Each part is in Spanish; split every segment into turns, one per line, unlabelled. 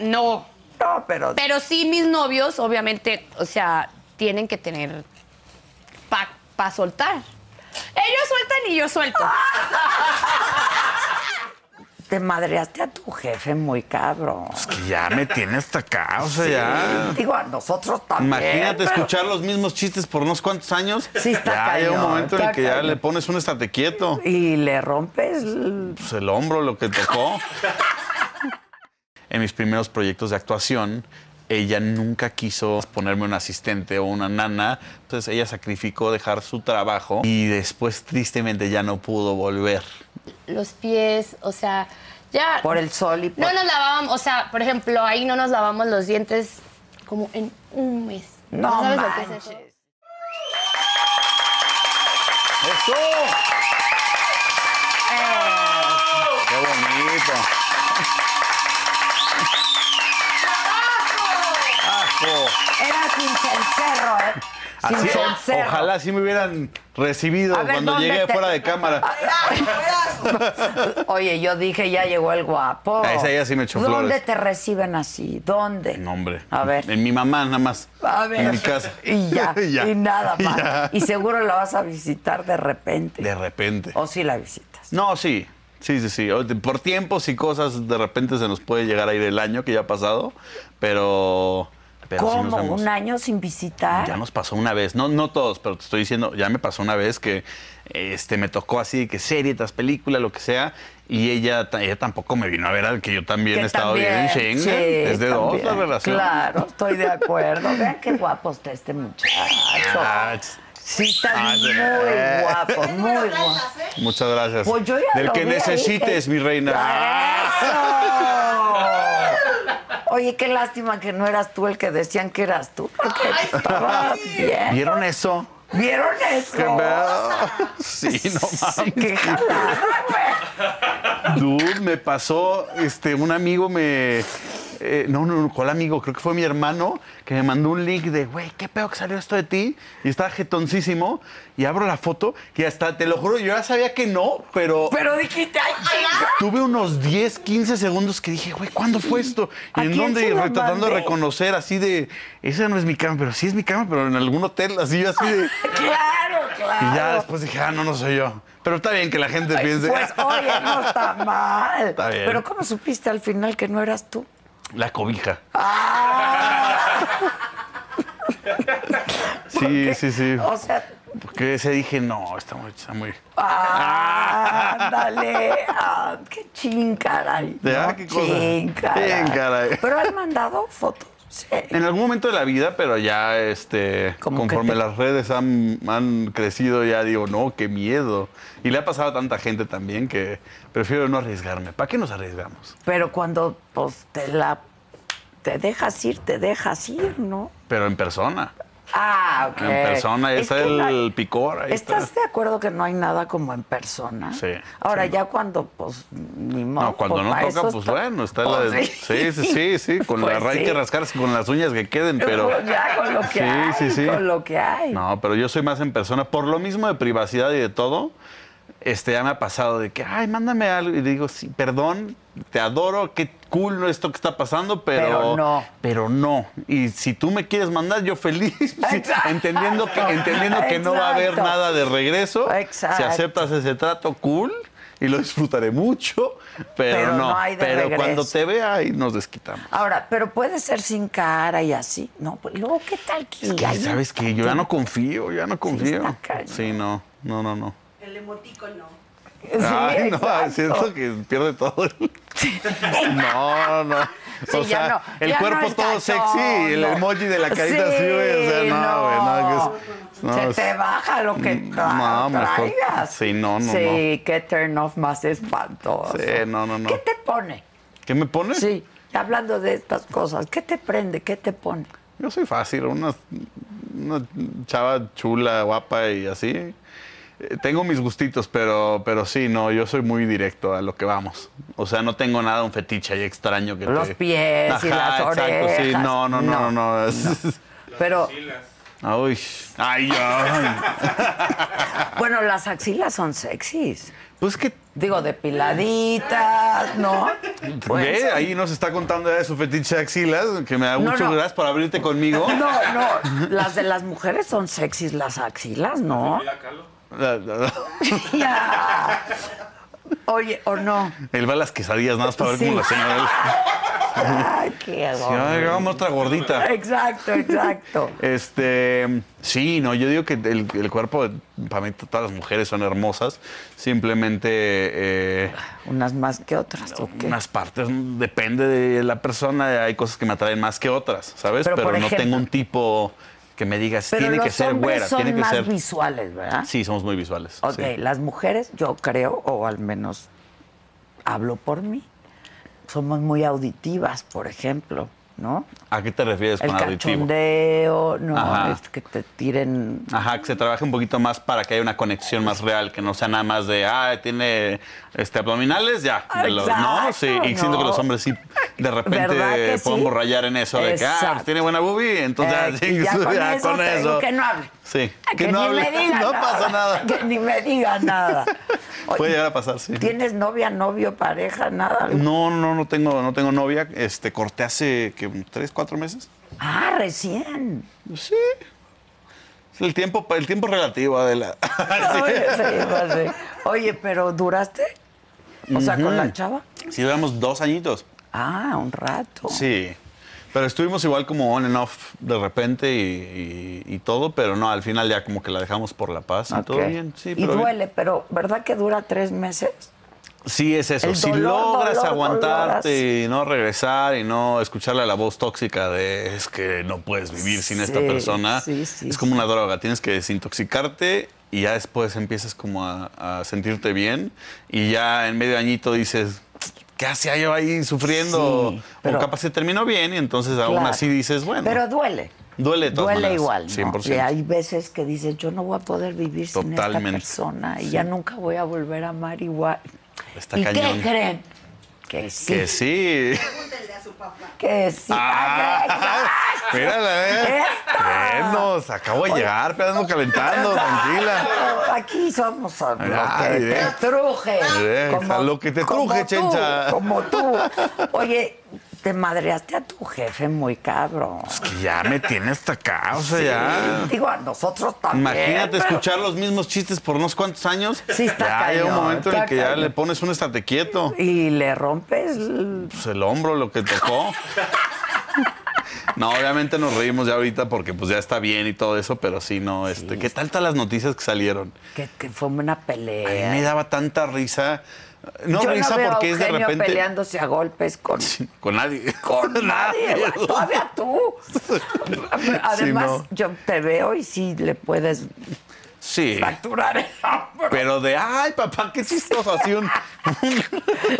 No,
No, pero.
pero sí mis novios, obviamente, o sea, tienen que tener para soltar. Ellos sueltan y yo suelto.
Te madreaste a tu jefe muy cabrón.
Que ya me tiene hasta acá, o sea, ya.
Digo, a nosotros también.
Imagínate
pero-
escuchar los mismos chistes por unos cuantos años.
Sí, está
ya llega un
cañón,
momento en
está
el que ya
cañón.
le pones un estate quieto.
Y le rompes. el-
Pues el hombro, lo que tocó. en mis primeros proyectos de actuación, ella nunca quiso ponerme un asistente o una nana. Entonces ella sacrificó dejar su trabajo y después tristemente ya no pudo volver.
Los pies, o sea, ya...
Por el sol y por-
No nos lavábamos, o sea, por ejemplo, ahí no nos lavamos los dientes como en un mes.
No
sabes lo que es eso?
manches.
¡Eso! ¡Qué bonito! ¡Ajo!
Era cencerro, ¿eh?
Así,
Cencerro.
ojalá así me hubieran recibido
A ver,
cuando
¿dónde
llegué
te-
fuera de cámara.
Oye, yo dije, ya llegó el guapo.
A Ah, esa ya sí me echó
¿Dónde
flores.
te reciben así? ¿Dónde?
No, hombre.
A ver.
En mi mamá, nada más.
A ver.
En mi casa.
Y ya, y, nada
Y
más.
ya.
Y seguro la vas a visitar de repente.
De repente.
O si la visitas.
No, sí. Sí, sí, sí. O- de- Por tiempos y cosas, de repente se nos puede llegar a ir el año que ya ha pasado, pero. pero sí nos
¿Cómo?
vemos.
¿Un año sin visitar?
Ya nos pasó una vez, no, no todos, pero te estoy diciendo, ya me pasó una vez que este, me tocó así, que serie tras película, lo que sea, y ella, ta- ella tampoco me vino a ver al que yo también he
Que
estado bien en
también,
Schengen.
sí,
es de dos la
también.
relación.
Claro, estoy de acuerdo. Vean qué guapo está este muchacho.
Ah, ch-
Sí, está
Ah,
muy
de-
guapo, muy guapo.
Muchas gracias. ¿eh?
Pues yo ya
Del
lo
que
vi ahí, eh.
necesites,
que-
mi reina.
¡Eso! Oye, qué lástima que no eras tú el que decían que eras tú, porque estaba bien.
¿Vieron eso?
¿Vieron eso?
Qué pedo. Sí, no mames.
¡Qué jalada, güey!
Dude, me pasó, este, un amigo me. eh, no, no, no, ¿cuál amigo? Creo que fue mi hermano que me mandó un link de, güey, qué pedo que salió esto de ti. Y estaba jetoncísimo. Y abro la foto y hasta, te lo juro, yo ya sabía que no, pero
Pero dijiste, ¡ay, chinga!
tuve unos 10, 15 segundos que dije, güey, ¿cuándo fue esto?
¿A
Y en
quién
dónde,
se
y
lo
re- tratando de
mandé?
reconocer, así de, esa no es mi cama, pero sí es mi cama, pero en algún hotel, así yo, así de.
¡Claro, claro!
Y ya después dije, ah, no, no soy yo. Pero está bien que la gente piense.
Pues, oye, no está mal.
Está bien.
Pero ¿cómo supiste al final que no eras tú?
La cobija.
Ah. ¿Por
Sí,
qué?
sí, sí.
O sea,
Porque ese dije, no, está muy, está muy.
ándale. ah, qué chingaray.
Ya,
¿no?
qué cosa.
Chingaray.
Chingaray.
Pero han mandado fotos. Sí.
En algún momento de la vida, pero ya este,
Como que
conforme
te-
las redes han, han crecido, ya digo, no, qué miedo. Y le ha pasado a tanta gente también que prefiero no arriesgarme. ¿Para qué nos arriesgamos?
Pero cuando pues, te la. Te dejas ir, te dejas ir, ¿no?
Pero en persona.
Ah, ok.
En persona, ahí
Es
está
que
el
no hay-
picor. Ahí está.
¿Estás de acuerdo que no hay nada como en persona?
Sí,
Ahora,
sí.
ya cuando, pues, ni modo.
No, cuando
pues,
no
para
toca,
eso
pues
está-
bueno, está
Pues,
la de... Sí, sí, sí, sí, con la
Pues,
raíz
sí.
que rascarse con las uñas que queden, pero...
Pues, ya, con lo que
Sí,
hay,
sí, sí.
con lo que hay.
No, pero yo soy más en persona. Por lo mismo de privacidad y de todo, este, ya me ha pasado de que, ay, mándame algo. Y digo, sí, perdón, te adoro, qué cool esto que está pasando, pero,
Pero no.
Pero no. Y si tú me quieres mandar, yo feliz. sí,
Exacto.
entendiendo que, entendiendo que no va a haber
Exacto.
nada de regreso. Si
Exacto.
aceptas ese trato, cool. Y lo disfrutaré mucho, pero,
Pero
no.
no hay de
pero
regreso.
cuando te vea, ahí nos desquitamos.
Ahora, pero puede ser sin cara y así. No, pues luego, ¿qué tal que
Es que,
hay-
¿sabes que Yo ya no confío, ya no confío.
está cañón.
Sí, no, no, no, no.
Sí,
Ay, no,
exacto.
siento que pierde todo. No, no.
Sí,
o
ya
sea,
no,
el
ya
cuerpo
no el
todo
calzón,
sexy y el
no.
emoji de la carita así, güey. O sea,
Sí,
no, güey, no. que es- no,
Se
es- Mm,
te baja lo que tra-
No, mejor-
traigas.
sí, no, no,
Sí, qué turn off más espantoso.
Sí, no, no, no.
¿Qué te pone?
¿Qué me pones?
Sí, hablando de estas cosas, ¿qué te prende? ¿Qué te pone?
Yo soy fácil, una, una chava chula, guapa y así. Eh, Tengo mis gustitos, pero, pero sí, no, yo soy muy directo a lo que vamos. O sea, no tengo nada, un fetiche ahí extraño que
Los
te-
pies y las
Exacto, sí,
orejas.
no, no, no, no.
No,
no, es-
Pero,
Ay, ay, ay.
bueno, las axilas son sexys.
Pues que,
Digo, depiladitas, ¿no? Pueden
ve,
ser.
ahí nos está contando ya de su fetiche de axilas, que me da
Pues, No,
mucho
no.
gracias por abrirte conmigo.
No, no, las de las mujeres son sexys las axilas, ¿no?
La- la- la-
Ya. Oye, o no.
Él va a las quesadillas nada más para ver
Sí.
cómo lo hacen. a ver.
Ay, qué
Sí, ay,
horror.
hagamos otra gordita.
Exacto, exacto.
Este, sí, no, yo digo que el, el cuerpo, para mí todas las mujeres son hermosas, simplemente eh,
Unas más que otras, ¿o qué?
unas partes, depende de la persona, hay cosas que me atraen más que otras, ¿sabes?
Pero,
Pero,
por
no
ejemplo-
tengo un tipo que me digas,
Pero
tiene
los
que ser
hombres
güera,
son
tiene que
más
ser...
visuales, ¿verdad?
Sí, somos muy visuales.
¿Ah? Ok,
sí.
las mujeres, yo creo, o al menos hablo por mí, somos muy auditivas, por ejemplo, ¿no?
¿A qué te refieres
El
con auditivo?
cachondeo, no,
Ajá.
es que te tiren
Ajá, que se trabaje un poquito más para que haya una conexión más real, que no sea nada más de, ah, tiene este, abdominales, ya. de los- no, sí, y
Exacto,
siento que
no.
los hombres sí, de
¿Verdad que
repente
sí?
podemos rayar en eso, de que, ah,
Exacto.
tiene buena boobie, entonces
Eh, y ya con eso te digo que no hable. Ah,
Sí,
Que,
que no
ni
hable,
me diga
no
nada.
pasa nada.
Que ni me diga nada. Oye,
Puede llegar a pasar, sí.
¿Tienes novia, novio, pareja, nada?
No, no, no tengo, no tengo novia, este, corté hace, ¿qué? ¿Tres, cuatro meses?
Ah, recién.
Sí. Es El tiempo, el tiempo relativo, Adela.
Oye, sí, pues, sí. Oye, pero ¿duraste? O sea, con la chava.
Si duramos dos añitos.
Ah, un rato.
Sí. Pero estuvimos igual como on and off de repente y, y- y todo, pero no, al final ya como que la dejamos por la paz y
Ok.
todo bien. Sí,
y
pero bien.
duele, pero ¿verdad que dura tres meses?
Sí, es eso.
El
si
dolor,
logras
dolor,
aguantarte
dolor,
y no regresar y no escucharle a la voz tóxica de es que no puedes vivir sin esta
Sí,
persona,
sí, sí,
es como una droga. Tienes que desintoxicarte y ya después empiezas como a, a sentirte bien y ya en medio añito dices, ¿qué hacía yo ahí sufriendo?
Sí,
o
pero-
capaz se terminó bien y entonces aún
Claro.
así dices, bueno.
Pero duele.
Duele de todas
Duele
maneras,
igual, ¿no?
100%.
Y hay veces que dices, yo no voy a poder vivir sin esta
Totalmente.
persona y ya nunca voy a volver a amar igual.
Está
¿Y
cañón.
qué creen? Que sí.
Que sí.
Que sí.
Ah, mírala, ¿eh?
Esta.
Venos, acabo de llegar, pero ando calentando, tranquila.
Exacto. Aquí somos lo
Ah,
que
bien.
te truje.
Bien, a lo que te truje,
tú,
chencha.
Como tú. Oye, te madreaste a tu jefe muy cabrón.
Es que ya me tiene hasta acá, o sea, ya.
Digo, a nosotros también.
Imagínate
pero-
escuchar los mismos chistes por unos cuantos años.
Sí, está
ya llega un
cañón,
momento en
está
el que ya
cañón.
le pones un estate quieto.
Y le rompes. el-
Pues el hombro, lo que tocó. No, obviamente nos reímos ya ahorita porque pues ya está bien y todo eso, pero sí, no, este, ¿qué tal todas las noticias que salieron?
Que, que fue una
A mí
pelea.
me daba tanta risa. No
Yo
risa
no veo
porque
a
es de
Eugenio
repente.
peleándose a golpes con
Con nadie.
con nadie, güey.
güey.
todavía tú. Además,
no.
yo te veo y sí le puedes
Sí.
fracturar el hombro.
Pero de, ay, papá, qué chistoso, así un... un-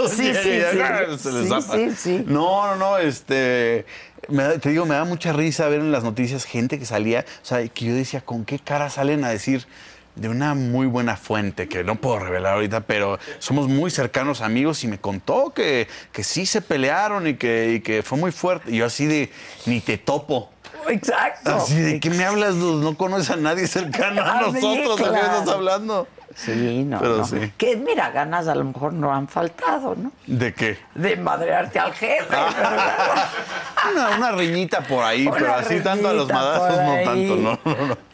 Sí, sí, sí.
Se les
Sí,
zafa.
sí, sí.
No, no, no, este... me da- te digo, me da mucha risa ver en las noticias gente que salía, o sea, que yo decía, ¿con qué cara salen a decir? De una muy buena fuente, que no puedo revelar ahorita, pero somos muy cercanos amigos y me contó que, que sí se pelearon y que, y que fue muy fuerte. Y yo así de, ni te topo.
Exacto.
Así de, ¿qué me hablas, dude? No conoces a nadie cercano a
Ah, sí,
nosotros, ¿de qué me estás
claro.
hablando?
Sí, no.
Pero
no.
sí.
Que mira, ganas a lo mejor no han faltado, ¿no?
¿De qué?
De madrearte al jefe.
Una, una riñita por ahí,
Ah. Una
pero así tanto a los
riñita
madrazos
por
no
ahí.
tanto, no, no, no.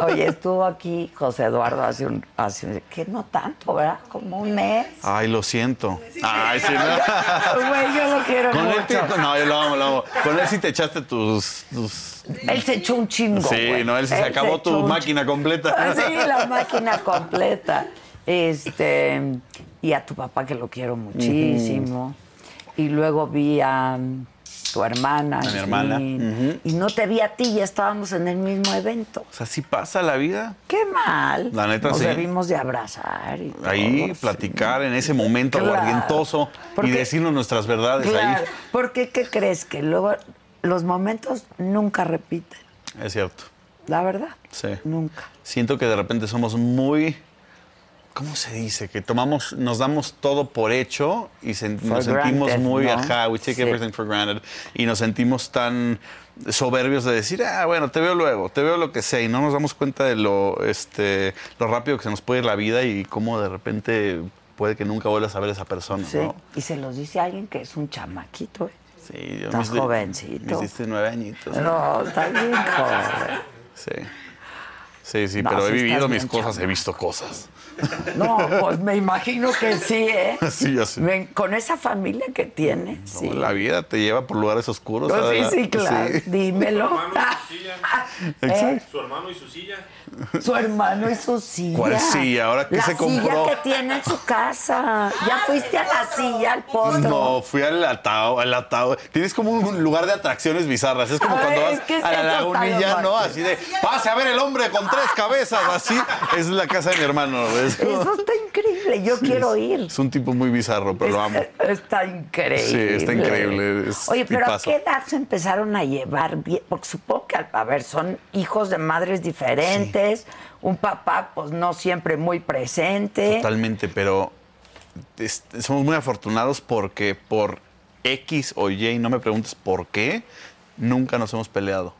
Oye, estuvo aquí José Eduardo hace un, hace un- que no tanto, ¿verdad? Como un mes.
Ay, lo siento. Ay, sí, no.
Güey, yo lo quiero
Ah, Con él,
mucho.
te- no, yo lo amo, lo amo. Con él sí te echaste tus. tus-
Él se echó un chingo.
sí,
güey.
no, él sí se acabó
eh, echó
tu
un
máquina completa.
Ah, Sí, la máquina completa. Este, y a tu papá que lo quiero muchísimo. Y luego vi a mm, tu hermana.
mi hermana,
Jean. Y no te vi a ti, ya estábamos en el mismo evento.
O sea, sí pasa la vida.
Qué mal.
La neta,
Nos
sí.
debimos de abrazar y
Ahí,
todo, sí.
platicar en ese momento
Claro.
aguardientoso y
Porque-
decirnos nuestras verdades
Claro, porque ¿qué crees? Que luego los momentos nunca repiten,
ahí. Es cierto.
la verdad.
Sí.
Nunca.
Siento que de repente somos muy. ¿Cómo se dice? Que tomamos, nos damos todo por hecho y sen-
For
nos sentimos
granted,
muy,
¿no?
ajá, we take
Sí.
everything for granted. Y nos sentimos tan soberbios de decir, ah, bueno, te veo luego, te veo lo que sea. Y no nos damos cuenta de lo, este, lo rápido que se nos puede ir la vida y cómo de repente puede que nunca vuelvas a ver a esa persona,
Sí.
¿no?
Y se los dice a alguien que es un chamaquito, ¿eh?
Sí, yo
Tan
mis de-
jovencito.
Mis 19 añitos.
No, está bien joven.
Sí. Sí, sí,
No,
pero he
sí estás
vivido mis
bien
cosas, he
chamaco.
visto cosas.
No, pues me imagino que sí, ¿eh?
Sí, ya sé.
Ven, con esa familia que tienes, sí.
La vida te lleva por lugares oscuros.
No, sí,
Adela.
sí, claro.
Sí.
Dímelo.
Exacto.
Su hermano y su silla.
Su hermano y su silla.
¿Cuál silla? ¿Ahora qué
la
se compró?
silla que tiene en su casa. ¿Ya fuiste a la silla, al potro?
No, fui al atao, al atao. Tienes como un lugar de atracciones bizarras. Es como
Ay,
cuando vas
Ah, es que
a la
eso está
lagunilla,
bien
¿no?
mal.
Así de, pase a ver el hombre con tres cabezas, así. Es la casa de mi hermano. Es, como-
Eso está increíble. Yo quiero ir.
es un tipo muy bizarro, pero lo amo.
Es- Está increíble.
Sí, está increíble, es
Oye, pero
tipazo.
¿a qué edad se empezaron a llevar bien? Porque supongo que, al- a ver, son hijos de madres diferentes, un papá, pues no siempre muy presente.
Totalmente, pero es- somos muy afortunados porque por X o Y, no me preguntes por qué, nunca nos hemos peleado.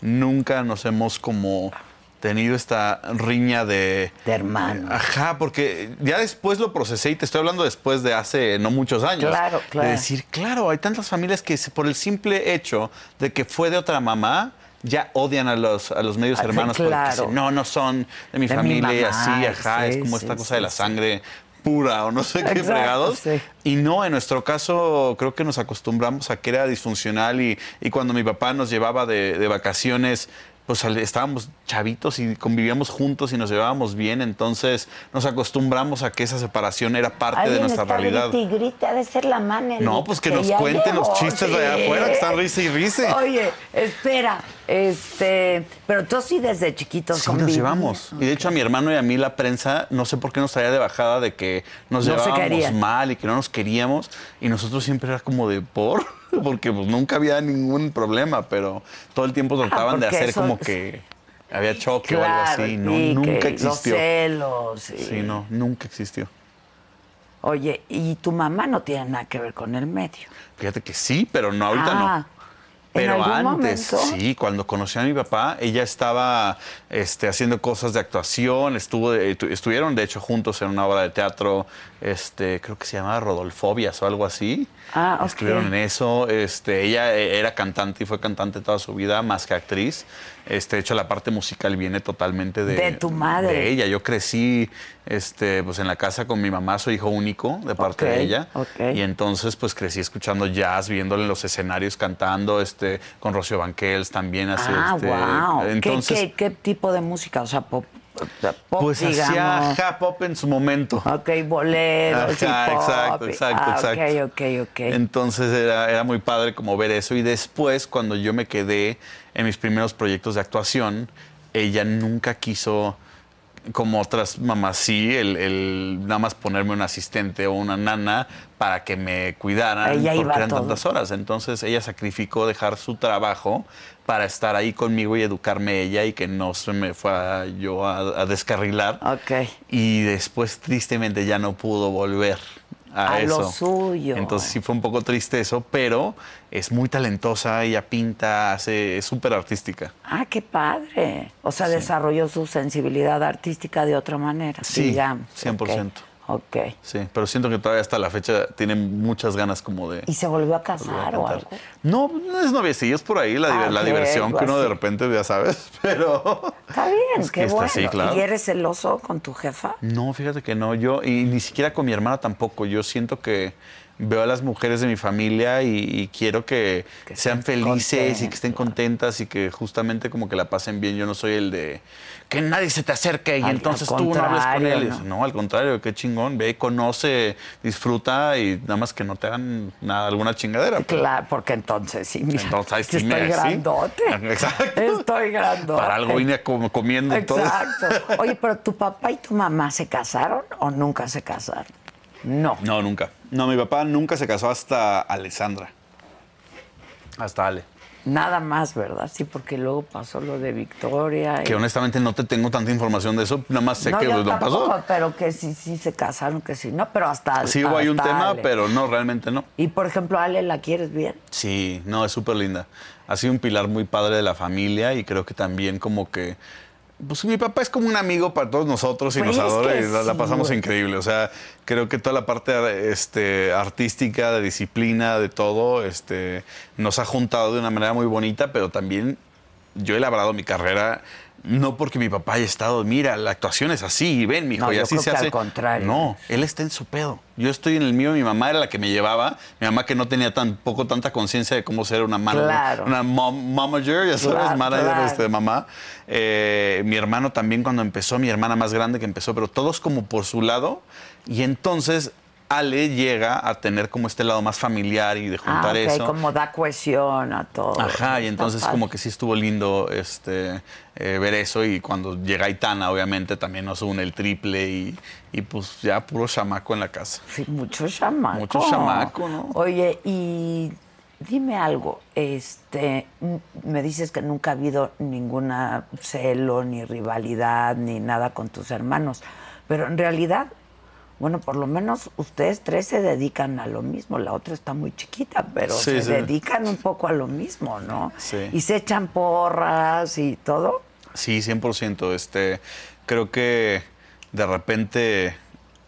Nunca nos hemos como tenido esta riña de...
De hermano.
Ajá, porque ya después lo procesé y te estoy hablando después de hace no muchos años.
Claro, claro.
De decir, claro, hay tantas familias que se- por el simple hecho de que fue de otra mamá, ya odian a los, a los medios
Ah, sí,
hermanos porque
claro.
dicen, no, no son de mi
De mi
familia y
mamá,
así, ajá, es
sí,
como
sí,
esta cosa
sí,
de la
sí.
sangre pura o no sé qué
Exacto,
fregados.
sí.
Y no, en nuestro caso creo que nos acostumbramos a que era disfuncional y, y cuando mi papá nos llevaba de, de vacaciones, pues al- estábamos chavitos y convivíamos juntos y nos llevábamos bien, entonces nos acostumbramos a que esa separación era parte de
Alguien
nuestra
está
realidad.
grite y grite, ha de ser la mano.
No, pues que nos cuenten los chistes de allá afuera, que están risa y risa.
Oye, espera, este, pero tú sí desde chiquitos
Sí, nos
convivías.
llevamos. Y de hecho a mi hermano y a mí la prensa, no sé por qué nos traía de bajada de que
No
nos
se
llevábamos
querían.
mal y que no nos queríamos. Y nosotros siempre era como de por, porque pues nunca había ningún problema, pero todo el tiempo trataban de
Ah, porque
hacer
eso-
como que había choque o algo
Claro,
así.
y
No,
que
nunca
Los
existió.
celos. y-
Sí, no, nunca existió.
Oye, y tu mamá no tiene nada que ver con el medio.
Fíjate que sí, pero no ahorita
Ah,
no.
¿en
Pero
algún
antes,
momento?
sí, cuando conocí a mi papá, ella estaba este, haciendo cosas de actuación, estuvo, eh, tu- estuvieron de hecho juntos en una obra de teatro, este, creo que se llamaba Rodolfobias o algo así.
Ah, ok.
Estuvieron en eso, este, ella eh, era cantante y fue cantante toda su vida, más que actriz. Este, de hecho, la parte musical viene totalmente de,
De tu madre.
de ella. Yo crecí este, pues, en la casa con mi mamá, soy hijo único de parte
Ok,
de ella.
ok.
Y entonces, pues crecí escuchando jazz, viéndole en los escenarios cantando, este, con Rocío Banquels también hace
Ah,
este.
wow.
Entonces,
¿Qué, qué, qué tipo de música? O sea, pop, pop
pues
digamos.
hacía pop en su momento.
Ok, boleros y
Ajá,
pop.
exacto, exacto,
Ah,
exacto.
Ok, ok, ok.
Entonces era, era muy padre como ver eso. Y después, cuando yo me quedé en mis primeros proyectos de actuación, ella nunca quiso como otras mamás sí, el, el nada más ponerme un asistente o una nana para que me cuidaran
Ella
porque
iba a
eran
todo.
tantas horas. Entonces ella sacrificó dejar su trabajo para estar ahí conmigo y educarme ella y que no se me fuera yo a, a descarrilar.
Ok.
Y después tristemente ya no pudo volver a,
A
eso.
lo suyo.
Entonces sí fue un poco triste eso, pero es muy talentosa, ella pinta, hace, es súper artística.
Ah, qué padre. O sea, desarrolló su sensibilidad artística de otra manera.
Sí,
digamos.
100%.
Ok. ok.
Sí, pero siento que todavía hasta la fecha tienen muchas ganas como de...
¿Y se volvió a
volver a
casar o
cantar.
algo?
No, es noviecillo, es por ahí la,
Ah,
diver- la
ok,
diversión que
algo
uno de
así.
repente ya sabes, pero...
Está bien,
Es que
qué
está
bueno.
así, claro.
¿Y eres celoso con tu jefa?
No, fíjate que no, yo, y ni siquiera con mi hermana tampoco, yo siento que veo a las mujeres de mi familia y, y quiero que,
Que
sean
estén
felices y que estén
contentas.
contentas y que justamente como que la pasen bien, yo no soy el de que nadie se te acerque y
Al- al
entonces tú no hables con
contrario,
él.
¿no?
No, al contrario, qué chingón, ve, conoce, disfruta y nada más que no te hagan nada, alguna chingadera. pero-
Claro, porque entonces sí, mira,
Entonces, ahí sí
estoy
me- sí.
grandote.
Exacto.
Estoy grandote.
Para algo vine a com- comiendo entonces.
Exacto. Oye, pero tu papá y tu mamá se casaron o nunca se casaron? No.
No, nunca. No, mi papá nunca se casó hasta Alessandra. Hasta Ale.
Nada más, ¿verdad? Sí, porque luego pasó lo de Victoria. y-
Que honestamente no te tengo tanta información de eso, nada más sé
Eh. no,
que
yo
lo
tampoco,
pasó.
pero que sí, sí se casaron, que sí, no, pero hasta.
Sí hubo ahí un
hasta
tema,
Ale.
pero no, realmente no.
Y por ejemplo, Ale, ¿la quieres bien?
Sí, no, es súper linda. Ha sido un pilar muy padre de la familia y creo que también como que... Pues mi papá es como un amigo para todos nosotros y
Pues
nos
es
adora
que
y la, la
sí,
pasamos
güey.
increíble. O sea, creo que toda la parte este, artística, de disciplina, de todo, este, nos ha juntado de una manera muy bonita, pero también yo he labrado mi carrera no porque mi papá haya estado, mira, la actuación es así, y ven, mijo,
No,
y
yo
así
creo
se
que al
hace.
contrario.
No, él está en su pedo. Yo estoy en el mío, mi mamá era la que me llevaba, mi mamá que no tenía tampoco tanta conciencia de cómo ser una manager,
Claro.
una mom- momager, ya sabes,
Claro,
manager
claro.
este, de mamá. Eh, mi hermano también cuando empezó, mi hermana más grande que empezó, pero todos como por su lado. Y entonces Ale llega a tener como este lado más familiar y de juntar
ah, ok,
eso.
como da cohesión a todo.
Ajá, y
Está
entonces
padre.
como que sí estuvo lindo este eh, ver eso y cuando llega Aitana obviamente también nos une el triple y, y pues ya puro chamaco en la casa.
Sí, mucho chamaco.
Mucho chamaco, ¿no?
Oye, y dime algo. Este, n- me dices que nunca ha habido ninguna celo, ni rivalidad, ni nada con tus hermanos. Pero en realidad, bueno, por lo menos ustedes tres se dedican a lo mismo. La otra está muy chiquita, pero
Sí,
se
sí.
dedican un poco a lo mismo, ¿no?
Sí.
Y se echan porras y todo.
Sí, 100%. Este, creo que de repente,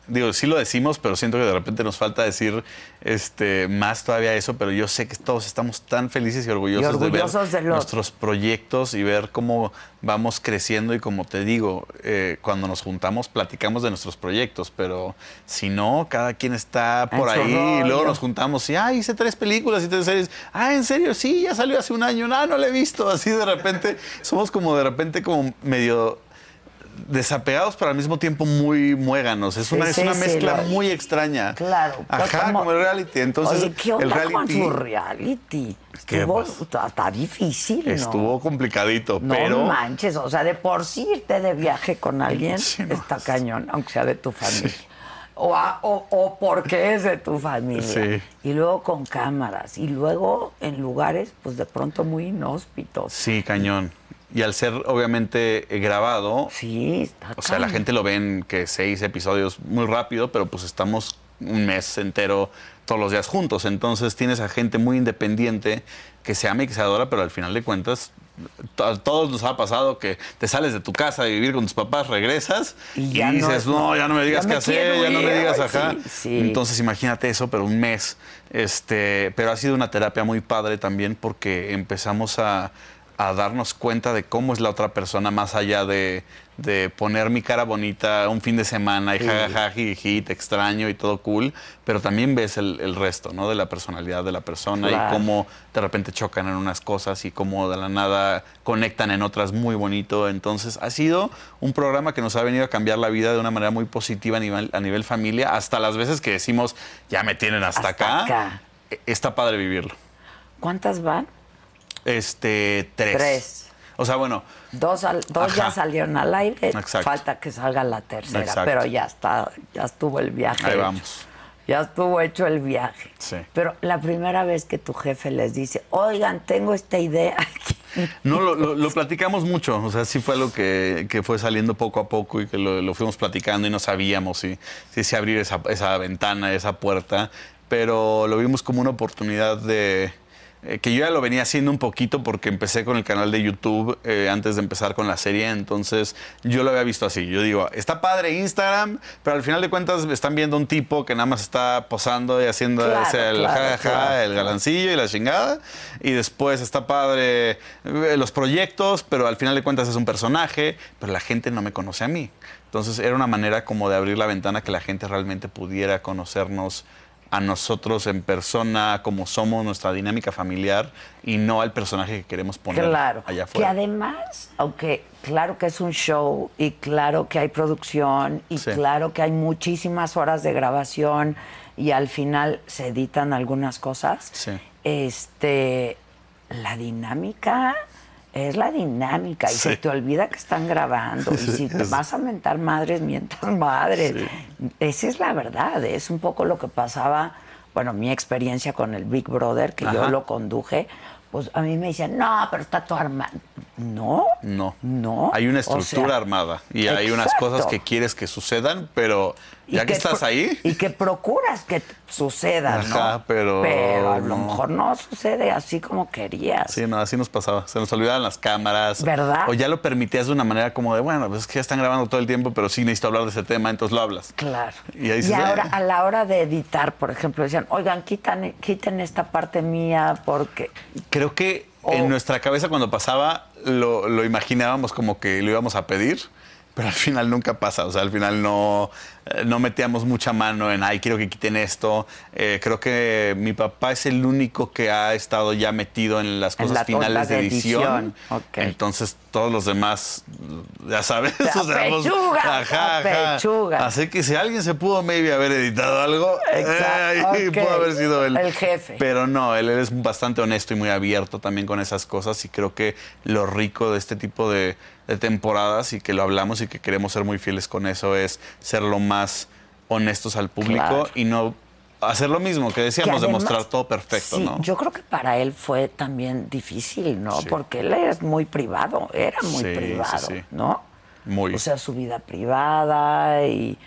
digo, sí lo decimos, pero siento que de repente nos falta decir este, más todavía eso, pero yo sé que todos estamos tan felices y orgullosos,
orgullosos del
de ver
otro.
nuestros proyectos y ver cómo vamos creciendo y como te digo, eh, cuando nos juntamos platicamos de nuestros proyectos, pero si no, cada quien está por
Ah, En su
ahí y luego
rollo.
nos juntamos y, ah, hice tres películas y tres series. Ah, ¿en serio? Sí, ya salió hace un año. Ah, no la he visto. Así de repente, somos como de repente como medio desapegados, pero al mismo tiempo muy muéganos. Es
Sí,
una, es
sí,
una
sí,
mezcla
lo-
muy extraña.
Claro. pues
Ajá, como, el reality. Entonces,
Oye, ¿qué onda
el reality
con su reality?
¿Qué
Estuvo
pasa?
hasta difícil, ¿no?
estuvo complicadito,
No
pero...
manches, o sea, de por sí irte de viaje con alguien
Sí, no.
está cañón, aunque sea de tu familia. O, a- o- o porque es de tu familia.
Sí.
Y luego con cámaras. Y luego en lugares, pues de pronto muy inhóspitos.
Sí, cañón. Y al ser obviamente eh, grabado,
Sí, está
O sea, la
cañón.
gente lo ven que seis episodios muy rápido, pero pues estamos un mes entero todos los días juntos. Entonces tienes a gente muy independiente que se ama y que se adora, pero al final de cuentas to- a todos nos ha pasado que te sales de tu casa a vivir con tus papás, regresas
Y
y,
ya no
dices,
es-
no, ya no me digas
ya
qué
me
hacer,
quiero
ya no
ir",
me digas ajá.
sí, sí.
Entonces imagínate eso, pero un mes. Este, pero ha sido una terapia muy padre también porque empezamos a, a darnos cuenta de cómo es la otra persona más allá de, de poner mi cara bonita un fin de semana y jajaja, jijiji, te extraño y todo cool, pero también ves el, el resto, ¿no? De la personalidad de la persona
Claro.
y cómo de repente chocan en unas cosas y cómo de la nada conectan en otras muy bonito. Entonces ha sido un programa que nos ha venido a cambiar la vida de una manera muy positiva a nivel, a nivel familia, hasta las veces que decimos, ya me tienen
Hasta
hasta, acá.
acá.
E- Está padre vivirlo.
¿Cuántas van?
Este, tres.
Tres.
O sea, bueno,
Dos, al- dos ya
Ajá.
salieron al aire,
Exacto.
falta que salga la tercera,
Exacto.
pero ya está, ya estuvo el viaje.
Ahí
hecho.
vamos.
Ya estuvo hecho el viaje.
Sí.
Pero la primera vez que tu jefe les dice, oigan, tengo esta idea aquí.
No, lo, lo- lo platicamos mucho. O sea, sí fue algo que, que fue saliendo poco a poco y que lo, lo fuimos platicando y no sabíamos si, si, si abrir esa, esa ventana, esa puerta. Pero lo vimos como una oportunidad de. eh, que yo ya lo venía haciendo un poquito porque empecé con el canal de YouTube eh, antes de empezar con la serie. Entonces, yo lo había visto así. Yo digo, está padre Instagram, pero al final de cuentas están viendo un tipo que nada más está posando y haciendo
Claro,
ese, el
claro,
jajaja,
claro.
el galancillo y la chingada. Y después está padre eh, los proyectos, pero al final de cuentas es un personaje, pero la gente no me conoce a mí. Entonces era una manera como de abrir la ventana que la gente realmente pudiera conocernos a nosotros en persona, como somos, nuestra dinámica familiar y no al personaje que queremos poner
Claro.
allá
Que
afuera.
además, aunque claro que es un show y claro que hay producción y
Sí.
claro que hay muchísimas horas de grabación y al final se editan algunas cosas.
Sí.
Este, la dinámica es la dinámica y
Sí.
se te olvida que están grabando y si te
es-
vas a mentar madres, mientas madres. Esa es la verdad, ¿eh? es un poco lo que pasaba, bueno, mi experiencia con el Big Brother, que yo
Ajá.
lo conduje, pues a mí me decían, no, pero está todo armado. No.
No.
No.
Hay una
O sea,
estructura armada y hay unas
exacto.
cosas que quieres que sucedan, pero
y
ya que, estás
pro-
ahí.
Y que procuras que t- suceda, ¿no?
Ajá, pero
Pero a lo
no.
mejor no sucede así como querías.
Sí, no, así nos pasaba. Se nos olvidaban las cámaras.
¿Verdad?
O ya lo permitías de una manera como de, bueno, pues es que ya están grabando todo el tiempo, pero sí necesito hablar de ese tema, entonces lo hablas.
Claro.
Y ahí se-
ahora, a la hora de editar, por ejemplo, decían, oigan, quitan, quiten esta parte mía porque...
Creo que
O-
en nuestra cabeza cuando pasaba lo, lo imaginábamos como que lo íbamos a pedir, pero al final nunca pasa. O sea, al final no, eh, no metíamos mucha mano en, ay, quiero que quiten esto. Eh, creo que mi papá es el único que ha estado ya metido en las
En
cosas
la
finales
onda
de
de edición.
edición.
Ok.
Entonces todos los demás, ya sabes,
La
pues,
pechuga,
ajá,
la
ajá.
pechuga.
Así que si alguien se pudo maybe haber editado algo,
Exacto,
ahí
ok.
pudo haber sido él.
El jefe.
Pero no, él, él es bastante honesto y muy abierto también con esas cosas y creo que lo rico de este tipo de, de temporadas y que lo hablamos y que queremos ser muy fieles con eso es ser lo más honestos al público
Claro.
y no hacer lo mismo que
que
decíamos,
además-
demostrar todo perfecto,
sí,
¿no?
Yo creo que para él fue también difícil, ¿no?
Sí.
Porque él es muy privado, era muy
Sí, sí,
privado,
sí.
¿no?
Muy.
O sea, su vida privada y...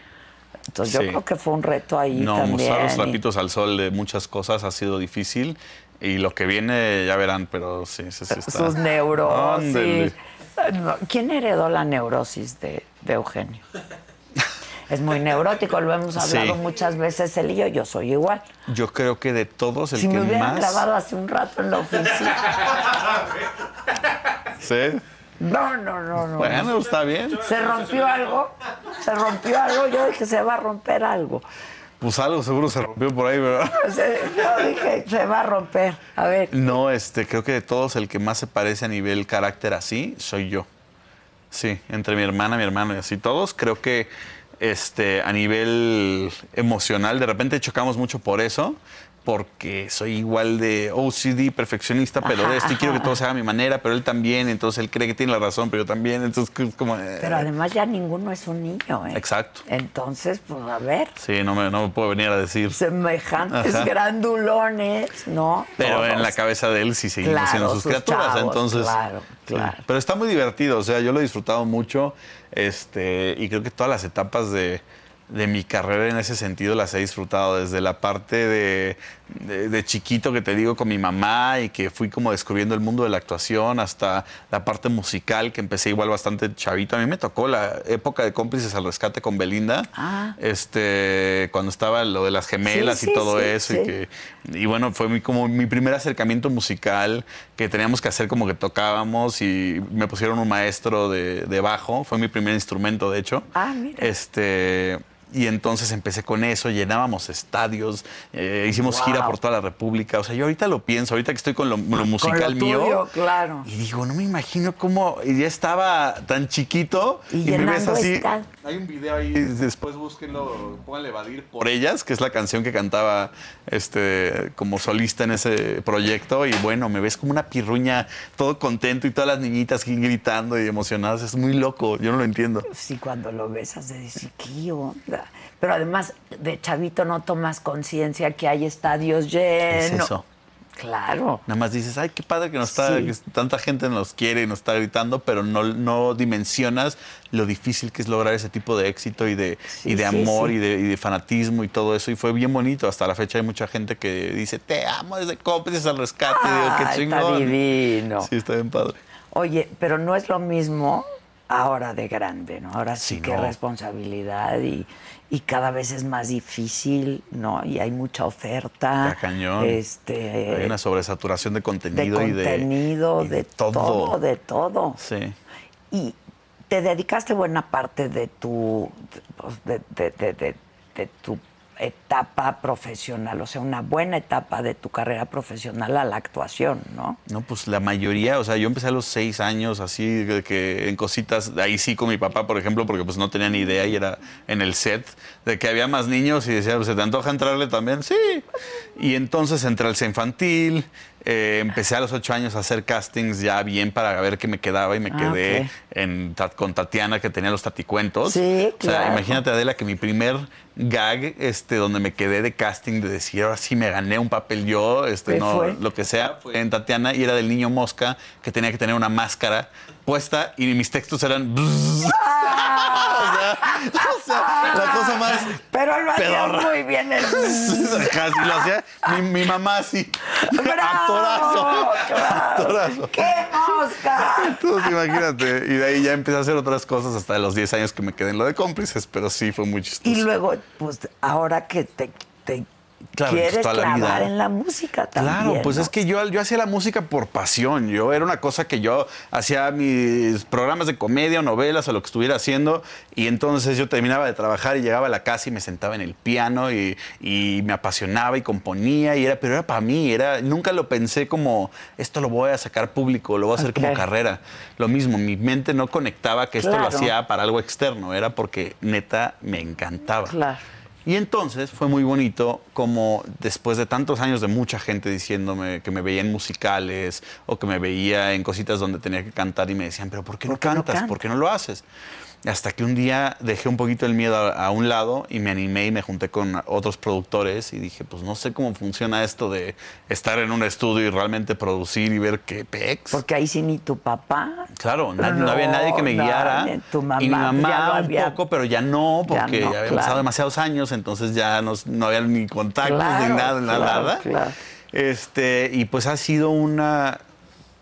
Entonces yo
Sí.
creo que fue un reto ahí
no,
también.
mostrar los
y-
trapitos al sol de muchas cosas ha sido difícil y lo que viene ya verán, pero sí, sí, sí está.
sus neurosis.
Ándele.
No, ¿Quién heredó la neurosis de, de Eugenio? Es muy neurótico, lo hemos hablado
Sí.
muchas veces él y yo, yo soy igual.
Yo creo que de todos el
si
que
me hubieran
más
grabado hace un rato en la oficina.
Sí.
No, no, no, no.
Bueno, está bien.
Se rompió algo, se rompió algo, yo dije, se va a romper algo.
Pues algo seguro se rompió por ahí, ¿verdad?
Se- Yo dije, se va a romper. A ver,
No, este, creo que de todos el que más se parece a nivel carácter así soy yo. Sí, entre mi hermana, mi hermano y así todos, creo que este, a nivel emocional de repente chocamos mucho por eso, porque soy igual de OCD, perfeccionista, pero
Ajá,
de esto y quiero que todo se haga a mi manera, pero él también, entonces él cree que tiene la razón, pero yo también, entonces es como... eh,
pero además ya ninguno es un niño, ¿eh?
Exacto.
Entonces, pues a ver,
Sí, no me, no me puedo venir a decir.
semejantes
Ajá.
grandulones, ¿no?
Pero
Todos.
en la cabeza de él sí seguimos
Claro,
siendo sus,
sus
criaturas,
chavos,
entonces.
claro,
sí.
claro.
Pero está muy divertido, o sea, yo lo he disfrutado mucho, este, y creo que todas las etapas de, de mi carrera en ese sentido las he disfrutado, desde la parte de, de- de chiquito que te digo con mi mamá y que fui como descubriendo el mundo de la actuación, hasta la parte musical que empecé igual bastante chavito. A mí me tocó la época de cómplices al rescate con Belinda,
Ah.
este, cuando estaba lo de las gemelas
sí,
y todo
sí,
eso
sí.
y que y bueno, fue mi, como mi primer acercamiento musical que teníamos que hacer como que tocábamos y me pusieron un maestro de, de bajo, fue mi primer instrumento de hecho.
Ah, mira.
Este, Y entonces empecé con eso, llenábamos estadios, eh, hicimos gira por toda la República. O sea, yo ahorita lo pienso, ahorita que estoy con lo, lo musical
Con lo
mío.
tuyo, claro.
Y digo, no me imagino cómo y ya estaba tan chiquito
Y
me ves
llenando
así.
esta-
Hay un video ahí, después búsquenlo, pónganle Evadir por ellas, que es la canción que cantaba este como solista en ese proyecto. Y bueno, me ves como una pirruña, todo contento y todas las niñitas aquí gritando y emocionadas. Es muy loco, yo no lo entiendo.
Sí, cuando lo besas de decir, ¿qué onda? Pero además, de chavito no tomas conciencia que hay estadios llenos.
Es eso.
Claro.
Nada más dices, ay, qué padre que nos está,
Sí.
que tanta gente nos quiere y nos está gritando, pero no, no dimensionas lo difícil que es lograr ese tipo de éxito y de,
Sí,
y de
sí,
amor
sí.
Y, de, y de fanatismo y todo eso. Y fue bien bonito. Hasta la fecha hay mucha gente que dice, te amo desde cómplices al rescate. Y digo,
Ah,
qué
está
chingón.
divino.
Sí, está bien padre.
Oye, pero no es lo mismo ahora de grande, ¿no? Ahora sí
Sí,
que
no.
responsabilidad y, y cada vez es más difícil, ¿no? Y hay mucha oferta.
Está cañón.
Este,
hay una sobresaturación de
de
contenido,
contenido,
y de, y
de, todo. de todo.
Sí.
Y te dedicaste buena parte de tu, pues, de, de- de- de- de tu etapa profesional, o sea, una buena etapa de tu carrera profesional a la actuación, ¿no?
No, pues la mayoría, o sea, yo empecé a los seis años así, de que en cositas, ahí sí con mi papá, por ejemplo, porque pues no tenía ni idea y era en el set, de que había más niños y decía, pues, ¿se te antoja entrarle también? Sí. Y entonces entré al C infantil, eh, empecé a los ocho años a hacer castings ya bien para ver qué me quedaba y me
Ah,
quedé
ok.
en, Ta- con Tatiana que tenía los taticuentos.
Sí,
O sea,
claro.
imagínate, Adela, que mi primer gag, este, donde me quedé de casting, de decir, ahora sí me gané un papel yo, este,
¿Qué
no,
Pues fue?
lo que sea, fue en Tatiana y era del niño mosca que tenía que tener una máscara puesta y mis textos eran. bzzz. o, sea, o sea, la cosa más.
Pero lo hacías
Pedorra.
muy bien el
Ajá, sí, lo hacía mi, mi mamá así.
¡Bravo!
Actorazo.
¡Claro!
Actorazo.
¡Qué mosca!
Entonces, imagínate. Y de ahí ya empecé a hacer otras cosas hasta los 10 años que me quedé en lo de cómplices, pero sí fue muy chistoso.
Y luego, pues ahora que te, te
Claro,
quieres
toda la vida.
clavar en la música también.
Claro, pues
¿no?
es que yo, yo hacía la música por pasión. Yo era una cosa que yo hacía mis programas de comedia o novelas o lo que estuviera haciendo. Y entonces yo terminaba de trabajar y llegaba a la casa y me sentaba en el piano y, y me apasionaba y componía. Y era, pero era para mí. Era, nunca lo pensé como esto lo voy a sacar público, lo voy a hacer
Ok.
como carrera. Lo mismo, mi mente no conectaba que esto
Claro.
lo hacía para algo externo. Era porque neta me encantaba.
Claro.
Y entonces fue muy bonito como después de tantos años de mucha gente diciéndome que me veía en musicales o que me veía en cositas donde tenía que cantar y me decían, pero ¿por qué no
¿Por qué no
cantas?
cantas?
¿Por qué no lo haces? Hasta que un día dejé un poquito el miedo a, a un lado y me animé y me junté con otros productores y dije, pues no sé cómo funciona esto de estar en un estudio y realmente producir y ver qué pex.
Porque ahí sí ni tu papá.
Claro, na- no,
No,
había nadie que me
nadie.
guiara.
Tu mamá
y mi mamá
ya lo
un
había-
poco, pero ya no,
Ya
porque ya,
no,
habían
claro.
pasado demasiados años, entonces ya nos- no había ni contactos
Claro,
ni nada, nada,
claro,
nada.
claro.
Este, y pues ha sido una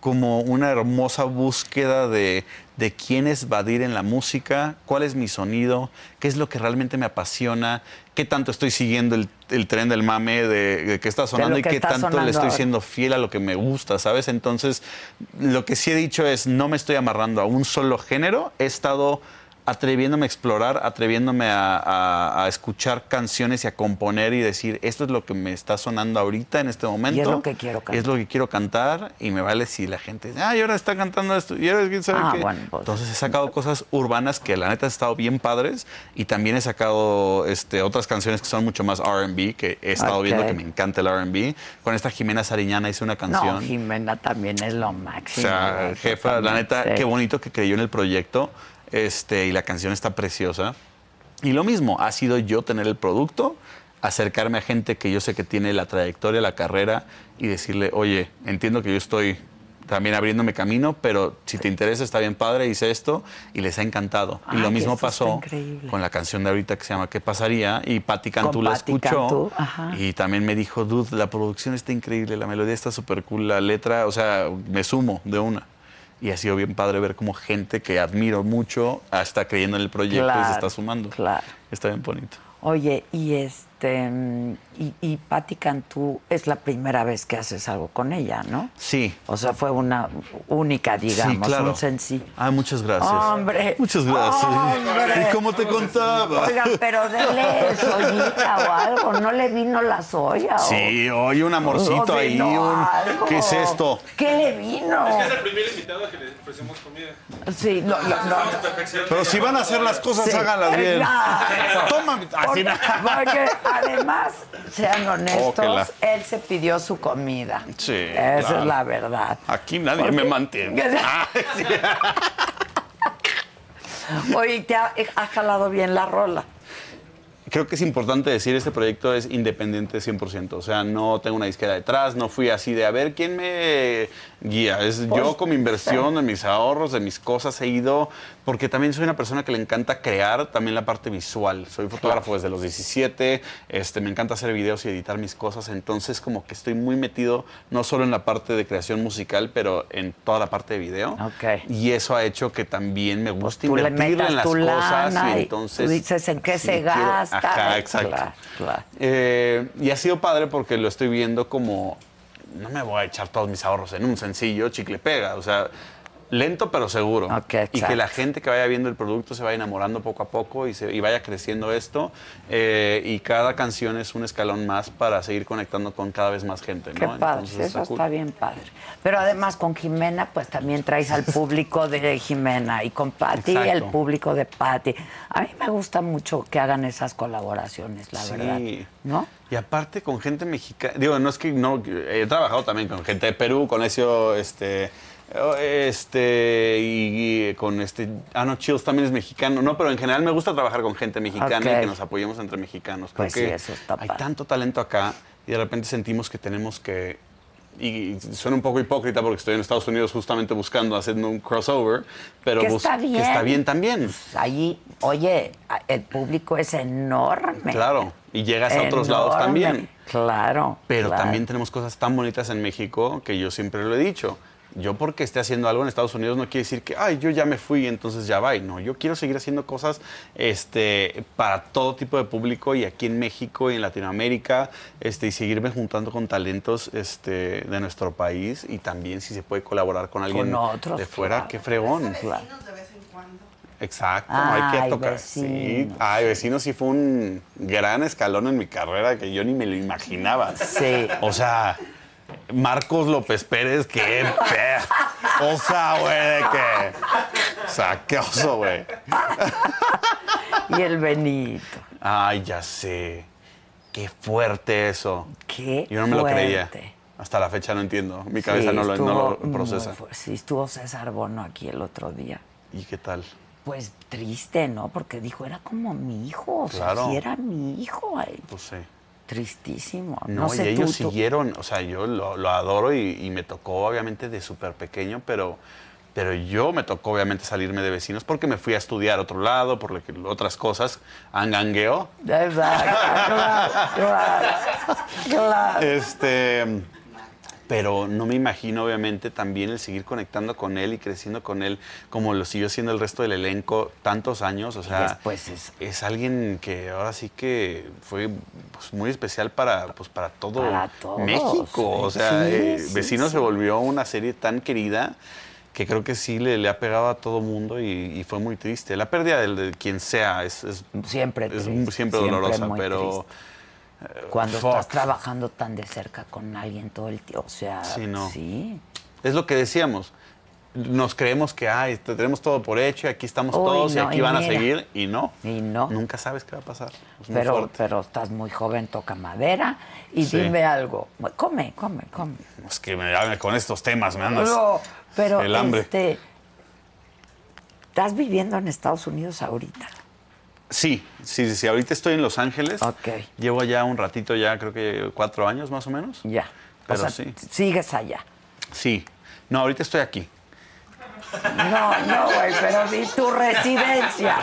como una hermosa búsqueda de, de quién es Badir en la música, cuál es mi sonido, qué es lo que realmente me apasiona, qué tanto estoy siguiendo el, el tren del mame de, de que está sonando y
que
qué
está
tanto
sonando
le estoy
ahora.
siendo siendo fiel a lo que me gusta, ¿sabes? Entonces, lo que sí he dicho es, no me estoy amarrando a un solo género, he estado atreviéndome a explorar, atreviéndome a, a- a escuchar canciones y a componer y decir, esto es lo que me está sonando ahorita en este momento.
lo que quiero cantar.
Es lo que quiero cantar y me vale si la gente dice, ah, y ahora está cantando esto, y ahora quién sabe
Ah,
qué".
bueno, pues.
Entonces he sacado cosas urbanas que la neta han estado bien padres y también he sacado este, otras canciones que son mucho más R&B, que he estado viendo
Ok.
que me encanta el R&B. Con esta Jimena Sariñana hice una
No,
canción.
Jimena también es lo
o
máximo.
sea,
eso
jefa, la
también,
neta,
sí.
qué bonito que creyó en el proyecto. Este, y la canción está preciosa. Y lo mismo, ha sido yo tener el producto, acercarme a gente que yo sé que tiene la trayectoria, la carrera, y decirle, oye, entiendo que yo estoy también abriéndome camino, pero si te interesa está bien padre, hice esto y les ha encantado.
Ay,
y lo mismo
eso está
pasó
increíble.
con la canción de ahorita que se llama ¿Qué pasaría? Y Patti Cantú la
Patti Cantú,
escuchó
ajá.
y también me dijo, dude, la producción está increíble, la melodía está súper cool, la letra, o sea, me sumo de una. Y ha sido bien padre ver como gente que admiro mucho está creyendo en el proyecto y
Claro,
se está sumando.
claro.
Está bien bonito.
Oye, y este. Este, mm, y, y Patti Cantú es la primera vez que haces algo con ella, ¿no?
Sí.
O sea, fue una única, digamos,
sí, claro.
un sencillo.
Ah, muchas gracias.
Hombre.
Muchas gracias.
Hombre.
Y como te contaba.
Oiga, pero denle soyita o algo, no le vino la soya. o-
Sí, oye, un
o
amorcito
vino
ahí. un-
algo.
¿Qué es esto?
¿Qué le vino?
Es el primer invitado que le ofrecemos comida.
Sí, no, no, no.
Perfección.
Pero si van a hacer las cosas,
Sí.
háganlas bien.
Exacto.
Toma, así Oh,
Porque,
na-
porque además, sean honestos,
Óquela.
él se pidió su comida.
Sí,
Esa
claro.
es la verdad.
Aquí nadie me mantiene. Ah, sí.
Oye, ¿te ha, eh, ha jalado bien la rola?
Creo que es importante decir, este proyecto es independiente 100%. O sea, no tengo una disquera detrás, no fui así de a ver quién me guía. Es yo con mi inversión, de mis ahorros, de mis cosas, he ido, porque también soy una persona que le encanta crear también la parte visual. Soy fotógrafo desde los 17, este, me encanta hacer videos y editar mis cosas, entonces como que estoy muy metido no solo en la parte de creación musical, pero en toda la parte de video.
Ok.
Y eso ha hecho que también me guste
Tú le
invertirle
metas
en las
tu
cosas
lana
y
y
entonces
tú dices en qué
sí
se
quiero-
gasta.
Ajá, exacto.
Claro, claro.
Eh, y ha sido padre porque lo estoy viendo como no me voy a echar todos mis ahorros en un sencillo chicle pega, o sea, lento pero seguro.
Ok,
y
exacto.
que la gente que vaya viendo el producto se vaya enamorando poco a poco y, se- y vaya creciendo esto. eh, y cada canción es un escalón más para seguir conectando con cada vez más gente.
Qué
¿no?
padre,
Entonces,
eso
cool.
está bien padre. Pero además con Jimena, pues también traes al público de Jimena y con Patti
Exacto.
el público de Patti. A mí me gusta mucho que hagan esas colaboraciones, la verdad. ¿No?
Y aparte con gente mexicana, digo, no es que no, he trabajado también con gente de Perú, con eso, este, oh, este, y, y con este, ah, no, Chills también es mexicano, no, pero en general me gusta trabajar con gente mexicana
Ok.
y que nos apoyemos entre mexicanos.
Pues sí, eso está
hay
padre.
tanto talento acá y de repente sentimos que tenemos que, y suena un poco hipócrita porque estoy en Estados Unidos justamente buscando, haciendo un crossover, pero
Que
bus-
está
que está
bien.
bien también.
Allí, oye, a- el público es enorme.
Claro, y llegas a otros lados
Enorme.
también.
Claro.
Pero
claro.
también tenemos cosas tan bonitas en México que yo siempre lo he dicho. Yo porque esté haciendo algo en Estados Unidos no quiere decir que, ay, yo ya me fui, entonces ya va. No, yo quiero seguir haciendo cosas este, para todo tipo de público y aquí en México y en Latinoamérica este, y seguirme juntando con talentos este, de nuestro país y también si se puede colaborar con alguien
otros,
de fuera,
claro.
qué fregón.
Claro.
Exacto, hay
Ay,
que tocar. Sí,
vecinos.
ay, vecinos sí fue un gran escalón en mi carrera que yo ni me lo imaginaba.
Sí.
O sea, Marcos López Pérez, qué pe... O sea, güey, de que. O sea, qué oso, güey.
Y el Benito.
Ay, ya sé. Qué fuerte eso.
Qué
Yo no me lo creía.
fuerte.
Hasta la fecha no entiendo. Mi cabeza
Sí,
no, lo, no lo
estuvo muy
procesa.
fu- Sí, estuvo César Bono aquí el otro día.
¿Y qué tal?
Pues triste, ¿no? Porque dijo, era como mi hijo. O sea,
Claro.
sí era mi hijo. Ay,
Pues sí.
tristísimo. No,
No,
sé
y
tú,
ellos
tú-
siguieron, o sea, yo lo, lo adoro y, y me tocó obviamente de súper pequeño, pero, pero yo me tocó obviamente salirme de vecinos porque me fui a estudiar a otro lado, por lo que- otras cosas, angangueo.
Exacto, claro, claro, claro.
Este, pero no me imagino obviamente también el seguir conectando con él y creciendo con él como lo siguió siendo el resto del elenco tantos años, o sea,
después es-
alguien que ahora sí que fue pues, muy especial para pues para todo
Para todos.
México, o sea,
Sí,
eh,
sí,
Vecinos se
sí.
volvió una serie tan querida que creo que sí le, le ha pegado a todo mundo y, y fue muy triste. La pérdida del- de, quien sea es, es-
Siempre
es
triste,
siempre,
siempre
dolorosa,
muy
pero...
triste. Cuando
fuck.
estás trabajando tan de cerca con alguien todo el tiempo, o sea,
Sí, no.
sí.
Es lo que decíamos. Nos creemos que ay, te- tenemos todo por hecho y aquí estamos
Uy,
todos
no,
y aquí
y
van a
mira.
seguir y no.
Y no.
Nunca sabes qué va a pasar. Es muy
Pero,
fuerte.
pero estás muy joven, toca madera. Y
Sí.
dime algo. Come, come, come.
Es que me, ya con estos temas me andas.
No, pero
el hambre.
este, estás viviendo en Estados Unidos ahorita.
Sí, sí, sí, sí. Ahorita estoy en Los Ángeles.
Ok.
Llevo ya un ratito, ya creo que cuatro años más o menos.
Ya.
Pero
o sea,
sí.
sigues allá.
Sí. No, ahorita estoy aquí.
No, no, güey, pero di tu residencia.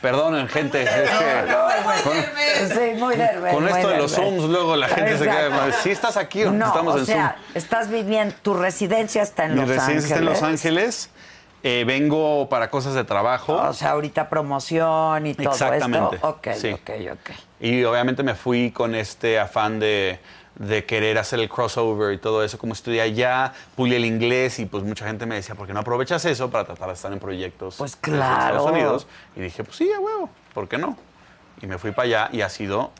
Perdonen, gente. es que
Sí, muy nervioso.
con esto de los Zooms luego la gente se queda.
Exacto.
como, ¿Sí estás aquí o
No,
estamos
o
en
sea,
Zoom?
estás viviendo, tu residencia está en
Mi
Los
residencia
Ángeles. Ah,
está en Los Ángeles. eh, vengo para cosas de trabajo.
O sea, ahorita promoción y todo
Exactamente,
esto. Ok,
sí.
ok, ok.
Y obviamente me fui con este afán de, de querer hacer el crossover y todo eso. Como estudié allá, pulí el inglés y pues mucha gente me decía, ¿por qué no aprovechas eso para tratar de estar en proyectos
Pues
en los Estados
claro.
Unidos? Y dije, pues sí, a huevo, ¿por qué no? Y me fui para allá y ha sido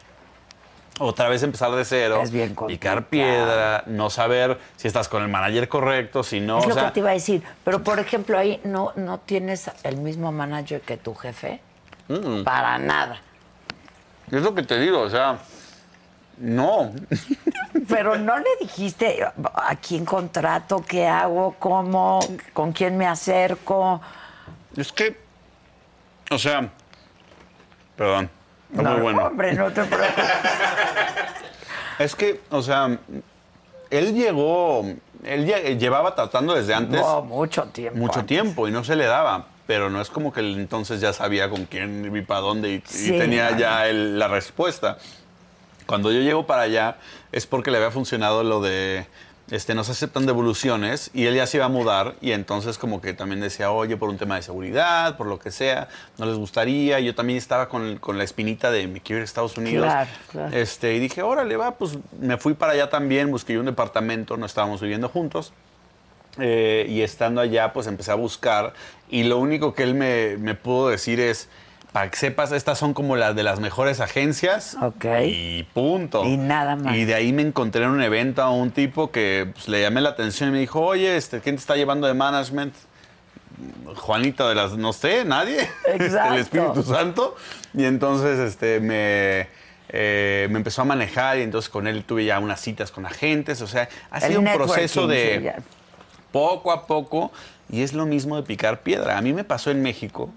otra vez empezar de cero,
Es bien complicado.
picar piedra, no saber si estás con el manager correcto, si no.
es
o
lo
sea,
que te iba a decir. Pero, por ejemplo, ahí no, no tienes el mismo manager que tu jefe.
Mm.
Para nada.
es lo que te digo, o sea, no.
Pero no le dijiste a quién contrato, qué hago, cómo, con quién me acerco.
Es que, o sea, perdón, está
no,
muy bueno.
hombre, no te preocupes.
Es que, o sea, él llegó, él lle- llevaba tratando desde antes
No, mucho tiempo.
mucho tiempo y no se le daba, pero no es como que él entonces ya sabía con quién y para dónde y, y
Sí,
tenía
no,
ya el- la respuesta. Cuando yo llego para allá es porque le había funcionado lo de este no se aceptan devoluciones y él ya se iba a mudar y entonces como que también decía, oye, por un tema de seguridad, por lo que sea, no les gustaría. Yo también estaba con, con la espinita de me quiero ir a Estados Unidos.
Claro, claro.
Este, y dije, órale, va, pues me fui para allá también, busqué un departamento, no estábamos viviendo juntos. Eh, y estando allá, pues empecé a buscar. Y lo único que él me, me pudo decir es, para que sepas, estas son como las de las mejores agencias.
Ok.
Y punto.
Y nada más.
Y de ahí me encontré en un evento a un tipo que pues, le llamé la atención y me dijo, oye, este, ¿quién te está llevando de management? Juanita de las, no sé, nadie. Este,
Exacto.
El Espíritu Santo. Y entonces este, me, eh, me empezó a manejar y entonces con él tuve ya unas citas con agentes. O sea, ha
El
sido un
networking,
proceso de
sí, ya.
poco a poco y es lo mismo de picar piedra. A mí me pasó en México,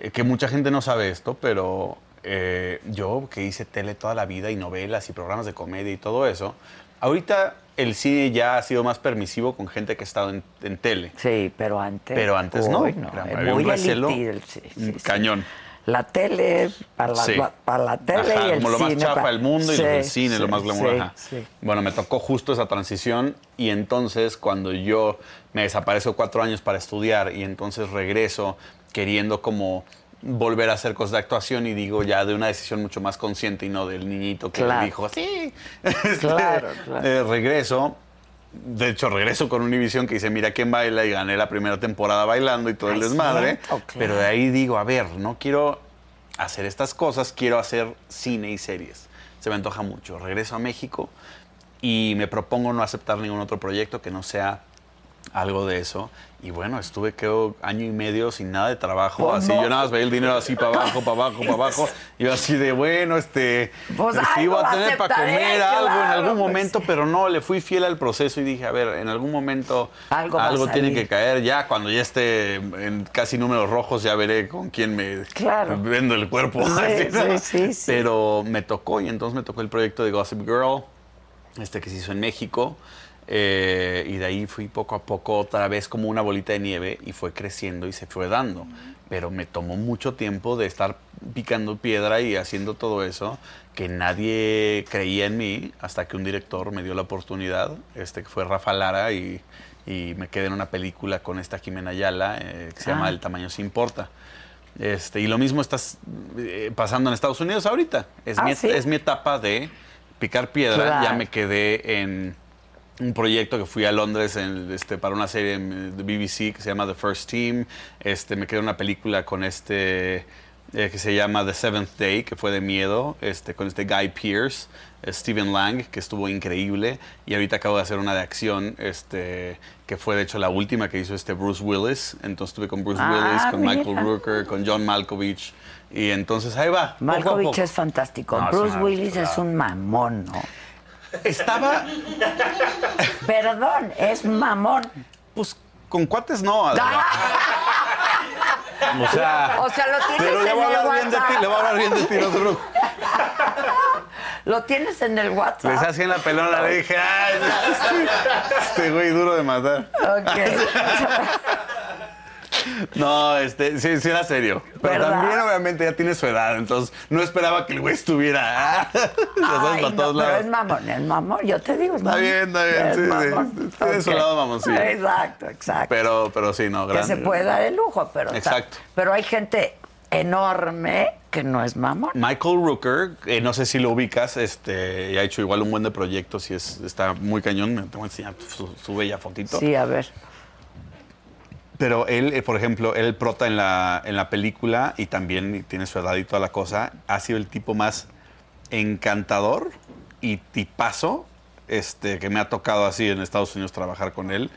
eh, que mucha gente no sabe esto, pero eh, yo que hice tele toda la vida y novelas y programas de comedia y todo eso, ahorita el cine ya ha sido más permisivo con gente que ha estado en, en tele.
Sí, pero antes.
Pero antes no.
Uy,
Era-
eh,
había
muy
un recelo
elitista, sí, sí, sí.
cañón.
La tele, para la,
Sí.
la- para la tele
Ajá,
y el
como lo más
cine,
chafa
pa-
del mundo y
Sí,
lo del cine, lo
sí,
más glamour.
sí,
ajá.
sí.
Bueno, me tocó justo esa transición y entonces cuando yo me desaparezco cuatro años para estudiar y entonces regreso queriendo como volver a hacer cosas de actuación y digo ya de una decisión mucho más consciente y no del niñito que
Claro.
dijo, sí, Este,
Claro, claro.
eh, regreso. De hecho, regreso con Univision que dice, mira quién baila y gané la primera temporada bailando y todo el
Ay,
desmadre.
cierto,
Pero
claro.
de ahí digo, a ver, no quiero hacer estas cosas, quiero hacer cine y series. Se me antoja mucho. Regreso a México y me propongo no aceptar ningún otro proyecto que no sea algo de eso. Y bueno, estuve creo año y medio sin nada de trabajo.
¿Cómo?
Así yo nada más veía el dinero así para abajo, para abajo, para abajo. Y yo así de bueno, este.
Pues
sí,
algo
voy a tener para
aceptaré,
comer algo en
claro, pues
algún momento, pero no, le fui fiel al proceso y dije, a ver, en algún momento
Algo
algo,
va a
tiene
salir.
que caer. Ya cuando ya esté en casi números rojos, ya veré con quién me
Claro.
vendo el cuerpo.
Sí,
Así,
sí,
¿no?
sí, sí.
Pero me tocó y entonces me tocó el proyecto de Gossip Girl, este que se hizo en México. eh, y de ahí fui poco a poco otra vez como una bolita de nieve y fue creciendo y se fue dando. Pero me tomó mucho tiempo de estar picando piedra y haciendo todo eso, que nadie creía en mí hasta que un director me dio la oportunidad, este que fue Rafa Lara, y, y me quedé en una película con esta Jimena Ayala eh, que se
Ah.
llama El tamaño se importa. Este, y lo mismo estás eh, pasando en Estados Unidos ahorita. Es,
Ah,
mi,
¿sí?
es mi etapa de picar piedra.
Claro.
Ya me quedé en un proyecto que fui a Londres en, este, para una serie en- de BBC que se llama The First Team. Este, me quedé en una película con este eh, que se llama The Seventh Day, que fue de miedo, este, con este Guy Pearce, eh, Steven Lang, que estuvo increíble. Y ahorita acabo de hacer una de acción, este, que fue de hecho la última que hizo este Bruce Willis. Entonces estuve con Bruce
Ah,
Willis, con Michael
mira.
Rooker, con John Malkovich. Y entonces ahí va. poco a
Malkovich
poco.
es fantástico.
No, es
Bruce
una
Willis es
chulada.
un mamón, ¿no?
Estaba,
Perdón, es mamón.
pues, con cuates no.
Ah,
Adela. O sea,
O sea, lo tienes
pero le
en
voy a
el
hablar bien de ti,
WhatsApp.
le voy a hablar bien de ti, no te preocupes.
Lo tienes en el WhatsApp.
Les hacían la pelona, le dije, ay, este güey duro de matar.
Ok.
No, este, sí, sí era serio. Pero
¿Verdad?
también, obviamente, ya tiene su edad, entonces no esperaba que el güey estuviera. ah, ya sabes,
Ay,
para
no,
todos
pero
lados.
es mamón, es mamón, yo te digo. es
Está
mamón.
bien, está bien,
Es
sí, sí.
mamón.
Tiene su
Ok.
lado mamoncillo.
Exacto, exacto.
Pero, pero sí, no,
que
grande.
se puede dar el lujo, pero... ta-
Exacto.
Pero hay gente enorme que no es mamón.
Michael Rooker, eh, no sé si lo ubicas, este, ha hecho igual un buen de proyectos y es, está muy cañón. Me tengo que enseñar su, su bella fotito.
Sí, a ver.
Pero él, eh, por ejemplo, él prota en la, en la película y también tiene su edad y toda la cosa. Ha sido el tipo más encantador y tipazo este, que me ha tocado así en Estados Unidos trabajar con él.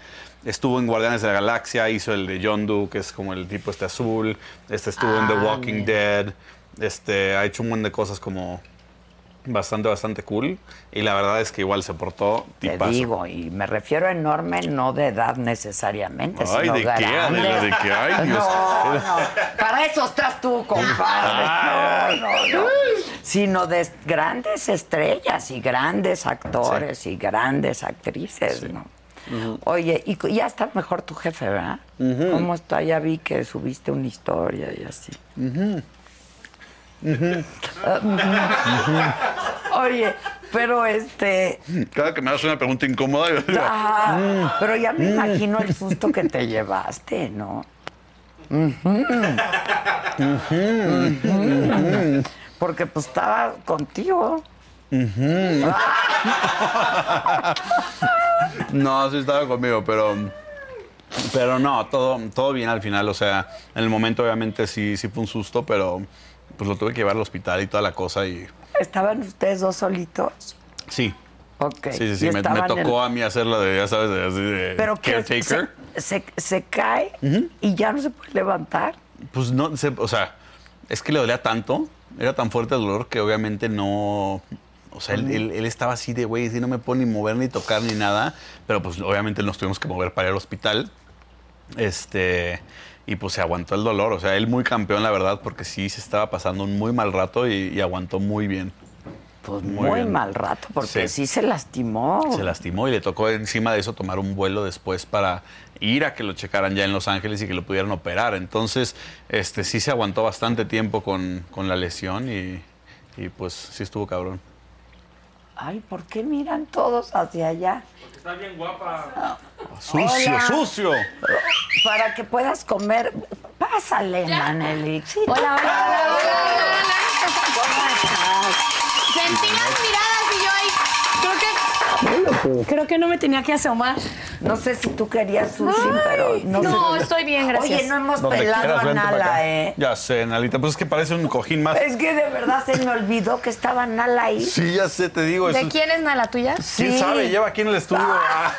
Estuvo en Guardianes de la Galaxia, hizo el de Yondu, que es como el tipo este azul. Este estuvo en The
Ah,
Walking
mira.
Dead. Este, ha hecho un montón de cosas como bastante, bastante cool. Y la verdad es que igual se portó
Te
tipazo.
digo, y me refiero a enorme no de edad necesariamente,
Ay,
sino
¿de qué?
grande.
Adela, ¿de qué? Ay, Dios.
No, no, para eso estás tú, compadre. No, no, no. Sino de grandes estrellas y grandes actores y grandes actrices, ¿no? Oye, y cu- ya está mejor tu jefe, ¿verdad? ¿Cómo está? Ya vi que subiste una historia y así. Oye, pero este,
Cada que me haces una pregunta incómoda, yo digo,
Ah, pero ya me imagino el susto que te llevaste, ¿no? Ujú. Ujú. Porque pues estaba contigo.
No, sí estaba conmigo, pero. Pero no, todo, todo bien al final. O sea, en el momento obviamente sí, sí fue un susto, pero pues lo tuve que llevar al hospital y toda la cosa y.
¿Estaban ustedes dos solitos?
Sí.
Ok.
Sí, sí, sí.
Y
Me, me
estaban
tocó
en-
a mí hacer la de, ya sabes, de, así de
Pero que se,
caretaker.
se, se cae y ya no se puede levantar.
Pues no, se- o sea, es que le dolía tanto, era tan fuerte el dolor que obviamente no. O sea, él, él- él estaba así de, güey, si no me puedo ni mover, ni tocar, ni nada. Pero pues obviamente nos tuvimos que mover para ir al hospital. Este. Y pues se aguantó el dolor. O sea, él muy campeón, la verdad, porque sí se estaba pasando un muy mal rato y, y aguantó muy bien.
Pues muy,
Muy bien.
mal rato, porque sí,
Sí.
se lastimó.
Se lastimó y le tocó encima de eso tomar un vuelo después para ir a que lo checaran ya en Los Ángeles y que lo pudieran operar. Entonces, este sí se aguantó bastante tiempo con, con la lesión y, y, pues sí estuvo cabrón.
Ay, ¿por qué miran todos hacia allá?
Porque está bien guapa.
¡Sucio, sucio!
Pues, Para que puedas comer. Pásale, Manelik. Sí,
Hola, hola, hola, hola.
¿Cómo estás?
Sentí las miradas y yo ahí creo que creo que no me tenía que asomar.
No sé si tú querías sushi, pero no,
no,
sé.
estoy bien, gracias.
Oye, no hemos
Donde
pelado
quieras,
a
vente para
Nala,
acá.
¿eh?
Ya sé, Nalita. Pues es que parece un cojín más.
Es que de verdad se me olvidó que estaba Nala ahí.
Sí, ya sé, te digo.
¿De
eso-
quién es Nala tuya?
¿Quién
Sí.
sabe? Lleva aquí en el estudio.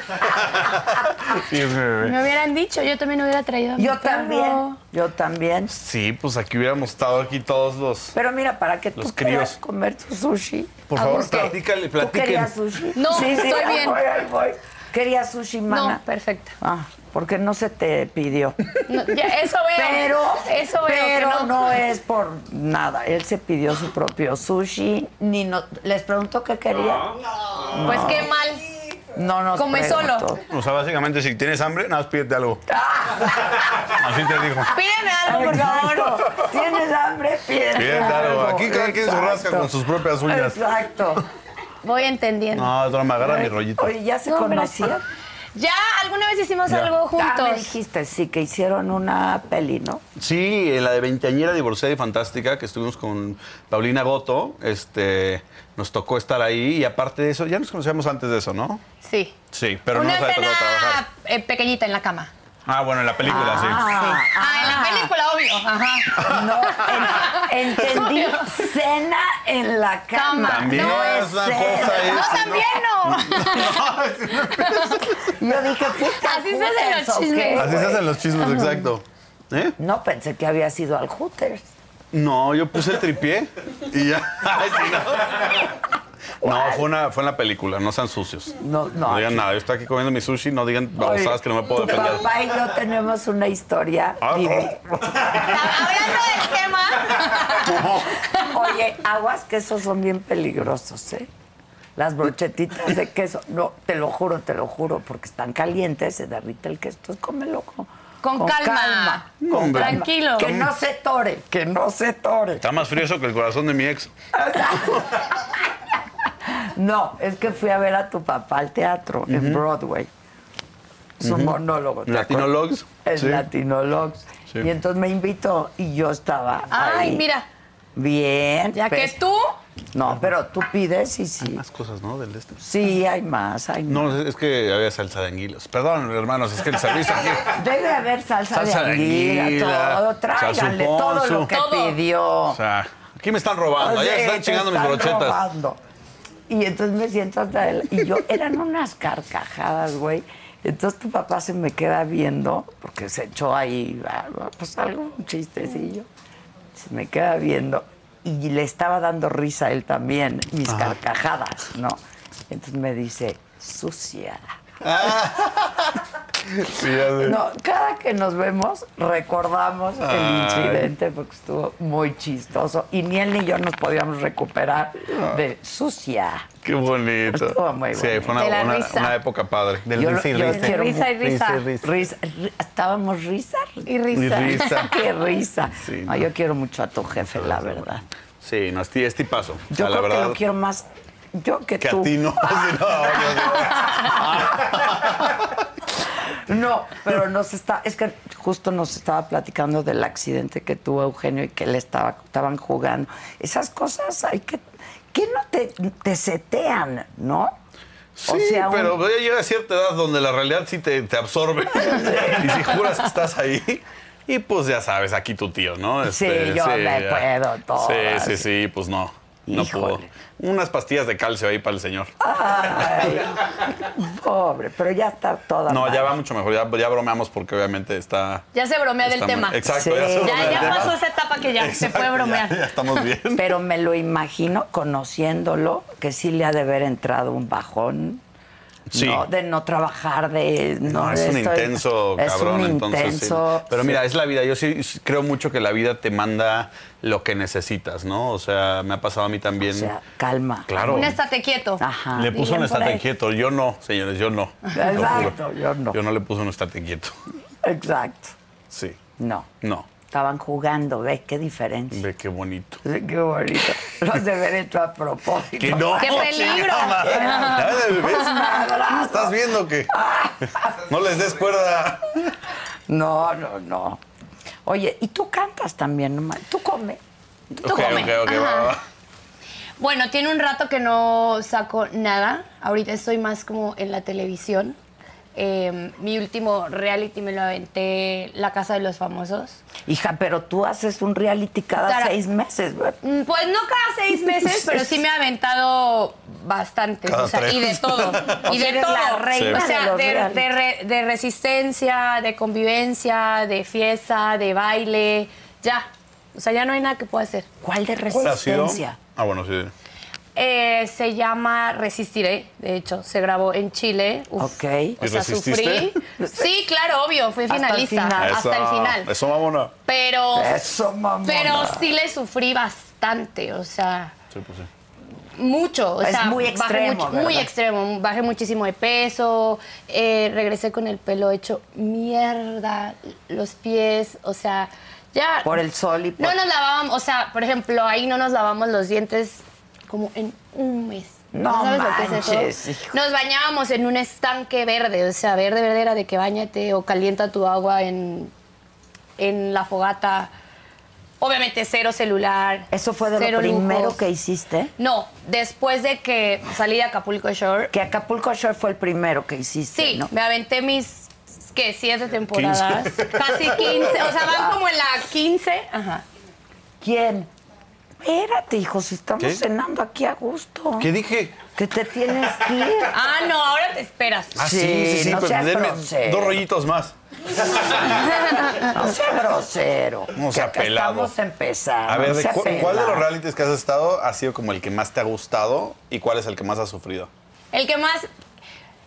Ah. Sí, sí, sí.
Me hubieran dicho, yo también hubiera traído a mi
Yo
perro.
también, yo también.
Sí, pues aquí hubiéramos estado aquí todos los...
Pero mira, para que
Los
tú puedas
críos.
comer tu sushi.
Por favor,
Aunque,
platícale,
¿Tú querías
platiquen.
sushi?
No, estoy
ahí
bien.
Voy, ahí voy. ¿Querías sushi, mana?
No, perfecto.
Ah, porque no se te pidió.
No, ya, eso veo.
Pero,
eso veo que
pero
no.
no es por nada. Él se pidió su propio sushi. Ni no, les preguntó qué quería.
Pues qué mal.
No, no.
Come solo.
O sea, básicamente, si tienes hambre, nada más pídete algo. Así te dijo.
Pídeme algo, por favor.
Exacto. Tienes hambre, pide.
Pide algo. Aquí cada quien se rasca con sus propias uñas.
Exacto.
Voy entendiendo.
No, no me agarra mi rollito.
Oye, ya se
No, hombre.
conocían.
Ya, alguna vez hicimos
Ya.
algo
Ah, me
juntos.
dijiste, sí, que hicieron una peli, ¿no?
Sí, en la de veinteañera divorciada y fantástica que estuvimos con Paulina Goto, este, nos tocó estar ahí y aparte de eso, ya nos conocíamos antes de eso, ¿no?
Sí.
Sí, pero
Una
no nos había
escena
tocado trabajar.
eh, pequeñita en la cama.
Ah, bueno, en la película,
Ah,
Ah, en la película, obvio. Ajá.
No, en- entendí cena en la cama.
Cama.
También
no
es una cosa
cena.
ahí.
No,
sí,
también no.
Yo dije, ¿fuiste al
Así se hacen
Hooters
los
o qué,
chismes.
Así se
güey?
hacen los chismes, exacto. ¿Eh?
No pensé que había sido al Hooters.
No, yo puse el tripié y ya. Ay, sí, no. No, fue, una, fue en la película, no sean sucios.
No, no,
digan
aquí-
nada, yo estoy aquí comiendo mi sushi, no digan babosadas que no me puedo
tu
defender.
papá y yo tenemos una historia.
Ah,
vivi-
Hablando del tema.
Oye, aguas que esos son bien peligrosos, ¿eh? Las brochetitas de queso. No, te lo juro, te lo juro, porque están calientes, se derrite el queso. Entonces, cómelo co-
Con,
Con
calma.
calma.
Con calma.
Tranquilo.
Que no se tore, que no se tore.
Está más frío eso que el corazón de mi ex.
No, es que fui a ver a tu papá al teatro en Broadway. Es un monólogo. ¿te
Latinologues,
acuerdas?
sí.
En Latinologs.
Sí.
Y entonces me invitó y yo estaba.
Ay,
ahí.
mira.
Bien.
Ya que
pues.
tú.
No, pero tú pides y sí.
Más cosas, ¿no? Del este.
Sí, hay más, hay más.
No, es que había salsa de anguilas. Perdón, hermanos, es que el servicio aquí.
Debe haber salsa,
Salsa
de
de
anguila,
anguila,
todo. Tráiganle todo lo
salsuponzu.
que
Todo.
pidió.
O sea, aquí me están robando,
Oye,
allá
te
están chingando mis
están
brochetas.
robando. Y entonces me siento hasta él. Y yo, eran unas carcajadas, güey. Entonces tu papá se me queda viendo, porque se echó ahí, ah, pues algo, un chistecillo. Se me queda viendo. Y le estaba dando risa a él también, mis carcajadas, ¿no? Entonces me dice, sucia.
Sí, ya sé.
No, cada que nos vemos recordamos el
Ay.
incidente porque estuvo muy chistoso y ni él ni yo nos podíamos recuperar de sucia.
Qué bonito.
Estuvo muy
sí,
bonito.
fue una,
De la
una-
risa.
una época padre. Del
Yo lo-
risa y
yo
risa.
quiero
Risa y
mu-
risa.
Risa, ri- estábamos risa y risa.
Y risa.
Qué risa.
Sí,
No,
no.
yo quiero mucho a tu jefe, la verdad.
Sí, no, es, ti- es tipazo. O
Yo
sea, la
creo
verdad,
que lo quiero más yo que,
que
tú.
a ti no. Sí, no, yo sí.
No, pero nos está, es que justo nos estaba platicando del accidente que tuvo Eugenio y que le estaba, estaban jugando. Esas cosas hay que, que no te, te setean, ¿no?
Sí,
un-
pero ya llega a cierta edad donde la realidad sí te, te absorbe. y si juras que estás ahí. Y pues ya sabes, aquí tu tío, ¿no? Este,
Sí, yo me puedo todo,
Sí, sí, sí, pues no. No pudo.
Híjole. Ah,
Unas pastillas de calcio ahí para el señor.
Ay, pobre, pero ya está toda
no,
mal.
ya va mucho mejor. Ya, ya bromeamos porque obviamente está.
Ya se bromea del
está
tema.
muy- exacto,
Sí.
ya se
Ya-
bromea
Ya,
del
ya
tema.
pasó esa etapa que ya se
Exacto,
puede
ya-
bromear.
Ya, estamos bien.
Pero me lo imagino, conociéndolo, que sí le ha de haber entrado un bajón.
Sí.
¿no? De no trabajar, de...
No, Ah, es
de
un
esto-
intenso,
es
cabrón,
un
entonces. sí.
intenso,
Pero
sí.
mira, es la vida. Yo sí creo mucho que la vida te manda lo que necesitas, ¿no? O sea, me ha pasado a mí
O
también.
sea, Ah, calma.
Claro.
Un estate quieto.
Ajá.
Le puso
Dirían
un
por
estate
ahí.
quieto. Yo no, señores, yo no.
Exacto, yo no.
Yo no le puse un estate quieto.
Exacto.
Sí.
No.
No.
Estaban jugando, ¿ves qué diferencia?
Ve qué bonito.
Sí, Qué bonito. Los de haber hecho a propósito.
¡Que no!
¡Qué peligro!
chingada madre! Ya, ¿Ves? ¿Estás viendo que no les des cuerda?
No, no, no. Oye, y tú cantas también, nomás. Tú comes.
Ok, ok,
come.
ok, va, va, va.
Bueno, tiene un rato que no saco nada. Ahorita estoy más como en la televisión. Eh, mi último reality me lo aventé La Casa de los Famosos.
Hija, pero tú haces un reality cada
Claro.
seis meses, ¿verdad?
Mm, Pues no cada seis meses, pero sí me ha aventado bastante.
Cada
o sea, y de
tres.
todo.
O
y
sea,
de
eres
todo.
la reina
o sea,
de los
de,
reality.
de re- de resistencia, de convivencia, de fiesta, de baile. Ya. O sea, ya no hay nada que pueda hacer.
¿Cuál de
¿Cuál ha sido?
resistencia?
Ah, bueno, sí.
Eh, se llama Resistiré, de hecho, se grabó en Chile. Uf,
Ok.
O
¿Y
sea,
resististe?
sufrí. Sí, claro, obvio, fui
Hasta el
finalista
final.
hasta el
Eso,
final.
Eso, vámonos.
Pero,
Eso, mamona.
pero sí le sufrí bastante, o sea,
Sí, pues sí.
mucho. O
Es
sea,
muy
bajé
extremo,
mucho-
¿verdad?
muy extremo, bajé muchísimo de peso, eh, regresé con el pelo hecho mierda, los pies, o sea, ya.
Por el sol y por-
No nos lavábamos, o sea, por ejemplo, ahí no nos lavamos los dientes como en un mes.
No
sabes lo que es eso?
manches, hijo.
Nos bañábamos en un estanque verde, o sea, verde, verde era de que bañate o calienta tu agua en, en la fogata. Obviamente cero celular.
Eso fue de
cero
lo primero
lujos.
que hiciste.
No, después de que salí de Acapulco Shore,
Que Acapulco Shore fue el primero que hiciste,
sí,
¿no?
me aventé mis, ¿qué? Siete temporadas. Casi 15, o sea, van como en la 15. Ajá.
¿Quién? Espérate, hijo, si estamos
¿Qué?
cenando aquí a gusto.
¿Qué dije?
Que te tienes que ir.
Ah, no, ahora te esperas.
Ah, sí,
Sí,
sí, sí,
no
pero
seas
denme
grosero.
dos rollitos más.
No sea grosero.
No sea
que acá
pelado.
Estamos empezando.
A ver,
Ah, no
de
sea
cu- ¿cuál de
pelado.
los realities que has estado ha sido como el que más te ha gustado y cuál es el que más has sufrido?
El que más.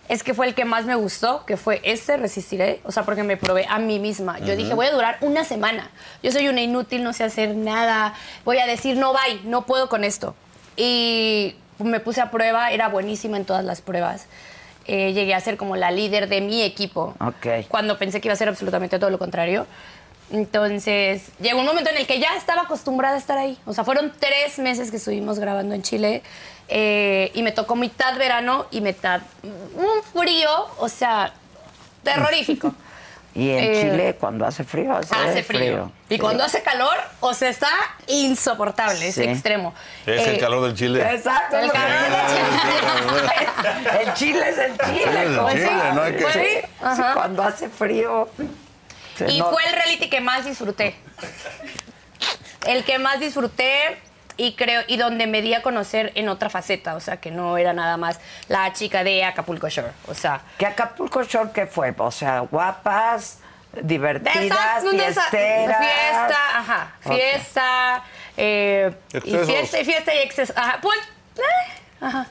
Es que fue el que más me gustó, que fue este Resistiré. O sea, porque me probé a mí misma. Yo dije, voy a durar una semana. Yo soy una inútil, no sé hacer nada. Voy a decir, no, bye, no puedo con esto. Y me puse a prueba, era buenísima en todas las pruebas. eh, llegué a ser como la líder de mi equipo.
Ok.
Cuando pensé que iba a ser absolutamente todo lo contrario. Entonces, llegó un momento en el que ya estaba acostumbrada a estar ahí. O sea, fueron tres meses que estuvimos grabando en Chile eh, y me tocó mitad verano y mitad un frío, o sea, terrorífico.
Y en
Eh, Ah,
Chile, cuando hace frío, hace,
Hace frío. Y
Sí.
cuando hace calor, o sea, está insoportable, es
Sí.
extremo.
Es el
Eh,
calor del Chile.
Exacto.
El
lo que
calor
digo. El Chile es el Chile.
es el
compadre.
Chile, no hay que-
Sí,
Pues sí,
sí,
ajá.
cuando hace frío. se
Y
nota.
fue el reality que más disfruté. El que más disfruté y creo y donde me di a conocer en otra faceta, o sea, que no era nada más la chica de Acapulco Shore, o sea,
¿Qué Acapulco Shore qué fue? O sea, guapas, divertidas,
de esas-
fiesteras.
fiesta, ajá,
Ok.
fiesta, eh, y
Excesos.
fiesta, y fiesta y exceso, ajá, pues, eh, ajá.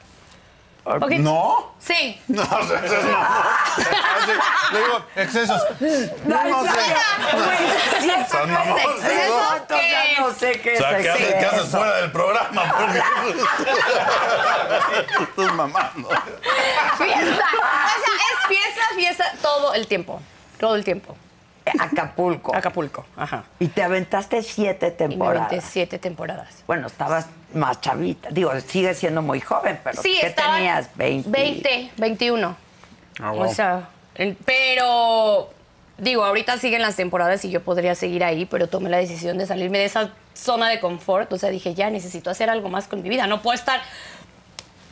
Ok.
¿No?
Sí.
No, excesos no. Así, le digo, excesos. No, sé.
Ah,
Güey, si eso
Son
no es
mamones,
exceso,
¿no?
entonces Pues ya no sé qué
O
es
sea, ¿qué haces, qué haces
exceso.
fuera del programa? Porque estás mamando.
Fiesta. O sea, es fiesta, fiesta todo el tiempo. Todo el tiempo.
Acapulco.
Acapulco. Ajá.
Y te aventaste siete
Y me aventé
temporadas.
siete temporadas.
Bueno, estabas más chavita. Digo, sigues siendo muy joven, pero
Sí,
¿qué
estaba
tenías? 20.
20, 21.
Ah, wow.
O sea, el- pero digo, ahorita siguen las temporadas y yo podría seguir ahí, pero tomé la decisión de salirme de esa zona de confort. O sea, dije, ya necesito hacer algo más con mi vida. No puedo estar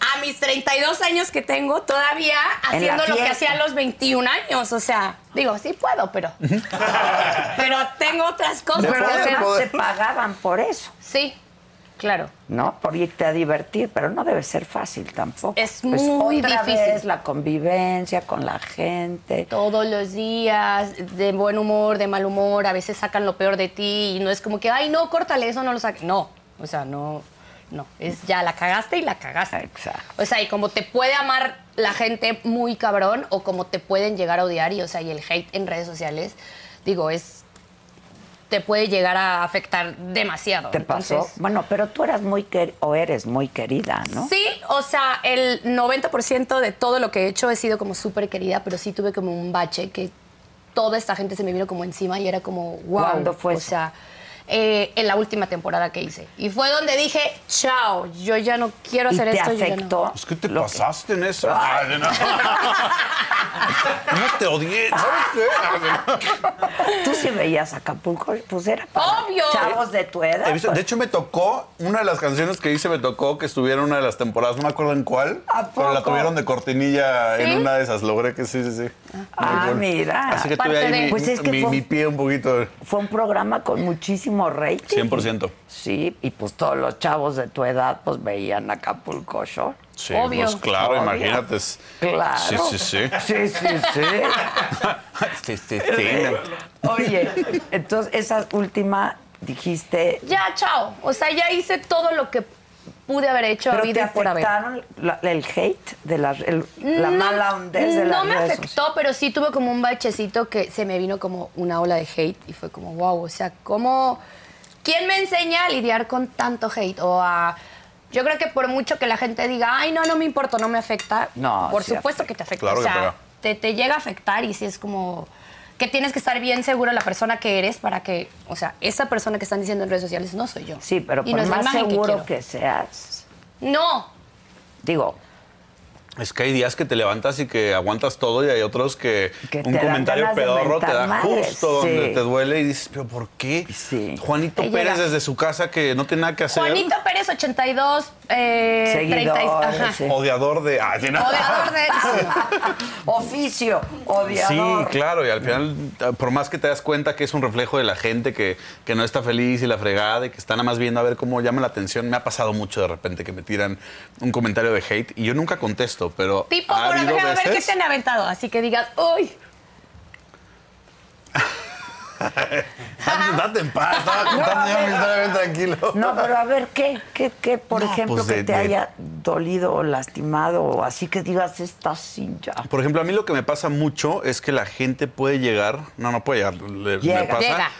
a mis 32 años que tengo todavía
En la
haciendo lo que
fiesta.
hacía a los 21 años. O sea, digo, sí puedo, pero. pero tengo otras cosas.
Pero pues.
que hacer.
además te pagaban por eso,
Sí, claro.
¿no? Por irte a divertir, pero no debe ser fácil tampoco. Pues
Es muy
otra
difícil.
vez la convivencia con la gente.
todos los días, de buen humor, de mal humor, a veces sacan lo peor de ti y no es como que, ay, no, córtale, eso no lo saques. No, o sea, no, no, es ya la cagaste y la cagaste.
Exacto.
O sea, y como te puede amar la gente muy cabrón o como te pueden llegar a odiar y, o sea, y el hate en redes sociales, digo, es, te puede llegar a afectar demasiado.
¿Te pasó?
Entonces,
bueno, pero tú eras muy quer- o eres muy querida, ¿no?
Sí, o sea, el 90% de todo lo que he hecho he sido como súper querida, pero sí tuve como un bache que toda esta gente se me vino como encima y era como, wow.
¿Cuándo fue
O
eso?
sea, eh, en la última temporada que hice. Y fue donde dije, chao, yo ya no quiero
¿Y
hacer
te
esto. yo ya no".
afectó?
Pues, ¿qué te pasaste en eso? Ay, no. no te odié, ¿sabes qué? Ay,
Tú sí veías Acapulco, pues era para
Obvio.
chavos de tu edad.
no. He visto-
pues.
De hecho, me tocó, una de las canciones que hice me tocó que estuviera en una de las temporadas, no me acuerdo en cuál,
¿A
pero la
poco?
tuvieron de cortinilla
¿Sí?
en una de esas. Logré que sí, sí, sí. Muy
Ah, mira.
Así que tuve
Parte
ahí
de-
mi,
Pues es que
mi-
fue-
mi pie un poquito.
Fue un programa con muchísimo rating.
100%.
Sí, y pues todos los chavos de tu edad pues veían Acapulco Shore.
Sí,
Obvio.
pues claro,
Obvio.
imagínate. es-
Claro.
Sí, sí, sí.
Sí, sí, sí.
Sí, sí, sí.
Oye, entonces esa última dijiste,
Ya, chao. O sea, ya hice todo lo que pude haber hecho
pero
a
te
vida por haber.
afectaron la- el hate de la, el- la
No,
mala onda de las
No me
redes
afectó, pero sí tuve como un bachecito que se me vino como una ola de hate y fue como, wow, o sea, ¿cómo... ¿Quién me enseña a lidiar con tanto hate? O a... Yo creo que por mucho que la gente diga, ay, no, no me importa, no me afecta.
No,
Por
sí
supuesto
afecta.
que te afecta.
Claro
o
que
sea,
pega.
te, te llega a afectar y sí es como que tienes que estar bien seguro de la persona que eres para que, o sea, esa persona que están diciendo en redes sociales no soy yo.
Sí, pero
Y
por
no es la
más
imagen
seguro
quiero.
que seas,
No,
digo,
Es que hay días que te levantas y que aguantas todo y hay otros que,
Que te
un
dan
comentario
ganas de
pedorro te
mentar
da
madres,
justo donde
sí.
te duele y dices, pero ¿por qué?
Sí.
Juanito
Ella
Pérez
era-
desde su casa que no tiene nada que hacer.
Juanito Pérez 82, eh, 30 y-
Seguidores, eh,
ajá.
sí.
Odiador de... Ah, sí, no.
Odiador
Ah,
de-
oficio, odiador.
Sí, claro, y al final, por más que te das cuenta que es un reflejo de la gente que, que no está feliz y la fregada y que está nada más viendo a ver cómo llama la atención, me ha pasado mucho de repente que me tiran un comentario de hate y yo nunca contesto, pero.
Tipo,
ha
por
habido
ejemplo, a ver qué
veces-
te han aventado. Así que digas, uy,
Date en paz, estaba contando yo mi historia bien tranquilo.
No, pero a ver, ¿qué, qué, qué por
No,
ejemplo,
pues,
que
de-
te
de-
haya dolido o lastimado o así que digas, esta silla?
Por ejemplo, a mí lo que me pasa mucho es que la gente puede llegar. No, no puede llegar. le-
Llega.
me pasa
Llega.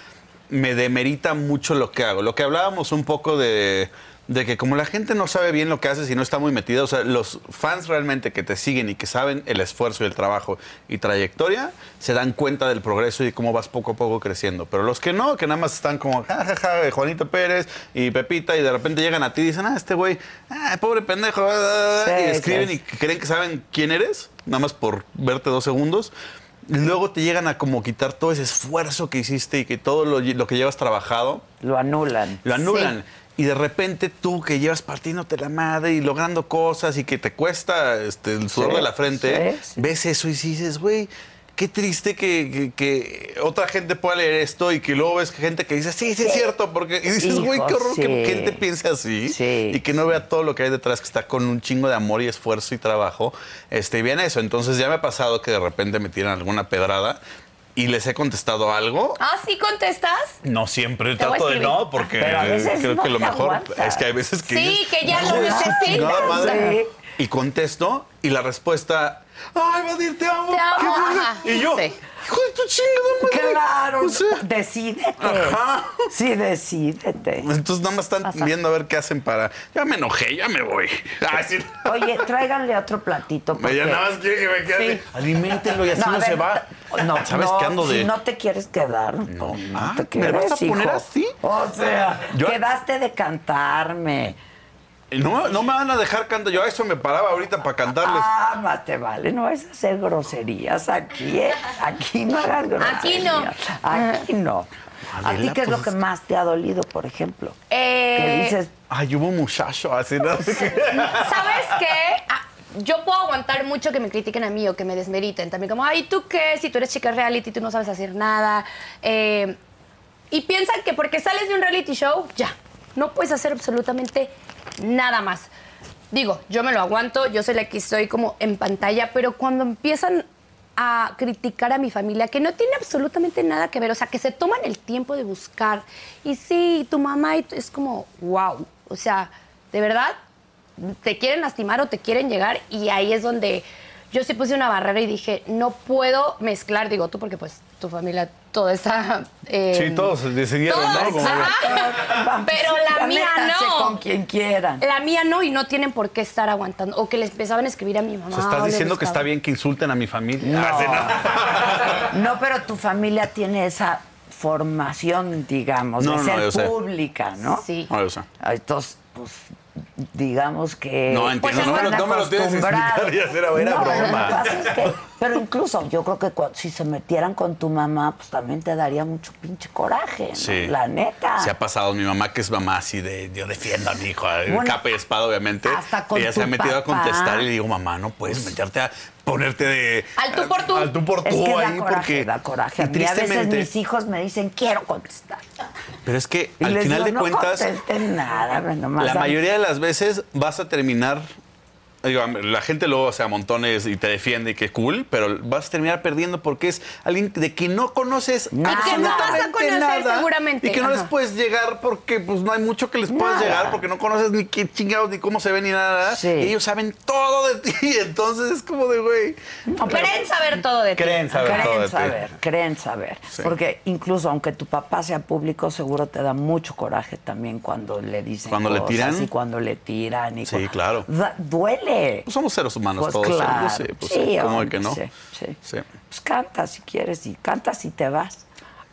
me demerita mucho lo que hago. Lo que hablábamos un poco de, de que como la gente no sabe bien lo que haces y no está muy metida, o sea, los fans realmente que te siguen y que saben el esfuerzo y el trabajo y trayectoria, se dan cuenta del progreso y cómo vas poco a poco creciendo. Pero los que no, que nada más están como, jajaja, Juanito Pérez y Pepita, y de repente llegan a ti y dicen, ah, este güey, ah, pobre pendejo, ah",
Sí,
y escriben
sí.
y creen que saben quién eres, nada más por verte dos segundos. Luego te llegan a como quitar todo ese esfuerzo que hiciste y que todo lo- lo que llevas trabajado
Lo anulan.
lo anulan. Y de repente tú que llevas partiéndote la madre y logrando cosas y que te cuesta este, el sudor
Sí,
de la frente,
sí, sí.
ves eso y dices, güey, qué triste que, que- que otra gente pueda leer esto y que luego ves gente que dice, sí, sí, es cierto, porque y dices, güey, qué
Hijo,
horror que
sí.
gente piense así
Sí,
y que no vea todo lo que hay detrás, que está con un chingo de amor y esfuerzo y trabajo. Este, y bien eso, entonces ya me ha pasado que de repente me tiran alguna pedrada y les he contestado algo
Ah, sí contestas.
no siempre
Te voy a
trato de
escribir.
no, porque
Pero a veces
creo
no
que lo
te
mejor
aguantas.
es que hay veces que.
Sí,
dices,
que
"No,
ya lo
joder,
necesitas".
chingada madre.
Sí.
Y contesto, y la respuesta, ay, Badir, te amo.
Te amo,
qué bueno".
ajá,
Y yo,
sí.
hijo de tu chingada madre.
Claro,
O sea,
decídete.
Pues Ajá.
Sí, decídete.
entonces nada más están viendo a ver qué hacen para. Ya me enojé, ya me voy. Ay, sí.
Oye, tráiganle otro platito.
Me- ya
porque-
nada más quiere que me quede.
Sí.
Aliméntenlo y así
a
no,
ver,
se va.
No,
¿Sabes
no,
qué ando de.?
Si no te quieres quedar, no, no
Ah,
te
¿me
quedes,
vas a
hijo.
poner así?
O sea,
Yo-
quedaste de cantarme.
No, no me van a dejar cantar. Yo a eso me paraba ahorita para cantarles.
Ah, más te vale, no vas a hacer groserías aquí, ¿eh? Aquí no hagas groserías.
Aquí no.
Aquí no. ¿A ti
Adela,
qué es lo
pues-
que más te ha dolido, por ejemplo?
Eh,
que dices,
Ay, hubo un muchacho así, ¿no?
¿Sabes qué? Ah, Yo puedo aguantar mucho que me critiquen a mí o que me desmeriten. También como, ay, ¿tú qué? Si tú eres chica reality, tú no sabes hacer nada. Eh, y piensan que porque sales de un reality show, ya, no puedes hacer absolutamente nada más. Digo, yo me lo aguanto, yo soy la que estoy como en pantalla, pero cuando empiezan a criticar a mi familia, que no tiene absolutamente nada que ver, o sea, que se toman el tiempo de buscar, y sí, tu mamá, y t- es como, wow, o sea, de verdad, te quieren lastimar o te quieren llegar y ahí es donde yo sí puse una barrera y dije, no puedo mezclar, digo tú, porque pues tu familia, toda esa... eh,
Sí, todos se decidieron, ¿no?
todos,
Como- "Ah".
ajá.
"Vamos,
Pero la
ya
mía
métanse
no. Eh,
con quien quieran.
La mía no y no tienen por qué estar aguantando. O que les empezaban a escribir a mi mamá.
O sea, estás
o le
diciendo que está
buscaban.
bien que insulten a mi familia.
No.
Ah, sí, no.
No, pero tu familia tiene esa formación, digamos,
No,
de
no,
ser
yo sé.
pública, ¿no?
Sí.
No, yo sé.
Ah, Entonces, pues, digamos que...
No, entiendo,
pues,
no me lo-
están
no me lo tienes que explicar,
acostumbrados.
ya era- era
No, pero
broma.
lo que pasa es que- pero incluso yo creo que cua- si se metieran con tu mamá, pues también te daría mucho pinche coraje, ¿no?
Sí.
La neta.
Se ha pasado mi mamá, que es mamá así de yo defiendo a mi hijo, el
Bueno,
capa y espada, obviamente.
hasta con
ella se
tu
ha metido a
papá.
contestar y le digo, mamá, no puedes meterte a ponerte de.
Al tú por tú.
Al tú por
es
tú
que da
ahí,
coraje,
porque.
da coraje.
y
A mí a veces
tristemente-
mis hijos me dicen, quiero contestar.
Pero es que
Y
al
les
final
digo,
de
no
cuentas.
contesten nada, hombre, nomás
La
dan-
mayoría de las veces vas a terminar. digo, la gente luego se amontones y te defiende y que cool, pero vas a terminar perdiendo porque es alguien de quien no conoces
Nada.
Y que no vas a
absolutamente
conocer
nada
seguramente.
Y que no
Ajá.
les puedes llegar porque pues no hay mucho que les puedas
Nada.
llegar porque no conoces ni qué chingados ni cómo se ven ni nada.
Sí.
Y ellos saben todo de ti, entonces es como de güey.
Creen saber todo de ti.
Creen saber todo de
Creen
ti.
saber, creen saber.
Sí.
Porque incluso aunque tu papá sea público, seguro te da mucho coraje también cuando le dicen
Cuando le
cosas
tiran.
y cuando le tiran. Y
Sí,
cua-
claro.
Da- duele.
Pues somos seres humanos
Pues
todos.
claro,
yo sé, pues,
sí,
¿cómo
hombre,
que no?
sí, sí.
Sí.
Pues canta si quieres y canta si te vas.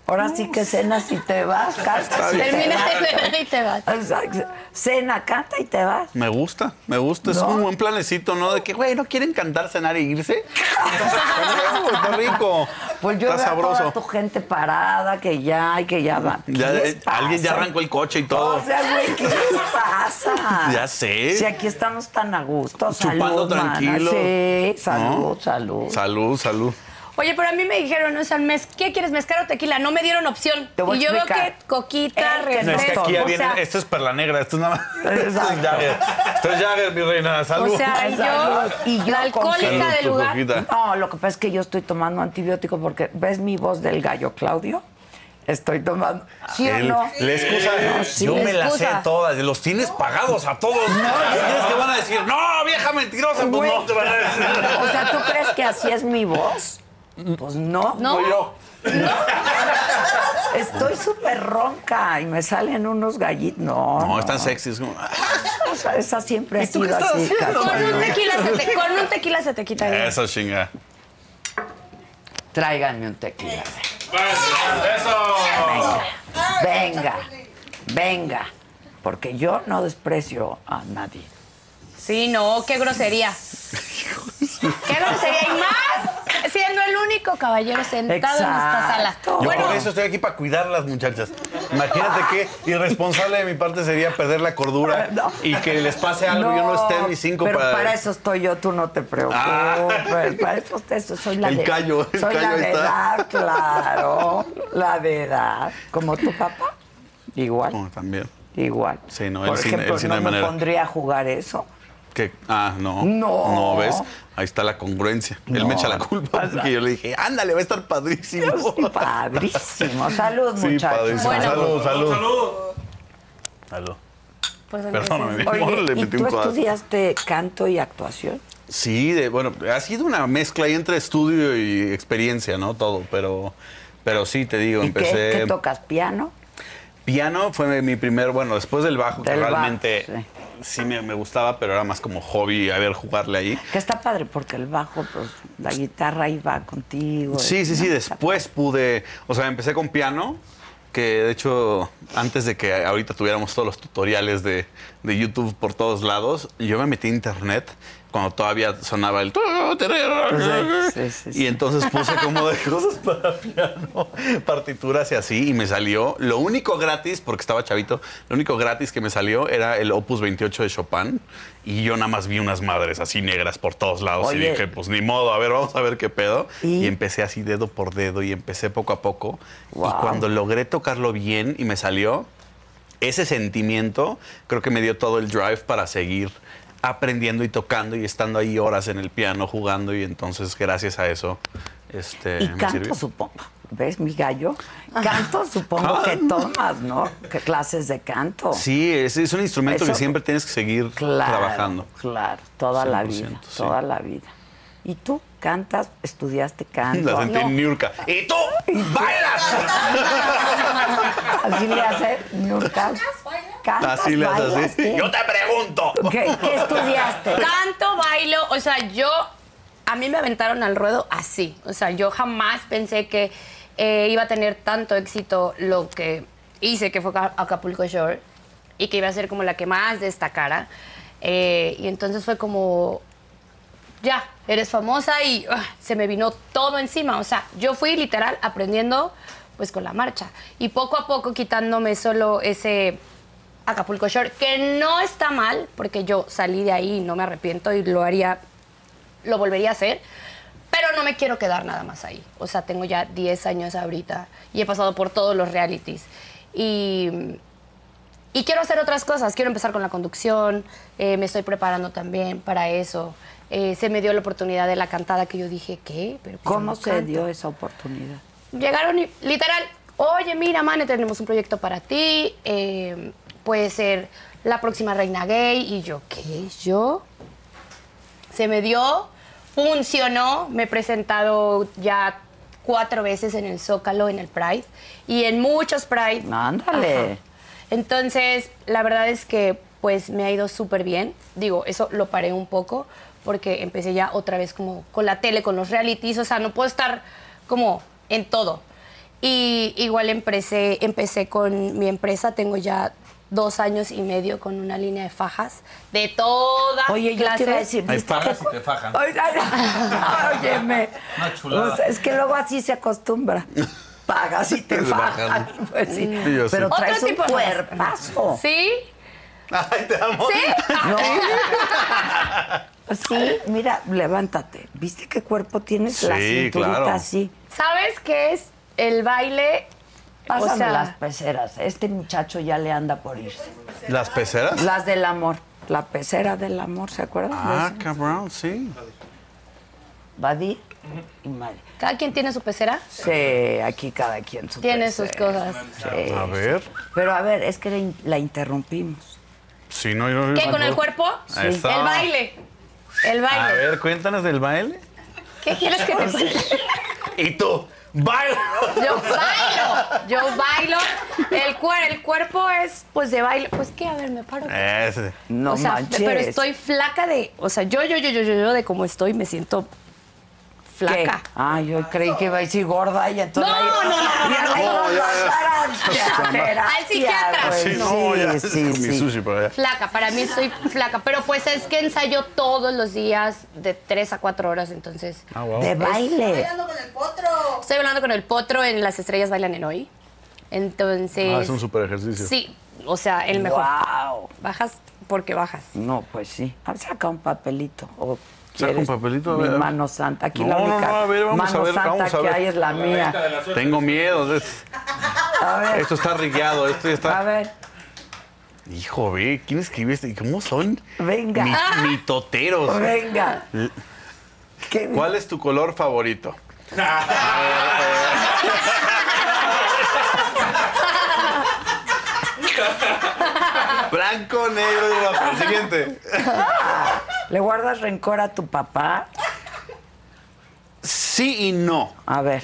Ahora sí que cenas y te vas, canta si te
Terminas de
vas.
ver y te vas.
Exacto. Cena, canta y te vas.
Me gusta, me gusta. Es
¿No?
un buen planecito, ¿no? De que, güey, ¿no quieren cantar, cenar e irse? Está rico.
Pues yo
Está
veo a toda
sabroso.
tu gente parada, que ya, y que ya va. ¿Qué
Ya,
les
eh, alguien ya
pasa?
arrancó el coche y todo.
O sea, güey, ¿qué les pasa?
Ya sé.
Si aquí estamos tan a gusto,
Chupando
salud, mana.
tranquilo.
Sí, salud,
¿No?
salud.
Salud, salud.
Oye, pero a mí me dijeron, o sea, mez- ¿qué quieres, mezclar o tequila? No me dieron opción.
Te voy a
y yo veo
explicar.
que
Es
coquita,
que
No, es que
refresco,
aquí ya
o
viene.
sea,
Esto es perla negra, esto es nada más. Esto es
Exacto.
Jagger. Esto es Jagger, mi reina.
o
Salud.
sea,
Salud. Salud.
yo,
Y yo
la
con
alcohólica
salud,
del
tu
lugar,
coquita.
No, lo que pasa es que yo estoy tomando antibiótico porque, ¿ves mi voz del gallo, Claudio? Estoy tomando. ¿Sí o
Él-
no?
La excusa.
No, sí.
yo me las sé
excusa.
todas. Los tienes pagados a todos. No, que van a decir, no, vieja mentirosa. Pues
Güey.
no, te van a decir.
O sea, ¿tú crees que así es mi voz? Pues no.
¿no?
Soy yo.
Es Estoy súper ronca y me salen unos gallitos. No,
No, están sexys. como-
O sea, esa siempre ha
¿Y tú qué
sido
estás
así.
haciendo?
cacho.
Con un tequila se te, con un tequila se te quita. bien.
Eso, chinga.
Tráiganme un tequila.
¡Eso!
Venga, venga. Porque yo no desprecio a nadie.
Sí, no, qué grosería. qué grosería. Y más siendo el único caballero sentado en esta sala.
Exacto.
Yo
Bueno,
por eso estoy aquí para cuidar las muchachas. Imagínate qué irresponsable de mi parte sería perder la cordura
No.
y que les pase algo y yo no esté en mis cinco
pero para...
para.
eso estoy yo, tú no te preocupes.
Ah.
Para eso, estoy- eso soy la
El
de
callo, el
soy la
callo
de
está.
edad, claro, la de edad. Como tu papá, igual,
Oh, también.
igual.
Sí, no, él
Por
sí- él
ejemplo,
sí no
no
hay
me
manera.
pondría a jugar eso.
¿Qué? Ah, no.
No.
No, ¿ves? Ahí está la congruencia. Él
No.
me echa la culpa porque yo le dije, ándale, va a estar padrísimo.
Sí, Padrísimo. Salud,
Sí,
muchachos.
padrísimo.
Bueno.
Salud, salud.
¡Salud!
Salud.
pues,
Perdóname, mi amor,
Oye,
le
¿y
metí
tú
un cuadro.
estudiaste canto y actuación?
Sí, de- bueno, ha sido una mezcla ahí entre estudio y experiencia, ¿no? Todo, pero, pero sí, te digo,
¿Y
empecé...
qué, qué tocas? ¿Piano?
Piano fue mi primer, bueno, después del bajo,
Del
que
bajo,
realmente
sí.
sí, me, me gustaba, pero era más como hobby, a ver, jugarle ahí.
Que está padre porque el bajo, pues la guitarra ahí va contigo.
Sí, sí,
¿no?
sí,
Está
después pude, o sea, empecé con piano, que de hecho, antes de que ahorita tuviéramos todos los tutoriales de, de YouTube por todos lados, yo me metí a internet cuando todavía sonaba el...
Sí, sí, sí,
Y entonces puse como de cosas para piano, partituras y así, y me salió, lo único gratis, porque estaba chavito, lo único gratis que me salió era el Opus 28 de Chopin, y yo nada más vi unas madres así negras por todos lados,
Oye.
y dije, pues ni modo, a ver, vamos a ver qué pedo.
¿Y?
¿Y? empecé así dedo por dedo y empecé poco a poco.
Wow.
Y cuando logré tocarlo bien y me salió, ese sentimiento creo que me dio todo el drive para seguir aprendiendo y tocando y estando ahí horas en el piano jugando y entonces gracias a eso este
Y
me
canto,
sirvió.
supongo. ¿Ves, mi gallo? Canto, supongo que tomas, ¿no? Que clases de canto.
Sí, es, es un instrumento
Eso-
que siempre tienes que seguir
claro,
trabajando.
Claro, toda la vida,
100%, sí.
toda la vida. ¿Y tú cantas, estudiaste canto?
La sentí en Niurka. ¡Y tú! ¡Bailas!
Así le hace, ¿Cantas, ¿Cantas,
Así le haces
bailas,
así.
qué?
¡Yo te pregunto!
¿Qué, qué estudiaste?
Canto, bailo, o sea, yo, a mí me aventaron al ruedo así. O sea, yo jamás pensé que eh, iba a tener tanto éxito lo que hice, que fue Aca- Acapulco Shore, y que iba a ser como la que más destacara. Eh, y entonces fue como, ya, eres famosa y ah, se me vino todo encima. O sea, yo fui literal aprendiendo pues con la marcha y poco a poco quitándome solo ese Acapulco Shore, que no está mal porque yo salí de ahí y no me arrepiento y lo haría, lo volvería a hacer. Pero no me quiero quedar nada más ahí. O sea, tengo ya 10 años ahorita y he pasado por todos los realities. Y y quiero hacer otras cosas. Quiero empezar con la conducción. eh, me estoy preparando también para eso. Eh, se me dio la oportunidad de la cantada que yo dije, ¿qué? ¿Pero pues yo
¿Cómo
no
se
canto".
dio esa oportunidad?
Llegaron y literal, oye, mira, Mane, tenemos un proyecto para ti. eh, puede ser la próxima reina gay. Y yo, ¿qué? ¿Yo? Se me dio, funcionó. Me he presentado ya cuatro veces en el Zócalo, en el Pride. Y en muchos Pride.
Ándale.
Ajá. Entonces, la verdad es que pues me ha ido súper bien. Digo, eso lo paré un poco porque empecé ya otra vez como con la tele, con los realities, o sea, no puedo estar como en todo. Y igual empecé, empecé con mi empresa, tengo ya dos años y medio con una línea de fajas de todas
Oye, yo te
clases.
iba a decir.
Hay
¿viste
fajas
qué?
y te fajan.
Ay, ay, ay, Óyeme.
Una chulada.
O sea, es que luego así se acostumbra. Pagas y te
Te
fajan.
bajan.
Pues sí.
Sí, yo sé.
Pero
Otro
traes un
tipo de fajas.
cuerpazo.
¿Sí?
¡Ay, te amo!
¿Sí?
Pues Sí, mira, levántate. ¿Viste qué cuerpo tienes? la
Sí,
cinturita
claro.
así.
¿Sabes qué es el baile?
Pásame
o sea,
las peceras. Este muchacho ya le anda por irse.
¿Las peceras?
Las del amor. La pecera del amor, ¿se acuerdan de
Ah,
eso?
cabrón, sí.
Badí y Mari.
cada quien tiene su pecera,
Sí, aquí cada quien su
tiene sus
pecera.
cosas.
Sí.
A ver.
Pero a ver, es que la in- la interrumpimos.
Sí, no, yo...
¿Qué con el cuerpo?
Ahí
El
está.
baile. El
A
baile.
ver, cuéntanos del baile.
¿Qué quieres que te cuente?
Y tú, baila.
Yo bailo. Yo bailo. El, cuer- el cuerpo es, pues, de baile. Pues, ¿qué? A ver, me paro.
Eh, Ese.
No
o sea,
manches.
pero estoy flaca de... O sea, yo, yo, yo, yo, yo, yo, de cómo estoy, me siento
¿Qué?
flaca.
Ah, yo creí que iba a decir gorda y entonces.
No,
ahí-
no, no, no,
Y
no,
ahí
no,
nos
ya,
mandaron a terapia,
Al psiquiatra.
güey.
Sí, no, ya.
Sí,
con
sí,
mi
sí.
sushi por allá.
Flaca, para mí estoy flaca. Pero, pues, es que ensayo todos los días de 3 a 4 horas, entonces...
Ah, wow.
De baile.
Estoy hablando con el potro en Las Estrellas Bailan en Hoy. Entonces...
Ah, es un super ejercicio.
Sí, o sea, el mejor.
Wow.
Bajas porque bajas.
No, pues sí. Ah, Saca un papelito. O
Saca un
quieres
papelito, a
mi
ver.
mano santa. Aquí
No,
la
no,
única
no, a ver, vamos
mano
a ver,
santa
vamos a ver.
que hay es la mía.
Tengo miedo. es-
A ver,
Esto está rigueado, esto ya
a
está.
ver.
Hijo, ve, ¿quién escribió este? ¿Cómo son?
Venga.
Mi- mitoteros.
Pues Venga. ¿Qué-
¿Cuál es tu color favorito? Blanco, negro y guapo. Siguiente.
¿Le guardas rencor a tu papá?
Sí y no.
A ver.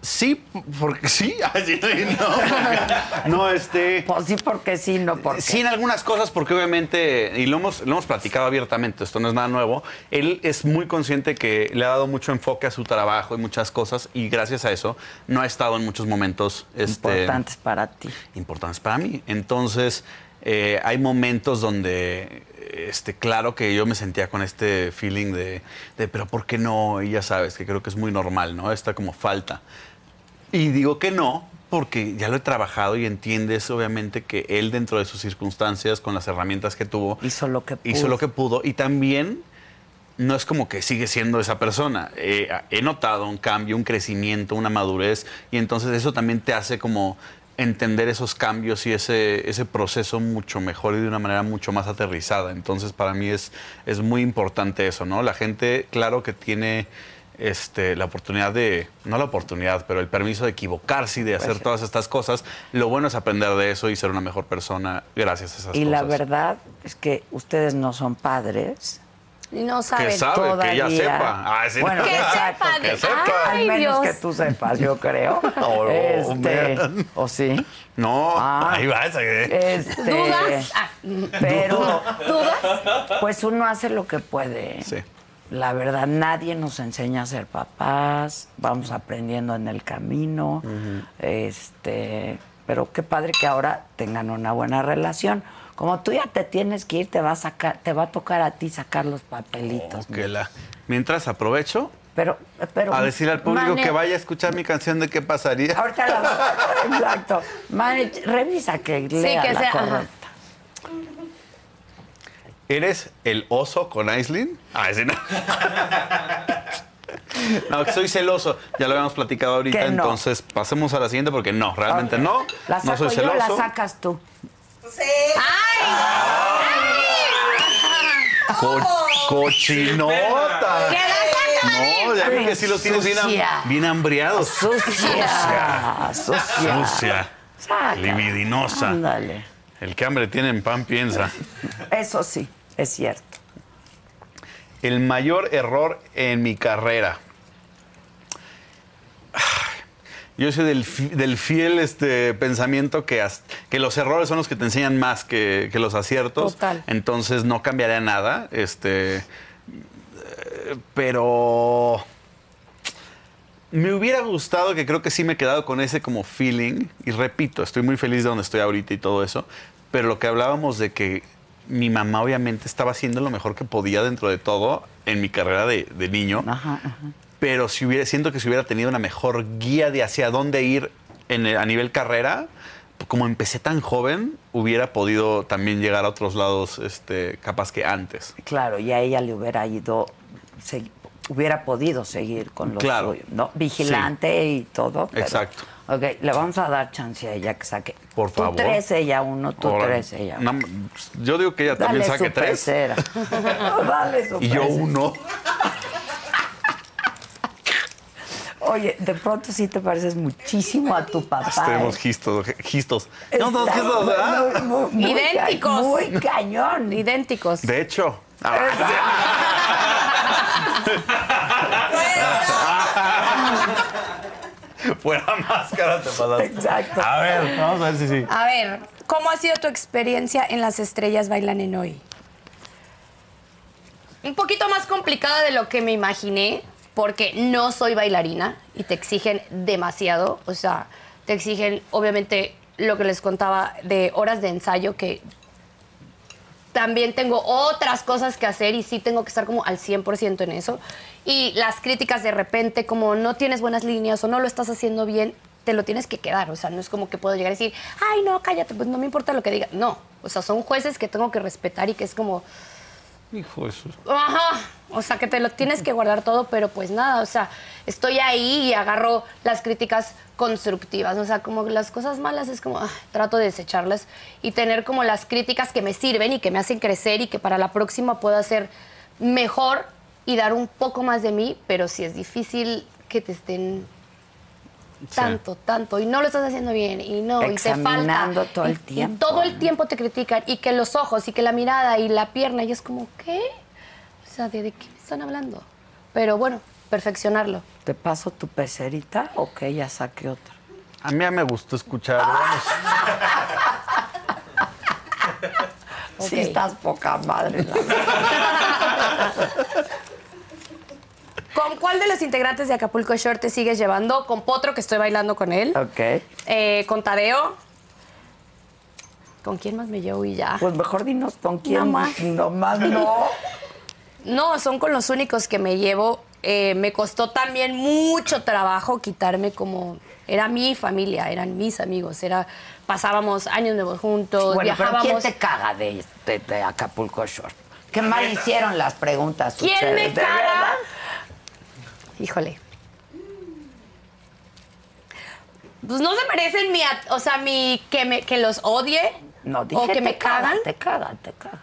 Sí, porque sí. Así y no. porque- No, este.
Pues sí, porque sí, no porque.
Sí, en algunas cosas, porque obviamente, y lo hemos, lo hemos platicado abiertamente, esto no es nada nuevo, él es muy consciente que le ha dado mucho enfoque a su trabajo y muchas cosas, y gracias a eso no ha estado en muchos momentos este,
Importantes para ti.
importantes para mí. Entonces, eh, hay momentos donde, este, claro que yo me sentía con este feeling de, de, pero ¿por qué no? Y ya sabes, que creo que es muy normal, ¿no? Esta como falta. Y digo que no, porque ya lo he trabajado y entiendes, obviamente, que él dentro de sus circunstancias, con las herramientas que tuvo,
Hizo lo que
hizo
pudo.
lo que pudo. Y también no es como que sigue siendo esa persona. Eh, he notado un cambio, un crecimiento, una madurez, y entonces eso también te hace como entender esos cambios y ese, ese proceso mucho mejor y de una manera mucho más aterrizada. Entonces para mí es, es muy importante eso, ¿no? La gente, claro que tiene este, la oportunidad de, no la oportunidad, pero el permiso de equivocarse y de
Pues
hacer todas estas cosas. Lo bueno es aprender de eso y ser una mejor persona gracias a esas
Y
cosas.
la verdad es que ustedes no son padres.
Y no
Que
saben.
sabe, que ella
Todavía.
sepa. Ah, sí,
Bueno,
no.
Que sepa,
exacto,
de-
que sepa.
Al
Ay,
menos
Dios.
que tú sepas, yo creo.
No,
este,
man.
¿O sí?
No,
Ah.
ahí eh. va esa. que-
Este,
¿Dudas? Ah,
Pero,
¿Dudas?
pues uno hace lo que puede.
Sí.
La verdad, nadie nos enseña a ser papás. Vamos aprendiendo en el camino. Este, pero qué padre que ahora tengan una buena relación. Como tú ya te tienes que ir, te va a sacar, te va a tocar a ti sacar los papelitos.
que Oh, la- Mientras aprovecho
Pero, pero
a decir al público
Mane,
que vaya a escuchar mi canción de qué pasaría.
Ahorita la Exacto. Mane, revisa que lea
que
la
sea, ajá.
correcta.
¿Eres el oso con Aislin? Ah, ese no. No, que soy celoso. Ya lo habíamos platicado ahorita,
Que no.
entonces pasemos a la siguiente porque no, realmente no.
La saco
No soy
yo,
celoso.
la sacas tú.
Co- cochinota.
¿Qué das
No, ya vi que sí los tienes bien,
Sucia.
ham- bien hambriados.
Sucia. Sucia.
Sucia.
Saca.
Libidinosa.
Ándale.
El que hambre tiene en pan piensa.
Eso sí, es cierto.
El mayor error en mi carrera. Yo soy del, fi- del fiel este, pensamiento que, as- que los errores son los que te enseñan más que, que los aciertos.
Total.
Entonces no cambiaría nada. Este, eh, pero me hubiera gustado, que creo que sí me he quedado con ese como feeling. Y repito, estoy muy feliz de donde estoy ahorita y todo eso. Pero lo que hablábamos de que mi mamá obviamente estaba haciendo lo mejor que podía dentro de todo en mi carrera de, de niño
Ajá, ajá.
pero si hubiera, siento que si hubiera tenido una mejor guía de hacia dónde ir en el- a nivel carrera, pues, como empecé tan joven, hubiera podido también llegar a otros lados, este, capaz que antes.
Claro, y a ella le hubiera ido, se- hubiera podido seguir con lo
Claro.
suyo, ¿no? Vigilante y todo. pero-
Exacto.
Ok, le vamos a dar chance a ella que saque.
Por favor.
Tú tres, ella uno, tú
Ahora,
tres, ella uno.
no, yo digo que ella también
Dale
saque
su
tres
pecera. Dale su
y yo
pecera.
uno.
Oye, de pronto sí te pareces muchísimo a tu papá.
Tenemos
¿eh?
gistos, gistos. No, no,
Está
gistos,
muy-
¿verdad?
muy- muy ca-
Idénticos.
Muy cañón.
Idénticos.
De hecho. Ah, Fuera máscara te pasaste.
Exacto.
A ver, vamos a ver si sí.
A ver, ¿cómo ha sido tu experiencia en Las Estrellas Bailan en Hoy? Un poquito más complicada de lo que me imaginé, porque no soy bailarina y te exigen demasiado. O sea, te exigen, obviamente, lo que les contaba de horas de ensayo, que también tengo otras cosas que hacer y sí tengo que estar como al 100% en eso. Y las críticas de repente, como no tienes buenas líneas o no lo estás haciendo bien, te lo tienes que quedar. O sea, no es como que puedo llegar y decir, ay, no, cállate, pues no me importa lo que diga. No, o sea, son jueces que tengo que respetar y que es como,
Hijo de su-
Ajá. O sea, que te lo tienes que guardar todo, pero pues nada, o sea, estoy ahí y agarro las críticas constructivas. O sea, como las cosas malas es como, ah, trato de desecharlas y tener como las críticas que me sirven y que me hacen crecer y que para la próxima pueda hacer mejor y dar un poco más de mí, pero sí es difícil que te estén tanto, tanto, y no lo estás haciendo bien, y no, y te falta.
Examinando todo el
y- y
tiempo,
todo
¿no?
el tiempo te critican, y que los ojos, y que la mirada, y la pierna, y es como, ¿qué? O sea, ¿de, de qué me están hablando? Pero bueno, perfeccionarlo.
¿Te paso tu pecerita o que ella saque otra?
A mí ya me gustó escuchar. Vamos.
Sí, estás poca madre. la verdad.
¿Con cuál de los integrantes de Acapulco Short te sigues llevando? Con Potro, que estoy bailando con él.
ok.
Eh, con Tadeo. ¿Con quién más me llevo y ya?
Pues mejor dinos con quién.
No más.
No más no.
No, son con los únicos que me llevo. Eh, me costó también mucho trabajo quitarme como... Era mi familia, eran mis amigos, era pasábamos años nuevos juntos,
Bueno, pero ¿quién
viajábamos.
te caga de, de- de Acapulco Short? Qué mal hicieron las preguntas
¿Quién
ustedes,
me
de
caga?
verdad.
Híjole. Pues no se merecen mi... at- O sea, mi... Que, me, que los odie.
No, dije,
o que
te
me
caga,
cagan.
Te caga, te caga.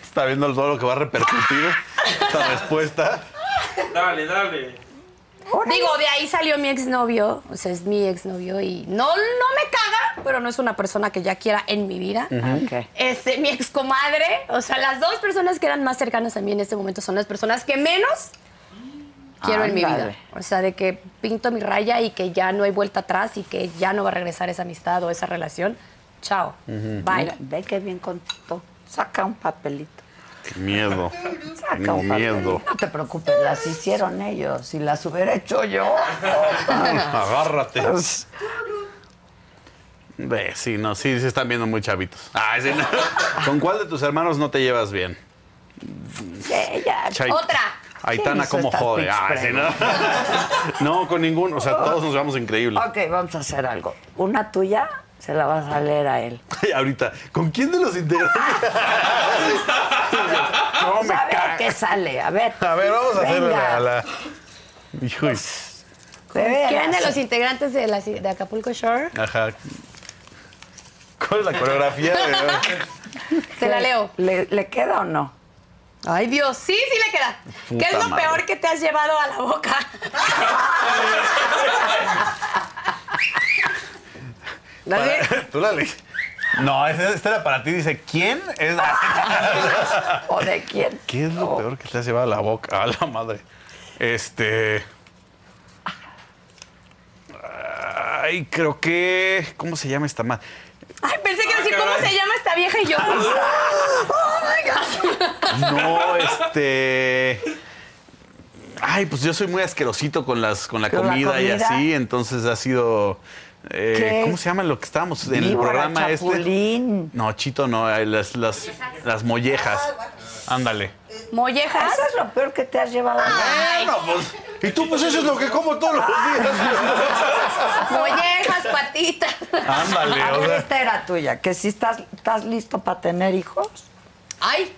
Está viendo todo lo que va a repercutir esta respuesta.
Dale, dale.
Digo, de ahí salió mi exnovio, o sea, es mi exnovio y no, no me caga, pero no es una persona que ya quiera en mi vida.
Ok.
Este, mi excomadre, o sea, las dos personas que eran más cercanas a mí en este momento son las personas que menos quiero en mi vida.
Ándale.
O sea, de que pinto mi raya y que ya no hay vuelta atrás y que ya no va a regresar esa amistad o esa relación. Chao. Bye.
Mira, ve que bien contestó. Saca un papelito.
Qué miedo.
Saca un
miedo.
papelito. No te preocupes, las hicieron ellos. Si las hubiera hecho yo.
Agárrate. Ve, sí, no, sí, se están viendo muy chavitos. Ay, sí, no. ¿Con cuál de tus hermanos no te llevas bien?
Ella.
Chay-
Otra.
Aitana,
hizo
¿cómo
estas
jode? Ay, sí, no. no, con ninguno. O sea, todos nos llevamos increíble.
Ok, vamos a hacer algo. Una tuya se la vas a leer a él.
Ay, ahorita, ¿con quién de los integrantes? no me
a ver
caga.
qué sale. A ver.
A ver, vamos a hacerle
Venga.
la, la- Hijo, de-
De veras.
¿Quién de los integrantes de, la, de Acapulco Shore?
ajá. ¿Cuál es la coreografía? de-
Te la leo.
¿Le, le queda o no?
Ay, Dios, sí, sí le queda.
Puta
¿Qué es lo
madre.
peor que te has llevado a la boca? Nadie.
¿Tú la lees? No, esa- esta era para ti. Dice, ¿quién es
¿O de quién?
¿Qué es lo peor que te has llevado a la boca? A la madre. Este. Ay, creo que. ¿Cómo se llama esta madre?
Ay, pensé que iba a
Ah,
decir cómo se llama esta vieja y yo.
No, este. Ay, pues yo soy muy asquerosito con las con la,
Con la
comida, y
comida.
así, entonces ha sido. eh,
¿Qué?
¿Cómo se llama lo que estábamos en el
Víbora,
programa
chapulín.
este? No, chito, no, eh, las, las, las mollejas. Ándale.
¿Mollejas?
Eso es lo peor que te has llevado.
Bueno, pues. Y tú, pues eso es lo que como todos los días.
Mollejas, patitas.
Ándale,
A
o
ver,
sea.
esta era tuya, que si estás, estás listo para tener hijos,
Ay,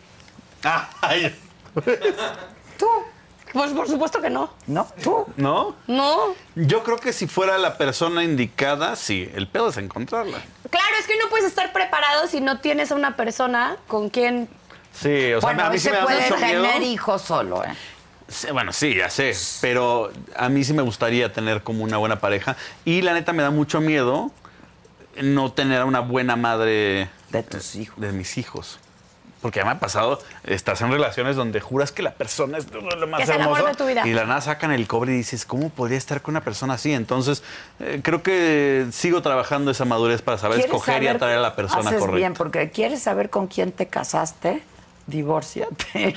Ay,
tú,
pues por supuesto que no.
¿no? Tú.
¿No?
No.
Yo creo que si fuera la persona indicada, sí. El pedo es encontrarla.
Claro, es que no puedes estar preparado si no tienes a una persona con quien.
Sí, o sea,
bueno,
a mí
hoy
sí
se
me da
puede
mucho miedo.
tener hijos solo, ¿eh?
Sí, Bueno, sí, ya sé. Pero a mí sí me gustaría tener como una buena pareja. Y la neta me da mucho miedo no tener a una buena madre
De tus hijos.
de mis hijos. Porque ya me ha pasado, estás en relaciones donde juras que la persona es lo lo más
Que es el amor
hermoso
de tu vida.
y de la nada sacan el cobre y dices, ¿cómo podría estar con una persona así? Entonces, eh, creo que sigo trabajando esa madurez para saber
¿Quieres
escoger y
saber-
atraer a la persona
haces
correcta.
bien, porque quieres saber con quién te casaste, divórciate.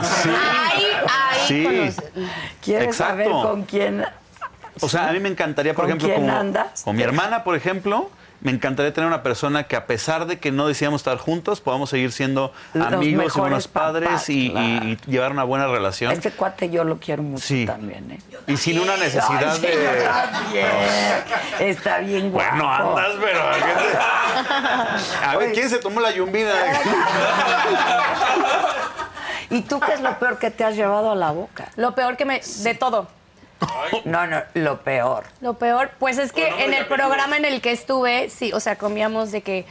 Ahí, ahí
Sí.
conoces.
quieres
Exacto.
saber con quién
O sea, a mí me encantaría, por
¿Con
ejemplo,
quién
como-
andas?
con mi hermana, por ejemplo, me encantaría tener una persona que a pesar de que no decidamos estar juntos, podamos seguir siendo
Los
amigos y
mejores
buenos padres
papás,
y, y-
claro.
y llevar una buena relación.
Este cuate yo lo quiero mucho
Sí.
también, ¿eh?
Y sin una necesidad
Ay, sí,
de...
yo también. Está bien guapo.
Bueno, andas, pero... A ver, ¿quién se tomó la yumbina?
¿Y tú qué es lo peor que te has llevado a la boca?
Lo peor que me. De todo.
No, no, lo peor.
Lo peor, pues es que
Con nombre
en
y
el
apellido.
programa en el que estuve, sí, o sea, comíamos de que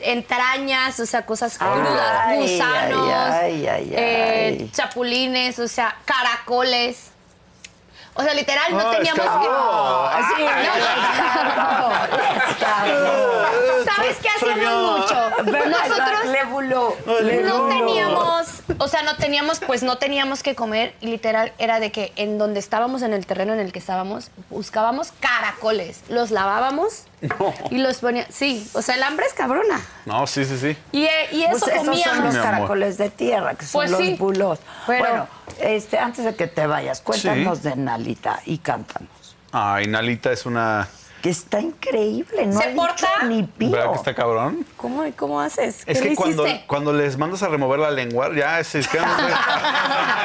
entrañas, o sea, cosas
Ay,
crudas,
ay,
gusanos,
ay, ay,
eh,
ay.
chapulines, o sea, caracoles. O sea, literal, no
Ah,
teníamos
escargot.
que... Ah, Sí,
Escargot.
no, ¿Sabes qué hacíamos mucho? Nosotros
Le buló. le
no
buló.
teníamos, o sea, no teníamos, pues no teníamos que comer y literal era de que en donde estábamos, en el terreno en el que estábamos, buscábamos caracoles, los lavábamos y los poníamos, sí, o sea, el hambre es cabrona.
No, sí, sí, sí.
Y, eh, y eso
Pues esos son
comíamos.
los
Mi amor.
caracoles de tierra, que son
Pues
los
sí,
bulos.
pero-
Bueno, este, antes de que te vayas, cuéntanos de Nalita y cántanos.
Ay, Nalita es una...
Que está increíble, no
Se
ha dicho
porta-
ni
¿Verdad
pío.
que está cabrón?
¿Cómo, ¿Cómo haces?
Es
¿Qué
que
le
cuando,
hiciste?
cuando les mandas a remover la lengua, ya se quedan-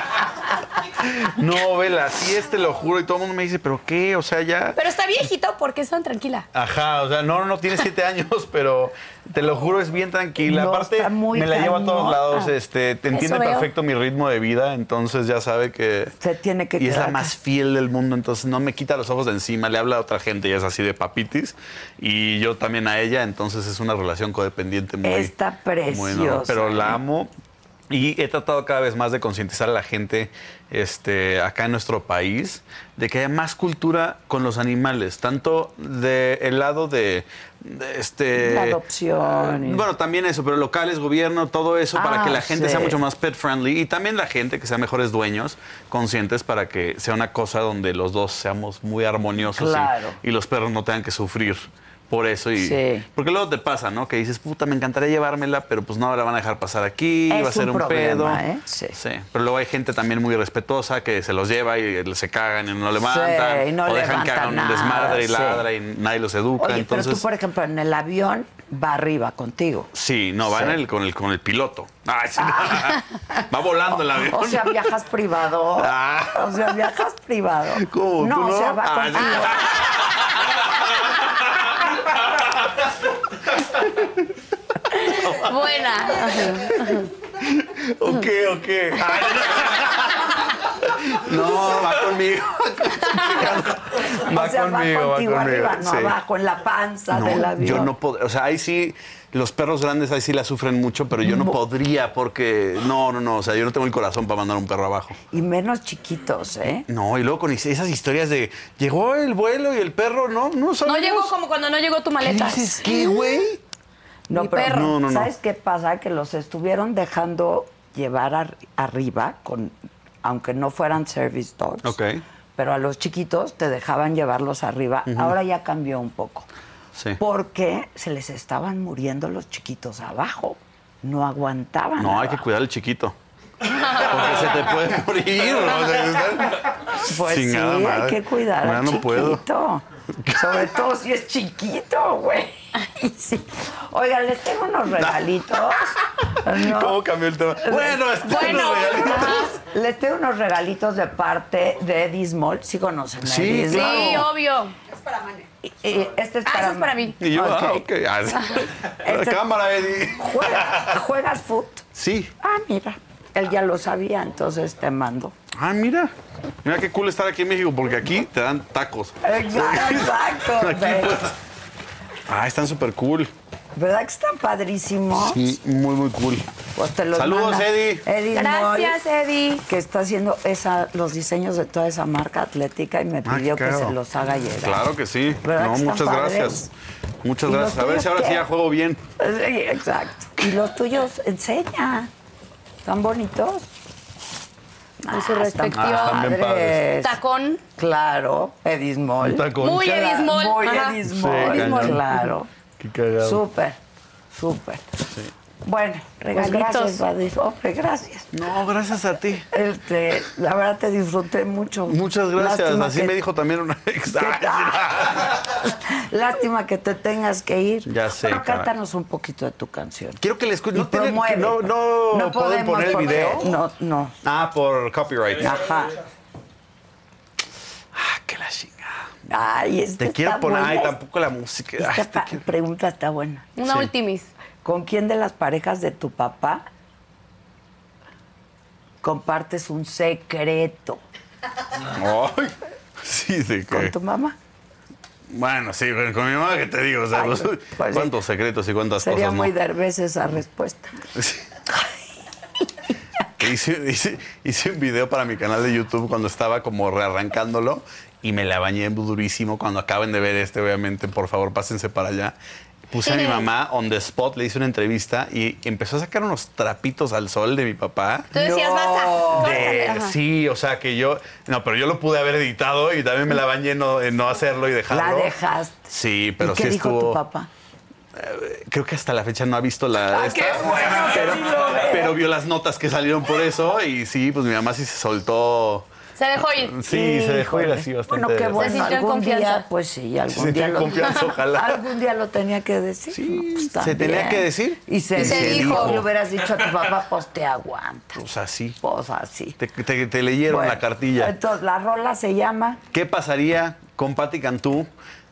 No, vela, sí es, te lo juro. Y todo el mundo me dice, ¿pero qué? O sea, ya.
Pero está viejito porque es tan tranquila.
Ajá, o sea, no, no, tiene siete años, pero te lo juro, es bien tranquila.
No,
Aparte,
está muy
me la llevo a todos
cañona.
lados, este, te entiende
veo.
perfecto mi ritmo de vida, entonces ya sabe que.
Se tiene que
Y es la
quedar
más fiel del mundo, entonces no me quita los ojos de encima, le habla a otra gente, ya es así de papitis, y yo también a ella, entonces es una relación codependiente muy.
Está
muy enorme,
preciosa,
pero
¿eh?
la amo. Y he tratado cada vez más de concientizar a la gente este, acá en nuestro país de que haya más cultura con los animales, tanto del lado de, de, este,
La adopción y-
eh, bueno, también eso, pero locales, gobierno, todo eso, para
Ah,
que la gente sea
sí.
mucho más pet friendly y también la gente que sea mejores dueños, conscientes, para que sea una cosa donde los dos seamos muy armoniosos y-
Claro.
y, los perros no tengan que sufrir. Por eso y
Sí.
porque luego te pasa, ¿no? Que dices, puta, me encantaría llevármela, pero pues no la van a dejar pasar aquí,
Es
va a ser
un
un,
problema,
pedo.
¿eh? Sí.
Pero luego hay gente también muy respetuosa que se los lleva y eh, se cagan y no levantan.
Sí, y no
o dejan que
levantan
hagan un
nada,
desmadre y
sí.
ladra y nadie los educa.
Oye,
entonces...
pero tú, por ejemplo, en el avión va arriba contigo.
Sí, no, va
Sí. Ah.
en el, con, el, con el piloto. Ay, sí, va volando el avión.
O sea, viajas privado.
Ah.
O sea, viajas privado.
¿Cómo?
No,
¿Tú
o sea,
no?
va
Ah,
contigo.
Buena.
ok, ok. Ay, no. No, va conmigo.
o sea, va contigo arriba, no
sí.
abajo, en la panza
No,
del avión.
yo no podría, o sea, ahí sí, los perros grandes ahí sí la sufren mucho, pero yo no podría porque, no, no, no, o sea, yo no tengo el corazón para mandar un perro abajo.
Y menos chiquitos, ¿eh?
No, y luego con is- esas historias de, llegó el vuelo y el perro, no, no
No
sabemos.
llegó como cuando no llegó tu
¿Qué
maleta.
dices? ¿Qué, güey?
No,
Mi
pero
perro.
No, no, no.
¿sabes qué pasa? Que los estuvieron dejando llevar ar- arriba, con, aunque no fueran service dogs.
Ok.
Pero a los chiquitos te dejaban llevarlos arriba. Ahora ya cambió un poco.
Sí.
Porque se les estaban muriendo los chiquitos abajo. No aguantaban.
No, hay que
abajo.
cuidar al chiquito. Porque se te puede morir. o sea,
Pues
Chingada
sí, hay
madre.
que cuidar al
Ya no puedo.
chiquito. Sobre todo si es chiquito, güey. Sí. Oigan, les tengo unos regalitos. No.
¿Cómo cambió el tema? Bueno, este
Bueno.
no es real.
Les tengo unos regalitos de parte de Dismol. Sí conocen a
Sí,
Edismol.
Sí,
Claro.
obvio.
Y- y Este es
Ah,
para,
eso es para mí.
Y yo,
Ok.
ah, ok. Ah, sí.
Este-
Cámara, Eddie.
Juega- ¿Juegas foot?
Sí.
Ah, mira. Él ya lo sabía, entonces te mando.
Ah, mira. Mira qué cool estar aquí en México, porque aquí te dan tacos.
Eh, Exacto. güey.
Ah, están súper cool.
¿Verdad que están padrísimos?
Sí, muy, muy cool.
Pues te los
Saludos,
manda
Eddie.
Eddie
Gracias,
Moll,
Eddie.
Que está haciendo esa, los diseños de toda esa marca atlética y me
Ah,
pidió que
claro.
se los haga llegar.
Claro que sí.
¿Verdad
No,
que están
muchas
padres?
gracias. Muchas
¿Y los
gracias. A ver
tuyos
si ahora
qué?
sí ya juego bien.
Sí, exacto. Y los tuyos, enseña. Están bonitos.
Con su
Ah, están
respectivo
Ah, están bien padres.
padres.
Tacón.
Claro, Edismol.
Tacón.
Muy
Claro,
edismol.
Muy
ajá.
Edismol,
Sí, cañón.
claro.
Qué cagado.
Súper, súper. Bueno, regalitos.
Regalitos.
gracias, Vadir. Hombre, gracias.
No, gracias a ti.
Este, la verdad te disfruté mucho.
Muchas gracias.
Lástima
Así
que-
me dijo también una ex.
Lástima que te tengas que ir.
Ya sé,
Pero
caray.
cántanos un poquito de tu canción.
Quiero que le escuchen.
Y
Pues No, tiene-
promueve.
no, no, pueden
No podemos
poner el
porque-
video.
No, no.
Ah, por copyright.
Ajá.
Ah, que la chingada.
Ay, este
Te quiero
está
poner.
buena.
Ay, tampoco la música. Ay,
Esta
te
pa-
quiero-
pregunta está buena.
Una
Sí.
ultimis.
¿Con quién de las parejas de tu papá compartes un secreto?
Ay, sí, de
¿Con
que.
tu mamá?
Bueno, sí, pero con mi mamá que te digo, o sea,
Ay,
pues,
pues sí.
cuántos secretos y cuántas
Sería
cosas.
muy
no?
dar veces esa respuesta.
Sí. hice, hice- hice un video para mi canal de YouTube cuando estaba como rearrancándolo y me la bañé durísimo. Cuando acaben de ver este, obviamente, por favor, pásense para allá. Puse a mi mamá on the spot, le hice una entrevista y empezó a sacar unos trapitos al sol de mi papá.
Tú decías, basta.
De-
córtale, ajá.
sí, o sea que yo. No, pero yo lo pude haber editado y también me la bañé no- en no hacerlo y
La
dejarlo.
dejaste.
Sí, pero
¿Y qué
sí
dijo
estuvo-
tu papá? Ah,
Creo que hasta la fecha no ha visto la. esta.
pero,
Pero vio las notas que salieron por eso y sí, pues mi mamá sí se soltó.
Se dejó ir.
Sí, se dejó ir así bastante.
Bueno, qué
Se
bueno.
sintió en
algún día,
confianza.
pues sí, algún
sintió
día
en
lo
confianza, ojalá.
Algún día lo tenía que decir.
Sí,
¿no? Pues
se tenía
también.
que decir.
Y se,
Y se
dijo.
dijo.
Le hubieras dicho a tu papá, pues te aguanta.
Pues así.
Pues así.
Te, te- te leyeron
Bueno,
la cartilla.
Entonces, la rola se llama
¿Qué pasaría con Patti Cantú?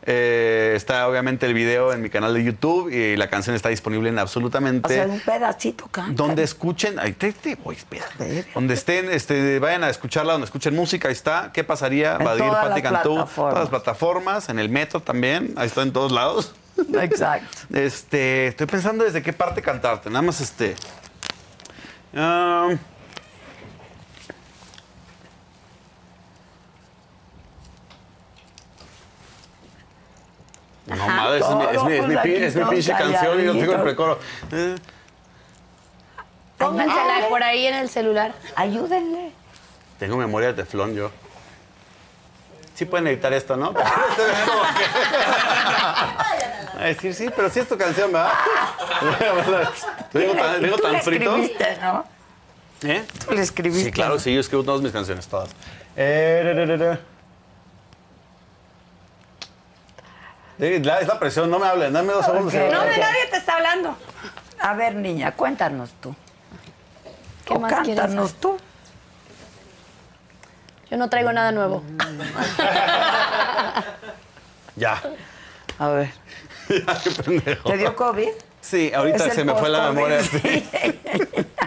Eh, está obviamente el video en mi canal de YouTube y la canción está disponible en
O
absolutamente
sea, un pedacito canta.
Donde escuchen, ahí te, te voy, espera.
Ah, Ver.
Donde estén, este, vayan a escucharla, donde escuchen música, ahí está. ¿Qué pasaría?
En
Vadir,
todas
Pati
las
Cantú,
plataformas.
todas las plataformas, en el metro también, ahí está en todos lados.
Exacto.
Este, estoy pensando desde qué parte cantarte, nada más este. ah, no, madre, es mi, es mi- es mi
Todo,
pi-
pues,
es mi
aquí
pinche
todos
canción y no tengo el
calladitos.
precoro. Eh,
Póngansela por ahí en el celular.
Ayúdenle.
Tengo memoria de teflón yo. Sí pueden editar esto, ¿no? A decir, sí, pero sí es tu canción, ¿verdad? Vengo tan, vengo
Tú
tan
le
frito.
escribiste, ¿no?
¿Eh?
Tú le escribiste.
Sí, claro, sí, yo escribo todas mis canciones, todas. Eh, ra, ra, ra, ra. Eh, la- Es la presión, no me hablen, dame dos segundos.
Ok.
señora.
No,
Ok.
de nadie te está hablando.
A ver, niña, cuéntanos tú.
¿Qué
o
más quieres?
cántanos tú.
Yo no traigo nada nuevo.
Ya.
A ver.
Ya, qué pendejo.
¿Te dio COVID?
Sí, ahorita
Es el
se me fue la
post-COVID.
memoria.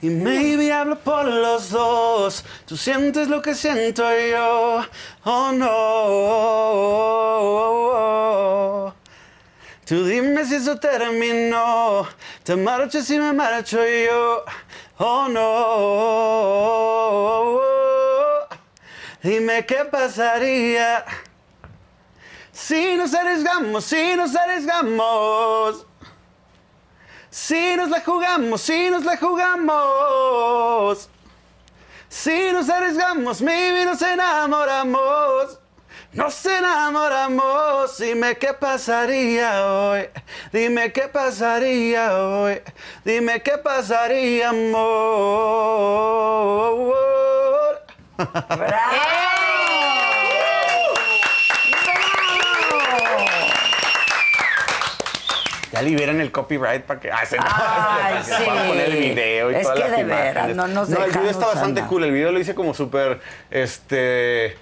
Y maybe hablo por los dos. Tú sientes lo que siento yo. Oh Oh, no. Tú dime si eso terminó. Te marcho si me marcho yo. Oh no. Dime qué pasaría. Si nos arriesgamos, si nos arriesgamos. Si nos la jugamos, si nos la jugamos. Si nos arriesgamos, maybe nos enamoramos. Nos enamoramos, dime qué pasaría hoy, dime qué pasaría hoy, dime qué pasaría amor.
¡Bravo!
Ya liberan el copyright para que. Ah, se-
Ay,
se- se- para
sí.
poner el video y
Es
todas
que
las
de
imágenes.
veras, no nos
No, el
dejamos,
video está bastante
Ana.
cool. El video lo hice como súper. Este. eh,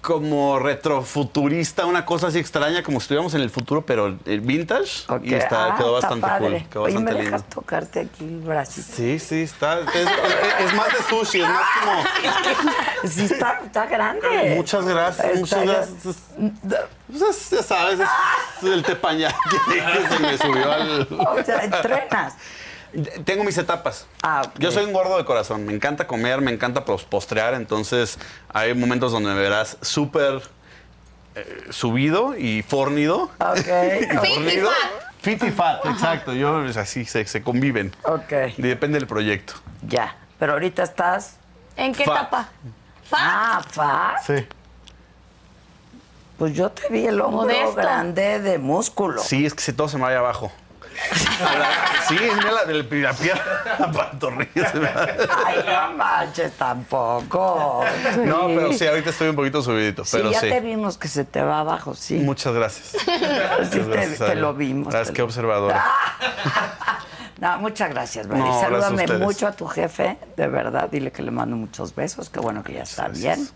Como retrofuturista, una cosa así extraña, como si estuviéramos en el futuro, pero eh, vintage.
Ok.
Y está,
Ah,
quedó
está
bastante
padre.
cool. Quedó
Oye,
bastante
¿me
lindo.
dejas tocarte aquí el bracito?
Sí, sí, está. Es, es- es más de sushi, es más como.
Sí, está, está grande.
Muchas gracias,
Está
muchas gracias. Pues, ya sabes, es el tepañal que se me subió al.
O sea, entrenas.
Tengo mis etapas.
Ah, ok.
Yo soy un gordo de corazón. Me encanta comer, me encanta pos- postrear. Entonces, hay momentos donde me verás súper
eh, subido y fornido.
Ah, Ok,
Y
Fit y
fornido.
fat.
Fit y fat, exacto. Yo es así, se, se conviven.
ok,
Y depende del proyecto.
ya. Pero ahorita estás...
¿En qué
Fat.
etapa? Fat.
Ah, fa.
Sí.
Pues yo te vi el hombro
Modesto.
grande de músculo.
Sí, es que se, todo se me va ahí abajo. La- sí, mira la, del- la pierna, la pantorrilla se me va.
Ay, no manches, tampoco.
No, pero sí, ahorita estoy un poquito subidito.
Sí,
Pero
ya
sí.
te vimos que se te va abajo, sí.
Muchas gracias. Muchas
te-
gracias a
te
Dios.
lo vimos,
Ah, Es
te
que
lo-
observadora.
No, muchas gracias, Mari.
No, gracias a
Salúdame
ustedes.
mucho a tu jefe, de verdad. Dile que le mando muchos besos. Qué bueno que ya está
gracias.
bien.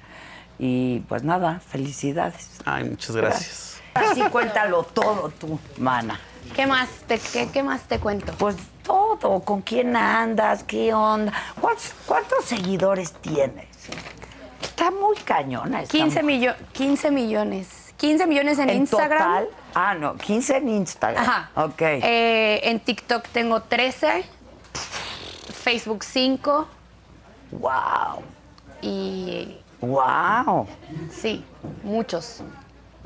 Y pues nada, felicidades.
Ay, muchas gracias.
Así cuéntalo todo tú, mana.
¿Qué más te, qué, qué más te cuento?
Pues todo, ¿con quién andas? ¿Qué onda? ¿Cuántos, cuántos seguidores tienes? Está muy cañona esta
15,
mujer.
millo- 15 millones. 15 millones en,
¿En
Instagram.
total? Ah, no, 15 en Instagram.
Ajá.
Ok.
Eh, en TikTok tengo 13, Facebook 5
wow.
y
Wow.
sí, muchos.